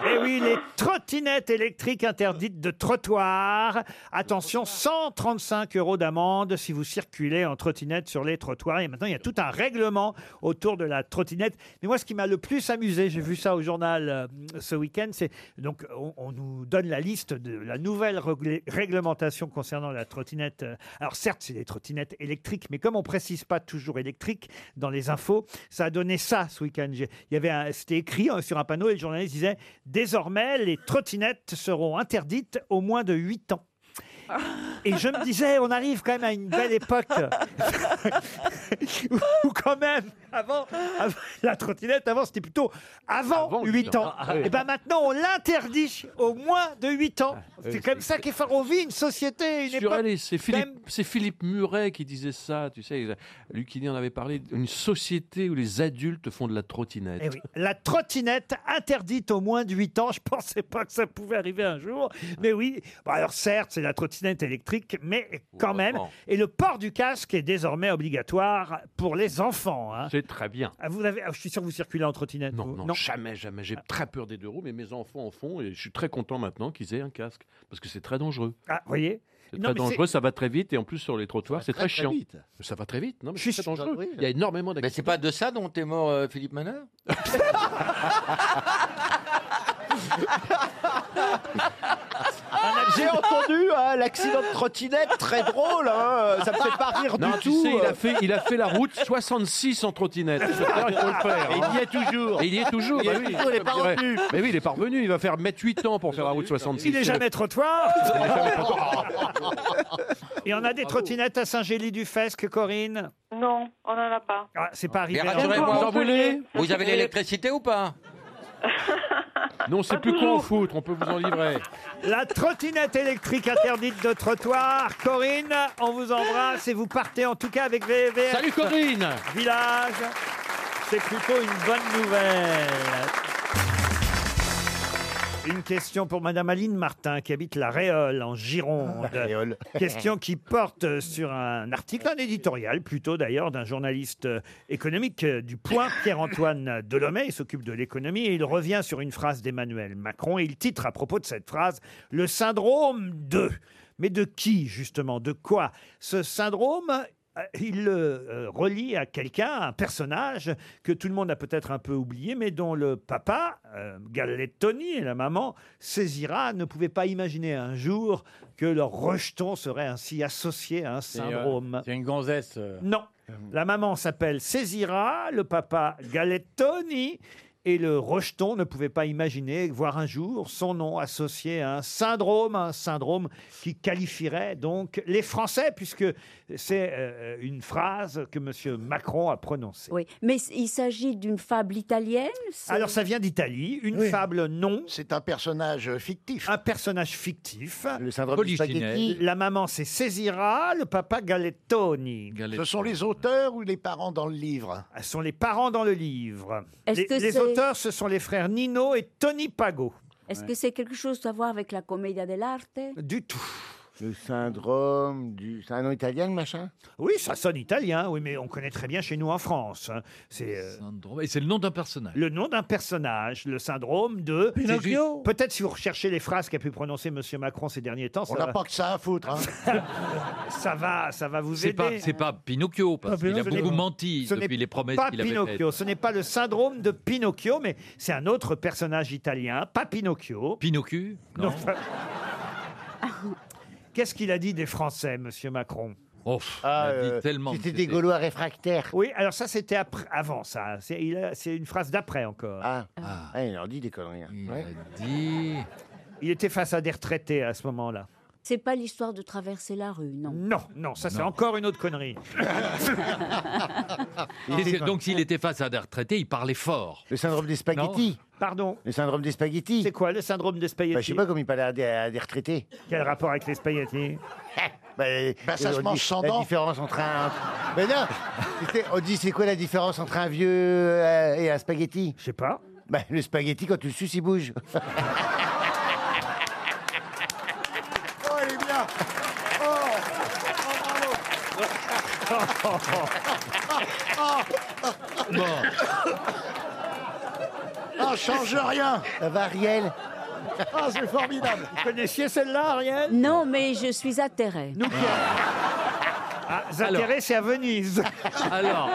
S5: Et oui, les trottinettes électriques interdites de trottoir. Attention, 135 euros d'amende si vous circulez en trottinette sur les trottoirs. Et maintenant, il y a tout un règlement autour de la trottinette. Mais moi, ce qui m'a le plus amusé, j'ai vu ça au journal euh, ce week-end, c'est donc on, on nous donne la liste de la nouvelle reglé- réglementation concernant la trottinette. Euh, Alors certes, c'est des trottinettes électriques, mais comme on précise pas toujours électrique dans les infos, ça a donné ça ce week-end. J'ai- Il y avait, un- c'était écrit euh, sur un panneau et le journaliste disait désormais les trottinettes seront interdites au moins de 8 ans. Et je me disais, on arrive quand même à une belle époque où, où quand même, avant, avant- la trottinette, avant, c'était plutôt avant,
S4: Oh,
S5: 8 ans.
S42: Ah, oui.
S5: Et ben maintenant, on l'interdit au moins de 8
S4: Ah,
S5: ans. C'est comme ça qu'on vit une société, une époque.
S4: Surréaliste. C'est Philippe, c'est Philippe Muret qui disait ça, tu sais. il- Lucini en avait parlé. Une société où les adultes font de la trottinette.
S5: Eh oui, La trottinette interdite aux moins de 8 ans. Je pensais pas que ça pouvait arriver un jour. Mais oui, Bon, alors certes, c'est la trottinette électrique, mais
S4: Oh,
S5: quand même. Et le port du casque est désormais obligatoire pour les enfants. hein.
S4: C'est très bien.
S5: Ah, Vous avez... ah, Je suis sûr que vous circulez en trottinette. vous.
S4: Non, jamais, jamais. J'ai très peur des deux roues, mais mes enfants en font et je suis très content maintenant qu'ils aient un casque parce que c'est très dangereux.
S5: Ah, voyez
S4: C'est
S5: Non,
S4: très
S5: mais c'est-
S4: dangereux, ça va très vite et en plus sur les trottoirs, c'est très,
S5: très, très
S4: chiant.
S5: vite.
S4: Ça va très vite, non mais
S5: Je
S4: c'est
S5: suis
S4: très dangereux.
S5: sûr, oui.
S4: Il y a énormément d'accidents. Mais c'est pas de ça dont est mort
S6: euh,
S4: Philippe Manœuvre
S8: Ah, J'ai entendu hein, l'accident de trottinette, très drôle, hein, ça me fait pas rire
S4: Non,
S8: du
S4: tu
S8: tout.
S4: sais, il
S8: euh.
S4: a, fait, il a fait la route 66 en trottinette. Il faut le faire. hein.
S8: Et il y est toujours.
S4: Et il y est toujours.
S8: Il y est
S4: bah oui.
S8: toujours, il est pas
S4: C'est vrai.
S8: revenu.
S4: Mais oui, il est pas revenu. Il va faire mettre 8 ans pour faire la route 66.
S5: Il n'est jamais trottoir.
S4: Il est jamais trop tard.
S5: Il y en a des trottinettes à Saint-Gély-du-Fesque, Corinne
S6: Non, on n'en a pas.
S5: Ah, c'est pas arrivé.
S7: Mais rassurez-moi, vous en voulez Vous avez l'électricité
S5: ou pas
S4: Nous, on sait plus quoi en foutre. On peut vous en livrer.
S5: La trottinette électrique interdite de trottoir. Corinne, on vous embrasse et vous partez en tout cas avec VVS.
S4: Salut, Corinne
S5: Village, c'est plutôt une bonne nouvelle. Une question pour Madame Aline Martin qui habite la Réole en Gironde.
S43: La Réole.
S5: question qui porte euh, sur un article, un éditorial plutôt d'ailleurs d'un journaliste euh, économique euh, du Point, Pierre-Antoine Delomé. Il s'occupe de l'économie et il revient sur une phrase d'Emmanuel Macron et il titre à propos de cette phrase le syndrome de. Mais de qui justement De quoi Ce syndrome, euh, il le euh, relie à quelqu'un, à un personnage que tout le monde a peut-être un peu oublié, mais dont le papa, euh, Gallettoni, et la maman, Césira, ne pouvaient pas imaginer un jour que leur rejeton serait ainsi associé à un syndrome.
S17: C'est une gonzesse. euh.
S5: Non. La maman s'appelle Césira, le papa Galettoni. Et le rejeton ne pouvait pas imaginer voir un jour son nom associé à un syndrome, un syndrome qui qualifierait donc les Français, puisque c'est euh, une phrase que M. Macron a prononcée.
S9: Oui, mais c- il s'agit d'une fable italienne. c'est-
S5: Alors ça vient d'Italie, une fable non. C'est un personnage fictif. Un personnage fictif. Le syndrome
S17: du spaghetti.
S5: La maman c'est Césira, le papa Galettoni.
S17: Ce sont
S5: les auteurs ou les parents dans le livre Ce sont les parents dans le livre.
S9: Est-ce
S5: Les,
S9: que
S5: les
S9: c'est-
S5: auteurs ce sont les frères Nino et Tony Pago.
S9: Est-ce que c'est quelque chose à voir avec la commedia dell'arte
S5: Du tout.
S7: Le syndrome du. C'est un nom italien, le machin
S5: Oui, ça sonne italien, oui, mais on connaît très bien chez nous en France. hein. C'est euh,
S17: Et c'est le nom d'un personnage.
S5: le nom d'un personnage, le syndrome de
S17: Pinocchio.
S5: Peut-être si vous recherchez les phrases qu'a pu prononcer Monsieur Macron ces derniers temps,
S13: On
S5: ça
S13: n'a
S5: va-
S13: pas que ça à foutre. hein.
S5: ça va, ça va vous
S3: C'est
S5: aider.
S3: pas, c'est pas Pinocchio, parce
S5: Ah, mais
S3: qu'il a
S5: non, ce n'est-
S3: beaucoup menti
S5: ce n'est
S3: depuis les promesses
S5: pas
S3: qu'il avait
S5: Pinocchio,
S3: faites.
S5: ce n'est pas le syndrome de Pinocchio, mais c'est un autre personnage italien, pas Pinocchio.
S3: Pinocchio
S5: Non. Qu'est-ce qu'il a dit des Français, Monsieur Macron
S7: Ah, il a dit euh, tellement c'était que des c'était- Gaulois
S5: réfractaires. Oui, alors ça c'était après- avant ça. C'est il a- c'est une phrase d'après encore. Ah, il leur dit des conneries. hein. Il dit. Il était face à des retraités à ce moment-là.
S9: C'est pas l'histoire de traverser la rue, non
S5: Non, non, ça c'est encore une autre connerie.
S3: Il était- donc s'il était face à des retraités, il parlait fort.
S7: Le syndrome des spaghettis
S5: Pardon
S7: Le syndrome des spaghettis Bah,
S5: C'est quoi le syndrome des spaghettis
S7: Je sais pas comme il parlait à des, à des retraités. euh,
S5: Quel rapport avec les spaghettis
S13: Bah, ça se mange sans
S7: la
S13: dents.
S7: différence entre un. Mais non c'était- On dit c'est quoi la différence entre un vieux euh, et un spaghetti
S5: Je sais pas.
S7: Bah, le spaghetti, quand tu le suces, il bouge.
S13: Oh, elle est bien. Oh, oh bravo.
S7: Bon.
S13: Ah, change rien.
S7: Ça va, Ariel
S13: Ah, c'est formidable.
S5: Vous connaissiez celle-là, Ariel
S9: Non, mais je suis atterrée.
S5: Ah, Zatterré, c'est à Venise.
S3: Alors,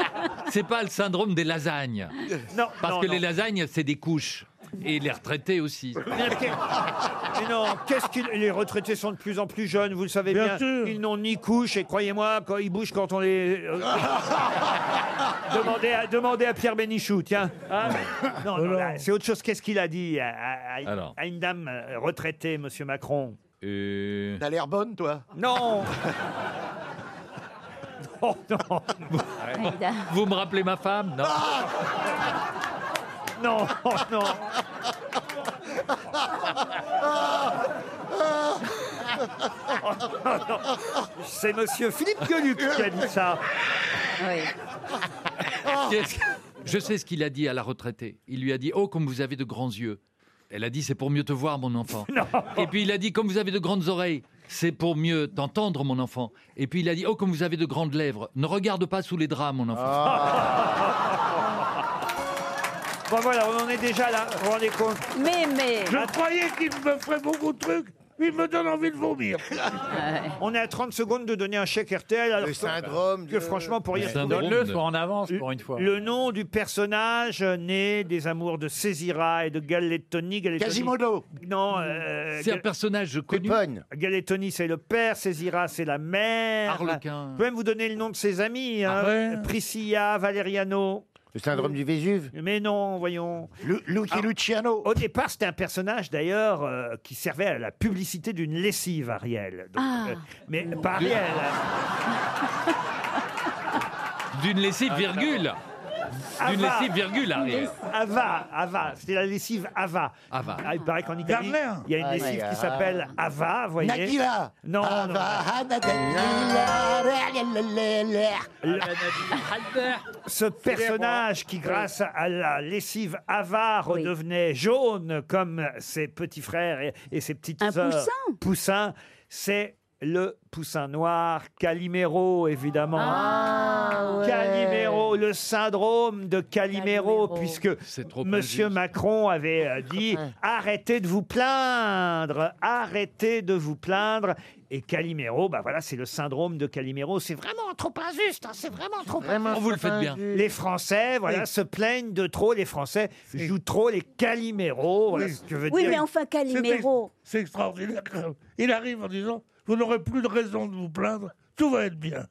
S3: c'est pas le syndrome des lasagnes.
S5: Non,
S3: Parce
S5: non,
S3: que
S5: non.
S3: les lasagnes, c'est des couches. Et les retraités aussi.
S5: Mais non, qu'est-ce qu'ils les retraités sont de plus en plus jeunes, vous le savez bien.
S3: Bien
S5: Ils n'ont ni couche et croyez-moi, quand ils bougent quand on les euh, demandez, à, demandez à Pierre Bénichou, tiens. Hein non, non, là, c'est autre chose. Qu'est-ce qu'il a dit à, à- à-
S3: Alors.
S5: à une dame euh, retraitée, Monsieur Macron
S1: T'as l'air bonne, toi
S5: Non Oh non
S3: Vous me rappelez ma femme Non.
S5: Ah, Non, non. Ah. C'est monsieur Philippe Gueluc qui a dit ça. ah.
S3: Qu'est-ce que- Je sais ce qu'il a dit à la retraitée. Il lui a dit Oh, comme vous avez de grands yeux. Elle a dit C'est pour mieux te voir, mon enfant. Et puis il a dit Comme vous avez de grandes oreilles. C'est pour mieux t'entendre, mon enfant. Et puis il a dit Oh, comme vous avez de grandes lèvres. Ne regarde pas sous les draps, mon enfant.
S5: Ah. Bon voilà, on en est déjà là, vous vous rendez compte
S9: Mais, mais.
S8: Eh,
S5: Je croyais qu'il me ferait beaucoup de trucs, il me donne envie de vomir. on est à 30 secondes de donner un chèque RTL. Alors
S26: Le
S5: que-
S26: syndrome
S5: Que,
S26: de-
S5: franchement, pour
S26: Le
S5: rien.
S26: syndrome Donne-le, de- soit en
S5: avance pour une fois. Le nom du personnage euh, né des amours de Césira et de Gallettoni. Gallettoni-
S41: Quasimodo.
S5: Non. euh,
S3: C'est un
S5: Gal-
S3: personnage connu.
S5: Gallettoni, c'est le père, Césira, c'est la mère.
S3: Harlequin.
S5: Je peux même vous donner le nom de ses amis. hein. Priscilla, Valeriano.
S26: Le syndrome du Vésuve
S5: Mais non, voyons. Luciano. Au départ, c'était un personnage d'ailleurs euh, qui servait à la publicité d'une lessive, Ariel. Donc, euh,
S9: Ah.
S5: mais pas Ariel.
S3: D'une lessive,
S5: Ah
S3: virgule.
S4: Ah,
S3: D'une
S4: bah.
S5: Ava.
S3: lessive, virgule, Ariel.
S5: Ava, Ava, c'était la lessive Ava.
S3: Ava.
S5: Ah, il paraît qu'en Italie, il y a une
S3: Ah,
S5: lessive
S3: ouais.
S5: qui s'appelle Ava, vous voyez.
S12: Nadila.
S5: Non, non, non.
S7: Ah,
S13: Ah,
S5: Ce personnage qui, grâce à la lessive avare, redevenait jaune comme ses petits frères et, et ses petites
S9: Un
S5: sœurs.
S9: poussin
S5: Poussin, c'est le poussin noir, Calimero, évidemment.
S9: Ah, ouais.
S5: Calimero, le syndrome de Calimero, puisque Monsieur Macron avait euh, dit arrêtez de vous plaindre, arrêtez de vous plaindre. Et Calimero, bah voilà, c'est le syndrome de Calimero. C'est vraiment trop injuste, hein, c'est vraiment trop
S12: Vraiment
S5: injuste.
S12: Oh, vous le faites bien. injuste.
S5: Les Français, voilà,
S12: Oui.
S5: se plaignent de trop. Les Français jouent trop les Calimero. Voilà
S12: Oui.
S5: ce que veut
S9: Oui,
S5: dire.
S9: mais enfin, Calimero.
S12: C'est extraordinaire. quand même. Il arrive en disant Vous n'aurez plus de raison de vous plaindre, tout va être bien.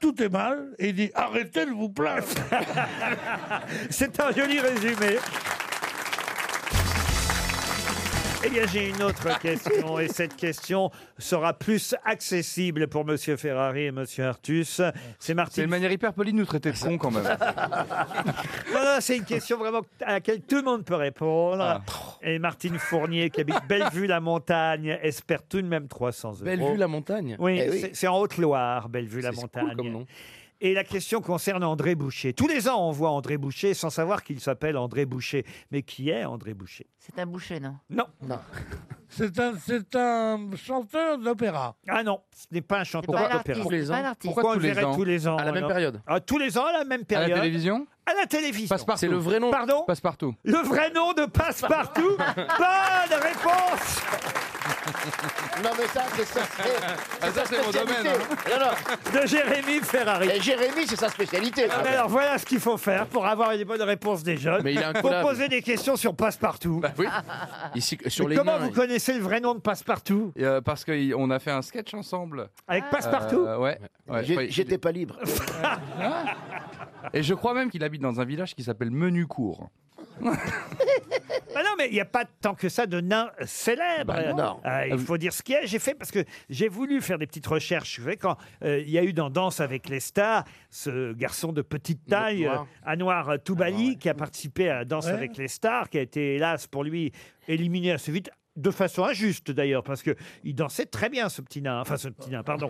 S12: Tout est mal, et il dit Arrêtez de vous plaindre.
S5: C'est un joli résumé. Eh bien, j'ai une autre question, et cette question sera plus accessible pour Monsieur Ferrari et Monsieur Artus. C'est Martine. C'est une manière hyper polie de nous traiter de con quand même. non, non, c'est une question vraiment à laquelle tout le monde peut répondre. Et Martine Fournier, qui habite Bellevue-la-Montagne, espère tout de même 300 euros.
S21: Bellevue-la-Montagne
S5: Oui,
S21: Eh oui.
S5: c'est- c'est en Haute-Loire, Bellevue-la-Montagne.
S21: cool comme nom.
S5: Et la question concerne André Boucher. Tous les ans, on voit André Boucher sans savoir qu'il s'appelle André Boucher. Mais qui est André Boucher
S20: C'est un boucher, non
S5: Non. Non. C'est un, chanteur d'opéra. Ah non, ce n'est pas un
S20: pas
S5: chanteur
S20: un
S5: d'opéra.
S20: artiste, Tous les c'est pas ans un artiste.
S5: Pourquoi, on le verrait tous les ans alors Ah, Tous les ans, à la même période. À la télévision.
S21: C'est le vrai nom.
S5: Pardon
S21: Passe-partout.
S5: Le vrai nom de Passepartout Bonne réponse Ah,
S12: non, mais ça, c'est ça.
S21: ça, c'est mon domaine.
S5: hein. De Jérémy Ferrari.
S12: Et Jérémy, c'est sa spécialité.
S5: Ah, mais alors voilà ce qu'il faut faire pour avoir une bonne réponse des jeunes.
S21: Mais il est
S5: faut
S21: incollable.
S5: poser des questions sur Passepartout.
S21: Bah oui. Ici, sur
S5: Mais
S21: les
S5: comment
S21: mains,
S5: vous
S21: il-
S5: connaissez le vrai nom de Passepartout
S21: Euh, parce qu'on a fait un sketch ensemble.
S1: Ah.
S5: Avec Passepartout
S21: Euh, Ouais. ouais.
S12: J'ai-
S21: Enfin, il-
S12: J'étais pas libre.
S5: Hein
S21: Et je crois même qu'il habite dans un village qui s'appelle Menucourt.
S5: Ah non, mais il n'y a pas tant que ça de nains célèbres.
S21: Bah non.
S5: Euh, il faut dire ce qu'il y a. J'ai fait parce que j'ai voulu faire des petites recherches. Vous savez, quand euh, il y a eu dans Danse avec les stars, ce garçon de petite taille,
S12: Noir.
S5: euh, Anouar euh, Toubali, qui a participé à Danse
S12: Ouais.
S5: avec les stars, qui a été, hélas, pour lui, éliminé assez vite. De façon injuste d'ailleurs, parce que il dansait très bien ce petit nain, enfin ce petit nain, pardon.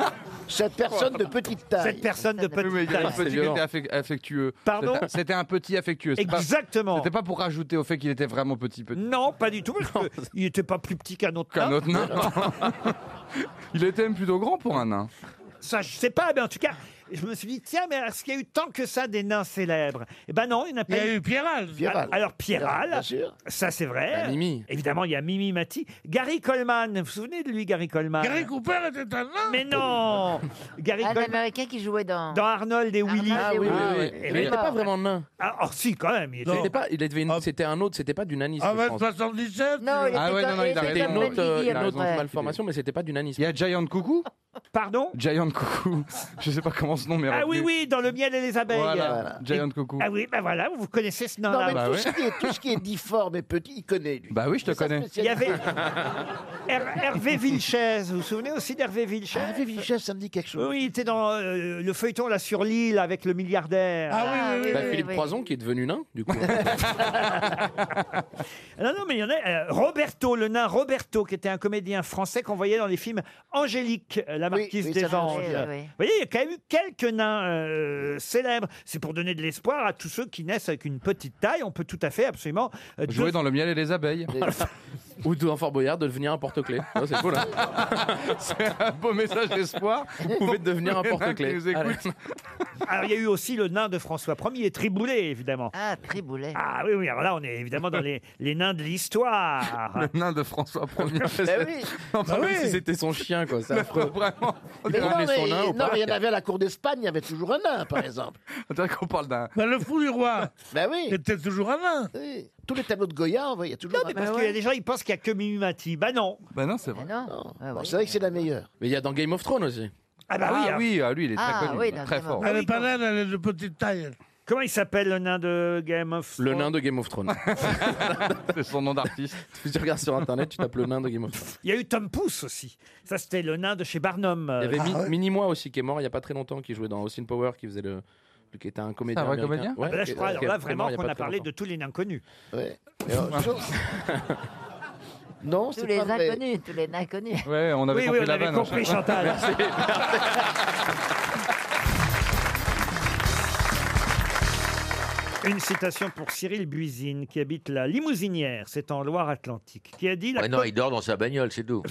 S12: Cette personne de petite taille.
S5: Cette personne de
S21: Oui, mais
S5: petite
S21: il y avait
S5: taille.
S21: un petit qui était affec- affectueux.
S5: Pardon
S21: C'était- C'était un petit affectueux. C'est pas-
S5: Exactement.
S21: C'était pas pour rajouter au fait qu'il était vraiment petit. petit.
S5: Non, pas du tout. parce que il n'était pas plus petit qu'un autre
S21: Qu'un
S5: nain.
S21: autre nain. il était même plutôt grand pour un nain.
S5: Ça, je sais pas, mais en tout cas, je me suis dit, tiens, mais est-ce qu'il y a eu tant que ça des nains célèbres Eh ben non, il n'y en a pas
S12: Il y a eu Pierral. Pierral.
S5: Alors, Pierral,
S12: Pierral, bien sûr.
S5: ça c'est vrai.
S12: Bah, Mimi.
S5: Évidemment, il y a Mimi Mati. Gary Coleman, vous vous souvenez de lui, Gary Coleman
S12: Gary Cooper était un nain.
S5: Mais Ah, non Gary
S20: Un
S5: Coleman.
S20: américain qui jouait dans.
S5: Dans Arnold et Willy.
S20: Ah oui, oui, oui.
S5: Eh
S20: Mais il
S5: oui.
S20: était pas vraiment
S21: nain.
S5: Ah, oh, si, quand même. Il
S21: Non.
S5: était...
S21: pas, il était, une- c'était un autre, c'était pas du nanisme.
S12: En
S21: je pense.
S12: 77
S20: Non, il était
S21: Ah ouais,
S20: comme-
S21: non, non,
S20: il
S21: il
S20: était
S21: a raison.
S20: comme
S21: Une autre,
S20: Benny Guy,
S21: euh, il a
S20: à peu
S21: raison,
S20: près.
S21: malformation, mais c'était pas du nanisme. Il y a Giant Coucou
S5: Pardon
S21: Giant Coucou. Je sais pas comment ce nom m'est
S5: Ah oui,
S21: revenu.
S5: oui, dans le miel et les abeilles.
S21: Voilà, Giant
S5: Et-
S21: Coucou.
S5: Ah oui, ben voilà, vous connaissez ce
S21: Non,
S5: nom-là.
S21: mais Bah tout ouais. ce
S6: qui est- tout ce qui est difforme et petit, il connaît, lui.
S21: Bah oui, je te
S6: C'est sa
S21: connais.
S5: Il y avait
S6: spécialité.
S5: Her- Hervé Vilches, vous vous souvenez aussi d'Hervé Vilches Hervé Vilches, ça me dit quelque chose. Oui, il était dans euh, le feuilleton là sur l'île avec le milliardaire.
S4: Ah
S17: Bah, Philippe Croison qui est devenu nain, du coup.
S5: Non, non, mais il y en a. euh, Roberto, le nain Roberto, qui était un comédien français qu'on voyait dans les films Angélique, euh, la marquise
S6: oui, ça,
S5: des
S6: je me
S5: anges.
S6: souviens. Oui, oui.
S5: Vous voyez, il y a quand même eu quelques nains euh, célèbres. C'est pour donner de l'espoir à tous ceux qui naissent avec une petite taille. On peut tout à fait, absolument. euh,
S21: Jouer
S5: de-
S21: dans le miel et les abeilles. Ou dans Fort Boyard de devenir un porte-clés. Ça, C'est cool. hein. C'est un beau message d'espoir. Eh ben, Vous pouvez devenir un porte-clés. Allez.
S5: Alors, il y a eu aussi le nain de François Ier, Triboulet, évidemment.
S20: Ah, Triboulet.
S5: Ah oui, oui, alors là, on est évidemment dans les, les nains de l'histoire.
S21: Le nain de François Ier.
S6: oui.
S5: Ah
S21: Enfin,
S6: Bah
S21: même
S6: oui.
S21: si c'était son chien, quoi. C'est
S6: Mais
S5: Euh,
S21: affreux. Vraiment. On
S6: Oh, Mais
S21: dirait
S6: non,
S21: qu'on est
S6: mais,
S21: son nain au
S6: non, mais il y en
S21: parc.
S6: avait à la cour d'Espagne, il y avait toujours un nain, par exemple.
S21: On dirait qu'on parle d'un.
S6: le fou du roi ben oui. était toujours un nain. Tous les tableaux de Goya, on voit, il y a toujours
S5: Non,
S6: un
S5: mais
S6: nain. Ben
S5: parce qu'il y a des gens, ils pensent qu'il n'y a que Mimimati. Bah non.
S21: Bah non, c'est vrai.
S6: Bon, c'est vrai que c'est la meilleure.
S17: Mais il y a dans Game of Thrones aussi.
S5: Ah bah
S21: Ah oui, ah, bah lui, il est très
S6: Ah
S21: connu,
S6: oui,
S21: très fort.
S6: Ah oui,
S12: pas là, elle est de petite taille.
S5: Comment il s'appelle le nain de Game of
S17: Le nain de Game of Thrones.
S21: c'est son nom d'artiste.
S17: Tu regardes sur internet, tu tapes le nain de Game of Thrones.
S5: Il y a eu Tom Pouce aussi. Ça, c'était le nain de chez Barnum.
S17: Il y
S8: Ah
S12: Ah
S17: avait
S5: Euh,
S17: Mi- Mini Moi aussi qui est mort il y a pas très longtemps, qui jouait dans Austin Power, qui faisait le. qui était un comédien.
S5: un vrai
S17: américain.
S5: comédien Ah bah Là, je
S17: qui-
S5: crois, alors
S17: qui est
S5: là,
S17: très mort
S5: vraiment,
S17: il y a
S5: qu'on
S17: pas
S5: a
S17: très
S5: parlé
S17: longtemps.
S5: de tous les nains connus.
S6: Et autre chose- Non,
S20: Tous
S6: c'est
S20: les
S6: pas vrai.
S20: inconnus, tous les inconnus.
S21: Ouais, on avait
S5: Oui, oui,
S21: compris
S5: on
S21: la
S5: avait
S21: vanne. hein.
S5: compris, Chantal.
S21: Merci.
S5: Une citation pour Cyril Buisine, qui habite la Limousinière, c'est en Loire-Atlantique, qui a dit la,
S27: Ouais, non,
S5: co-
S27: il dort dans sa bagnole, c'est tout.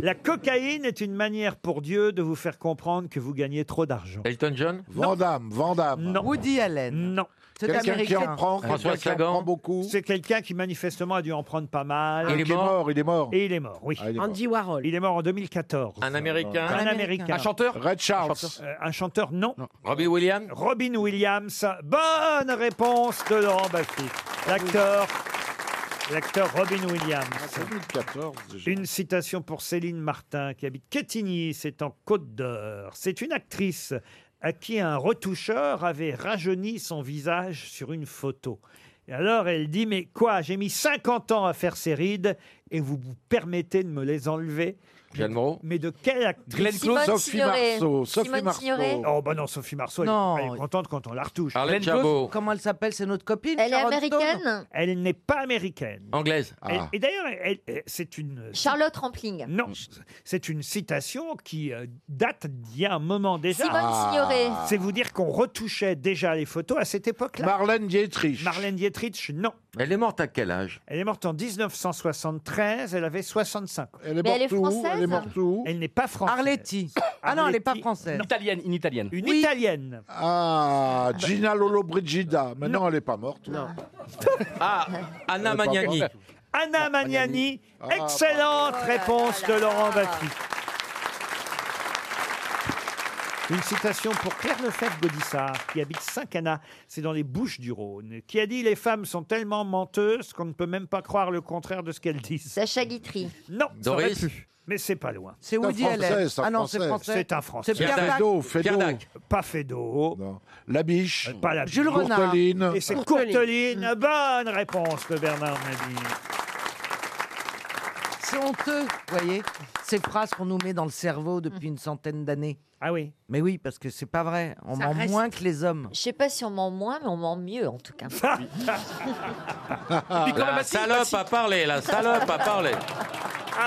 S5: la cocaïne est une manière pour Dieu de vous faire comprendre que vous gagnez trop d'argent.
S27: Elton John
S5: Vandame, Vandame. Non. Woody Allen. Non.
S6: C'est Quelqu'un qui américain. en prend, quelqu'un François qui en Sagan. prend
S5: beaucoup. C'est quelqu'un qui manifestement a dû en prendre pas mal.
S6: Il est Il est mort mort, Ah,
S5: il est mort. Et il est mort, oui.
S6: Andy
S5: Warhol. Il est mort en 2014.
S27: Un Américain.
S5: Un Américain.
S27: Un chanteur
S5: Red Charles. Euh, Un chanteur, non.
S27: Robbie Williams
S5: Robin Williams. Bonne réponse de Laurent Baffy. L'acteur. L'acteur Robin Williams. Une citation pour Céline Martin qui habite Quetigny, c'est en Côte d'Or. C'est une actrice à qui un retoucheur avait rajeuni son visage sur une photo. Et alors elle dit Mais quoi, j'ai mis 50 ans à faire ces rides et vous vous permettez de me les enlever
S17: Jeanne Moreau
S5: Mais de quelle actrice
S17: Glenn Close Simone Sophie Signoret. Marceau, Sophie Simone Marceau. Signoret.
S5: Oh bah non, Sophie Marceau, elle,
S8: Non.
S5: elle est contente quand on la retouche.
S17: Arlette Glenn Close, Jabot.
S8: Comment elle s'appelle C'est notre copine.
S2: Elle est
S8: Sharon Stone
S2: américaine
S5: Elle n'est pas américaine.
S27: Anglaise.
S5: Elle- Et d'ailleurs, elle- elle- c'est une
S2: Charlotte Rampling.
S5: non, c'est une citation qui euh, date d'il y a un moment déjà.
S2: Simone Ah. Signoret.
S5: C'est vous dire qu'on retouchait déjà les photos à cette époque-là. Marlène Dietrich. Marlène Dietrich, non.
S27: Elle est morte à quel âge
S5: Elle est morte en 1973, elle avait 65 ans. Elle
S2: est Mais elle est morte où française Elle est morte
S5: où Elle n'est pas française. Arletty. Ah non, elle n'est pas française.
S17: Italienne, une italienne.
S5: Une italienne.
S6: Ah, Gina Lolo Brigida. Mais non, elle n'est pas morte.
S17: Ah, Anna Magnani.
S5: Anna Magnani,
S6: Ah,
S5: excellente
S6: bravo.
S5: réponse de Laurent Baffy. Une citation pour Claire Lefebvre-Gaudissart, qui habite Saint-Cana, c'est dans les Bouches-du-Rhône, qui a dit « Les femmes sont tellement menteuses qu'on ne peut même pas croire le contraire de ce qu'elles disent. » Sacha Guitry. Non, ça aurait
S27: Doris.
S5: pu, mais c'est pas loin.
S8: C'est Woody C'est un Allen. Français, c'est un Ah non, c'est Français. Français.
S5: C'est un français.
S8: C'est Pierre Dac. Fédot, Fédot. Pierre Dac.
S5: Pas Fédot. La biche. Pas la biche.
S8: Jules Renard. Courteline.
S5: Et c'est
S8: Courteline.
S5: Courteline. Bonne réponse de Bernard Mabille.
S8: C'est honteux, vous voyez, ces phrases qu'on nous met dans le cerveau depuis une centaine d'années.
S5: Ah oui
S8: Mais oui, parce que c'est pas vrai. On
S2: Ça
S8: ment
S2: reste-
S8: moins que les hommes.
S2: Je sais pas si on ment moins, mais on ment mieux en tout cas.
S27: La salope a parlé, la salope a parlé.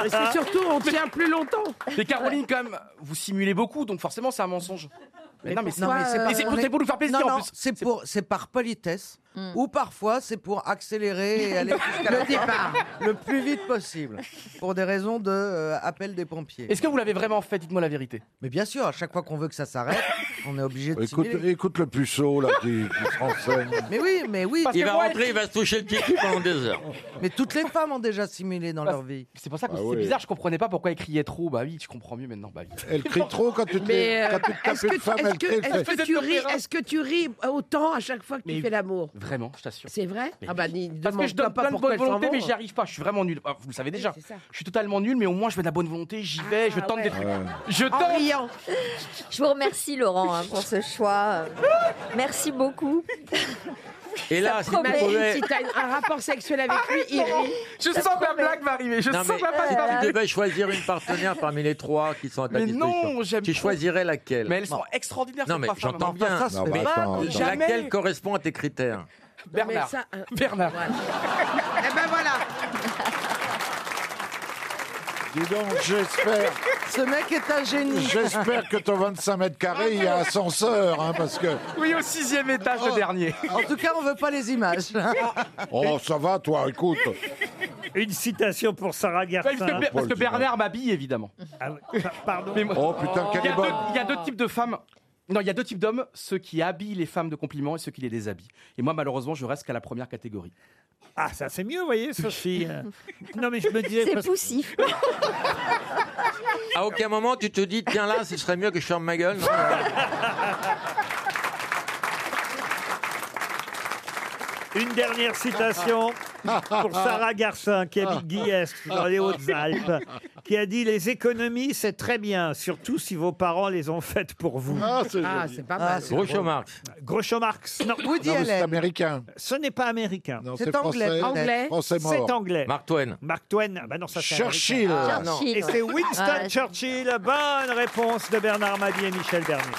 S17: Mais
S27: c'est
S17: surtout, on tient plus longtemps. Mais Caroline, quand même, vous simulez beaucoup, donc forcément, c'est un mensonge. Mais, non, mais c'est
S8: Non, mais c'est pas-
S17: mais c'est pour,
S8: on est-
S17: c'est pour nous faire plaisir
S8: Non,
S17: en
S8: non,
S17: plus.
S8: C'est pour, c'est par politesse ou parfois c'est pour accélérer et aller jusqu'à la
S17: Le départ.
S8: fin le plus vite possible pour des raisons de euh, appel des pompiers.
S17: Est-ce que vous l'avez vraiment fait Dites-moi la vérité.
S8: Mais bien sûr, à chaque fois qu'on veut que ça s'arrête, on est obligé de
S6: Écoute,
S8: simuler.
S6: écoute le puceau, là, qui, qui se renseigne.
S8: Mais oui, mais oui.
S27: Il va rentrer, il va se toucher le petit cul pendant deux heures.
S8: Mais toutes les femmes ont déjà simulé dans leur vie.
S17: C'est pour ça que
S6: Bah
S8: Ah
S17: c'est
S8: ouais.
S17: bizarre, je comprenais pas pourquoi elle criait trop. Bah oui, je comprends mieux maintenant. Bah oui.
S6: Elle crie trop quand tu te-
S8: euh,
S6: Mais, euh, quand tu te tapes est-ce que- une femme, est-ce elle que- crie, elle est-ce fait- que
S13: Est-ce que tu ris autant à chaque fois que tu fais l'amour
S21: Vraiment, je t'assure.
S8: C'est vrai
S21: Mais
S8: Ah bah, ni-
S21: Parce que
S8: demande
S21: je donne
S8: pas
S21: plein de
S8: pourquoi
S21: bonne
S8: elle s'en
S21: volonté,
S8: va.
S21: mais j'y arrive pas. Je suis vraiment nul. Ah, vous le savez déjà.
S8: c'est ça.
S21: Je suis totalement nul, mais au moins je fais de la bonne volonté. J'y vais, je
S8: Ah
S21: tente des
S8: ouais.
S21: trucs.
S8: Ouais.
S21: Je
S8: En
S21: tente.
S8: riant.
S16: Je vous remercie Laurent hein, pour ce choix. Euh, Merci beaucoup.
S6: Et là, si tu
S8: Promet,
S6: pouvais-
S8: si t'as Ah, une- un rapport sexuel avec lui, il rit.
S21: Je
S8: Ça
S21: sens que la
S8: promet.
S21: blague va arriver. Je
S6: Non,
S21: sens
S6: mais
S21: que la blague va
S6: Si tu
S21: arriver.
S6: devais choisir une partenaire parmi les trois qui sont à ta
S21: Mais
S6: disposition,
S21: non, j'aime
S6: tu
S21: trop.
S6: choisirais laquelle
S21: Mais elles sont extraordinaires,
S6: Non,
S21: ces
S6: mais
S21: trois femmes. hein,
S6: j'entends
S21: Non,
S6: bien.
S21: ça, ce n'est
S6: mais
S21: pas- jamais.
S6: laquelle correspond à tes critères
S21: Bernard.
S8: ça, hein.
S21: Bernard.
S8: Eh ben voilà.
S4: Dis donc, j'espère.
S44: Ce mec est un génie.
S4: J'espère que ton 25 mètres carrés, il y a ascenseur, hein, parce que.
S21: Oui, au sixième étage, le dernier.
S44: Oh. En tout cas, on veut pas les images.
S4: Oh, ça va, toi, écoute.
S5: Une citation pour Sarah
S21: Parce
S5: Garcin.
S21: que, parce que Bernard m'habille, évidemment.
S5: Ah oui, pa-
S6: Oh,
S5: Pardon.
S21: Mais moi-
S5: quelle
S21: il y, a deux, il y a deux types de femmes. Non, il y a deux types d'hommes, ceux qui habillent les femmes de compliments et ceux qui les déshabillent. Et moi, malheureusement, je reste qu'à la première catégorie.
S5: Ah, ça c'est mieux, vous voyez, Sophie. non, mais je me disais.
S16: C'est
S5: parce-
S16: poussif.
S6: À aucun moment, tu te dis, tiens là, ce serait mieux que je ferme ma gueule. non
S5: Une dernière citation pour Sarah Garcin, qui habite Guillestre, dans les Hautes-Alpes, qui a dit Les économies, c'est très bien, surtout si vos parents les ont faites pour vous.
S4: Ah, c'est Ah, joli. c'est pas mal. Ah, c'est
S6: Groucho
S5: drôle.
S6: Marx.
S5: Groucho Marx, non.
S4: Woody Non, mais c'est Allen. américain.
S5: Ce n'est pas américain.
S4: Non, C'est c'est anglais, français. peut-être. Français mort.
S5: C'est anglais.
S6: Mark Twain.
S5: Mark Twain, ah bah non, ça c'est
S4: Churchill.
S5: américain.
S4: Ah, Churchill.
S5: Et c'est Winston
S4: Ah, ouais.
S5: Churchill. Bonne réponse de Bernard Mabie et Michel Bernier.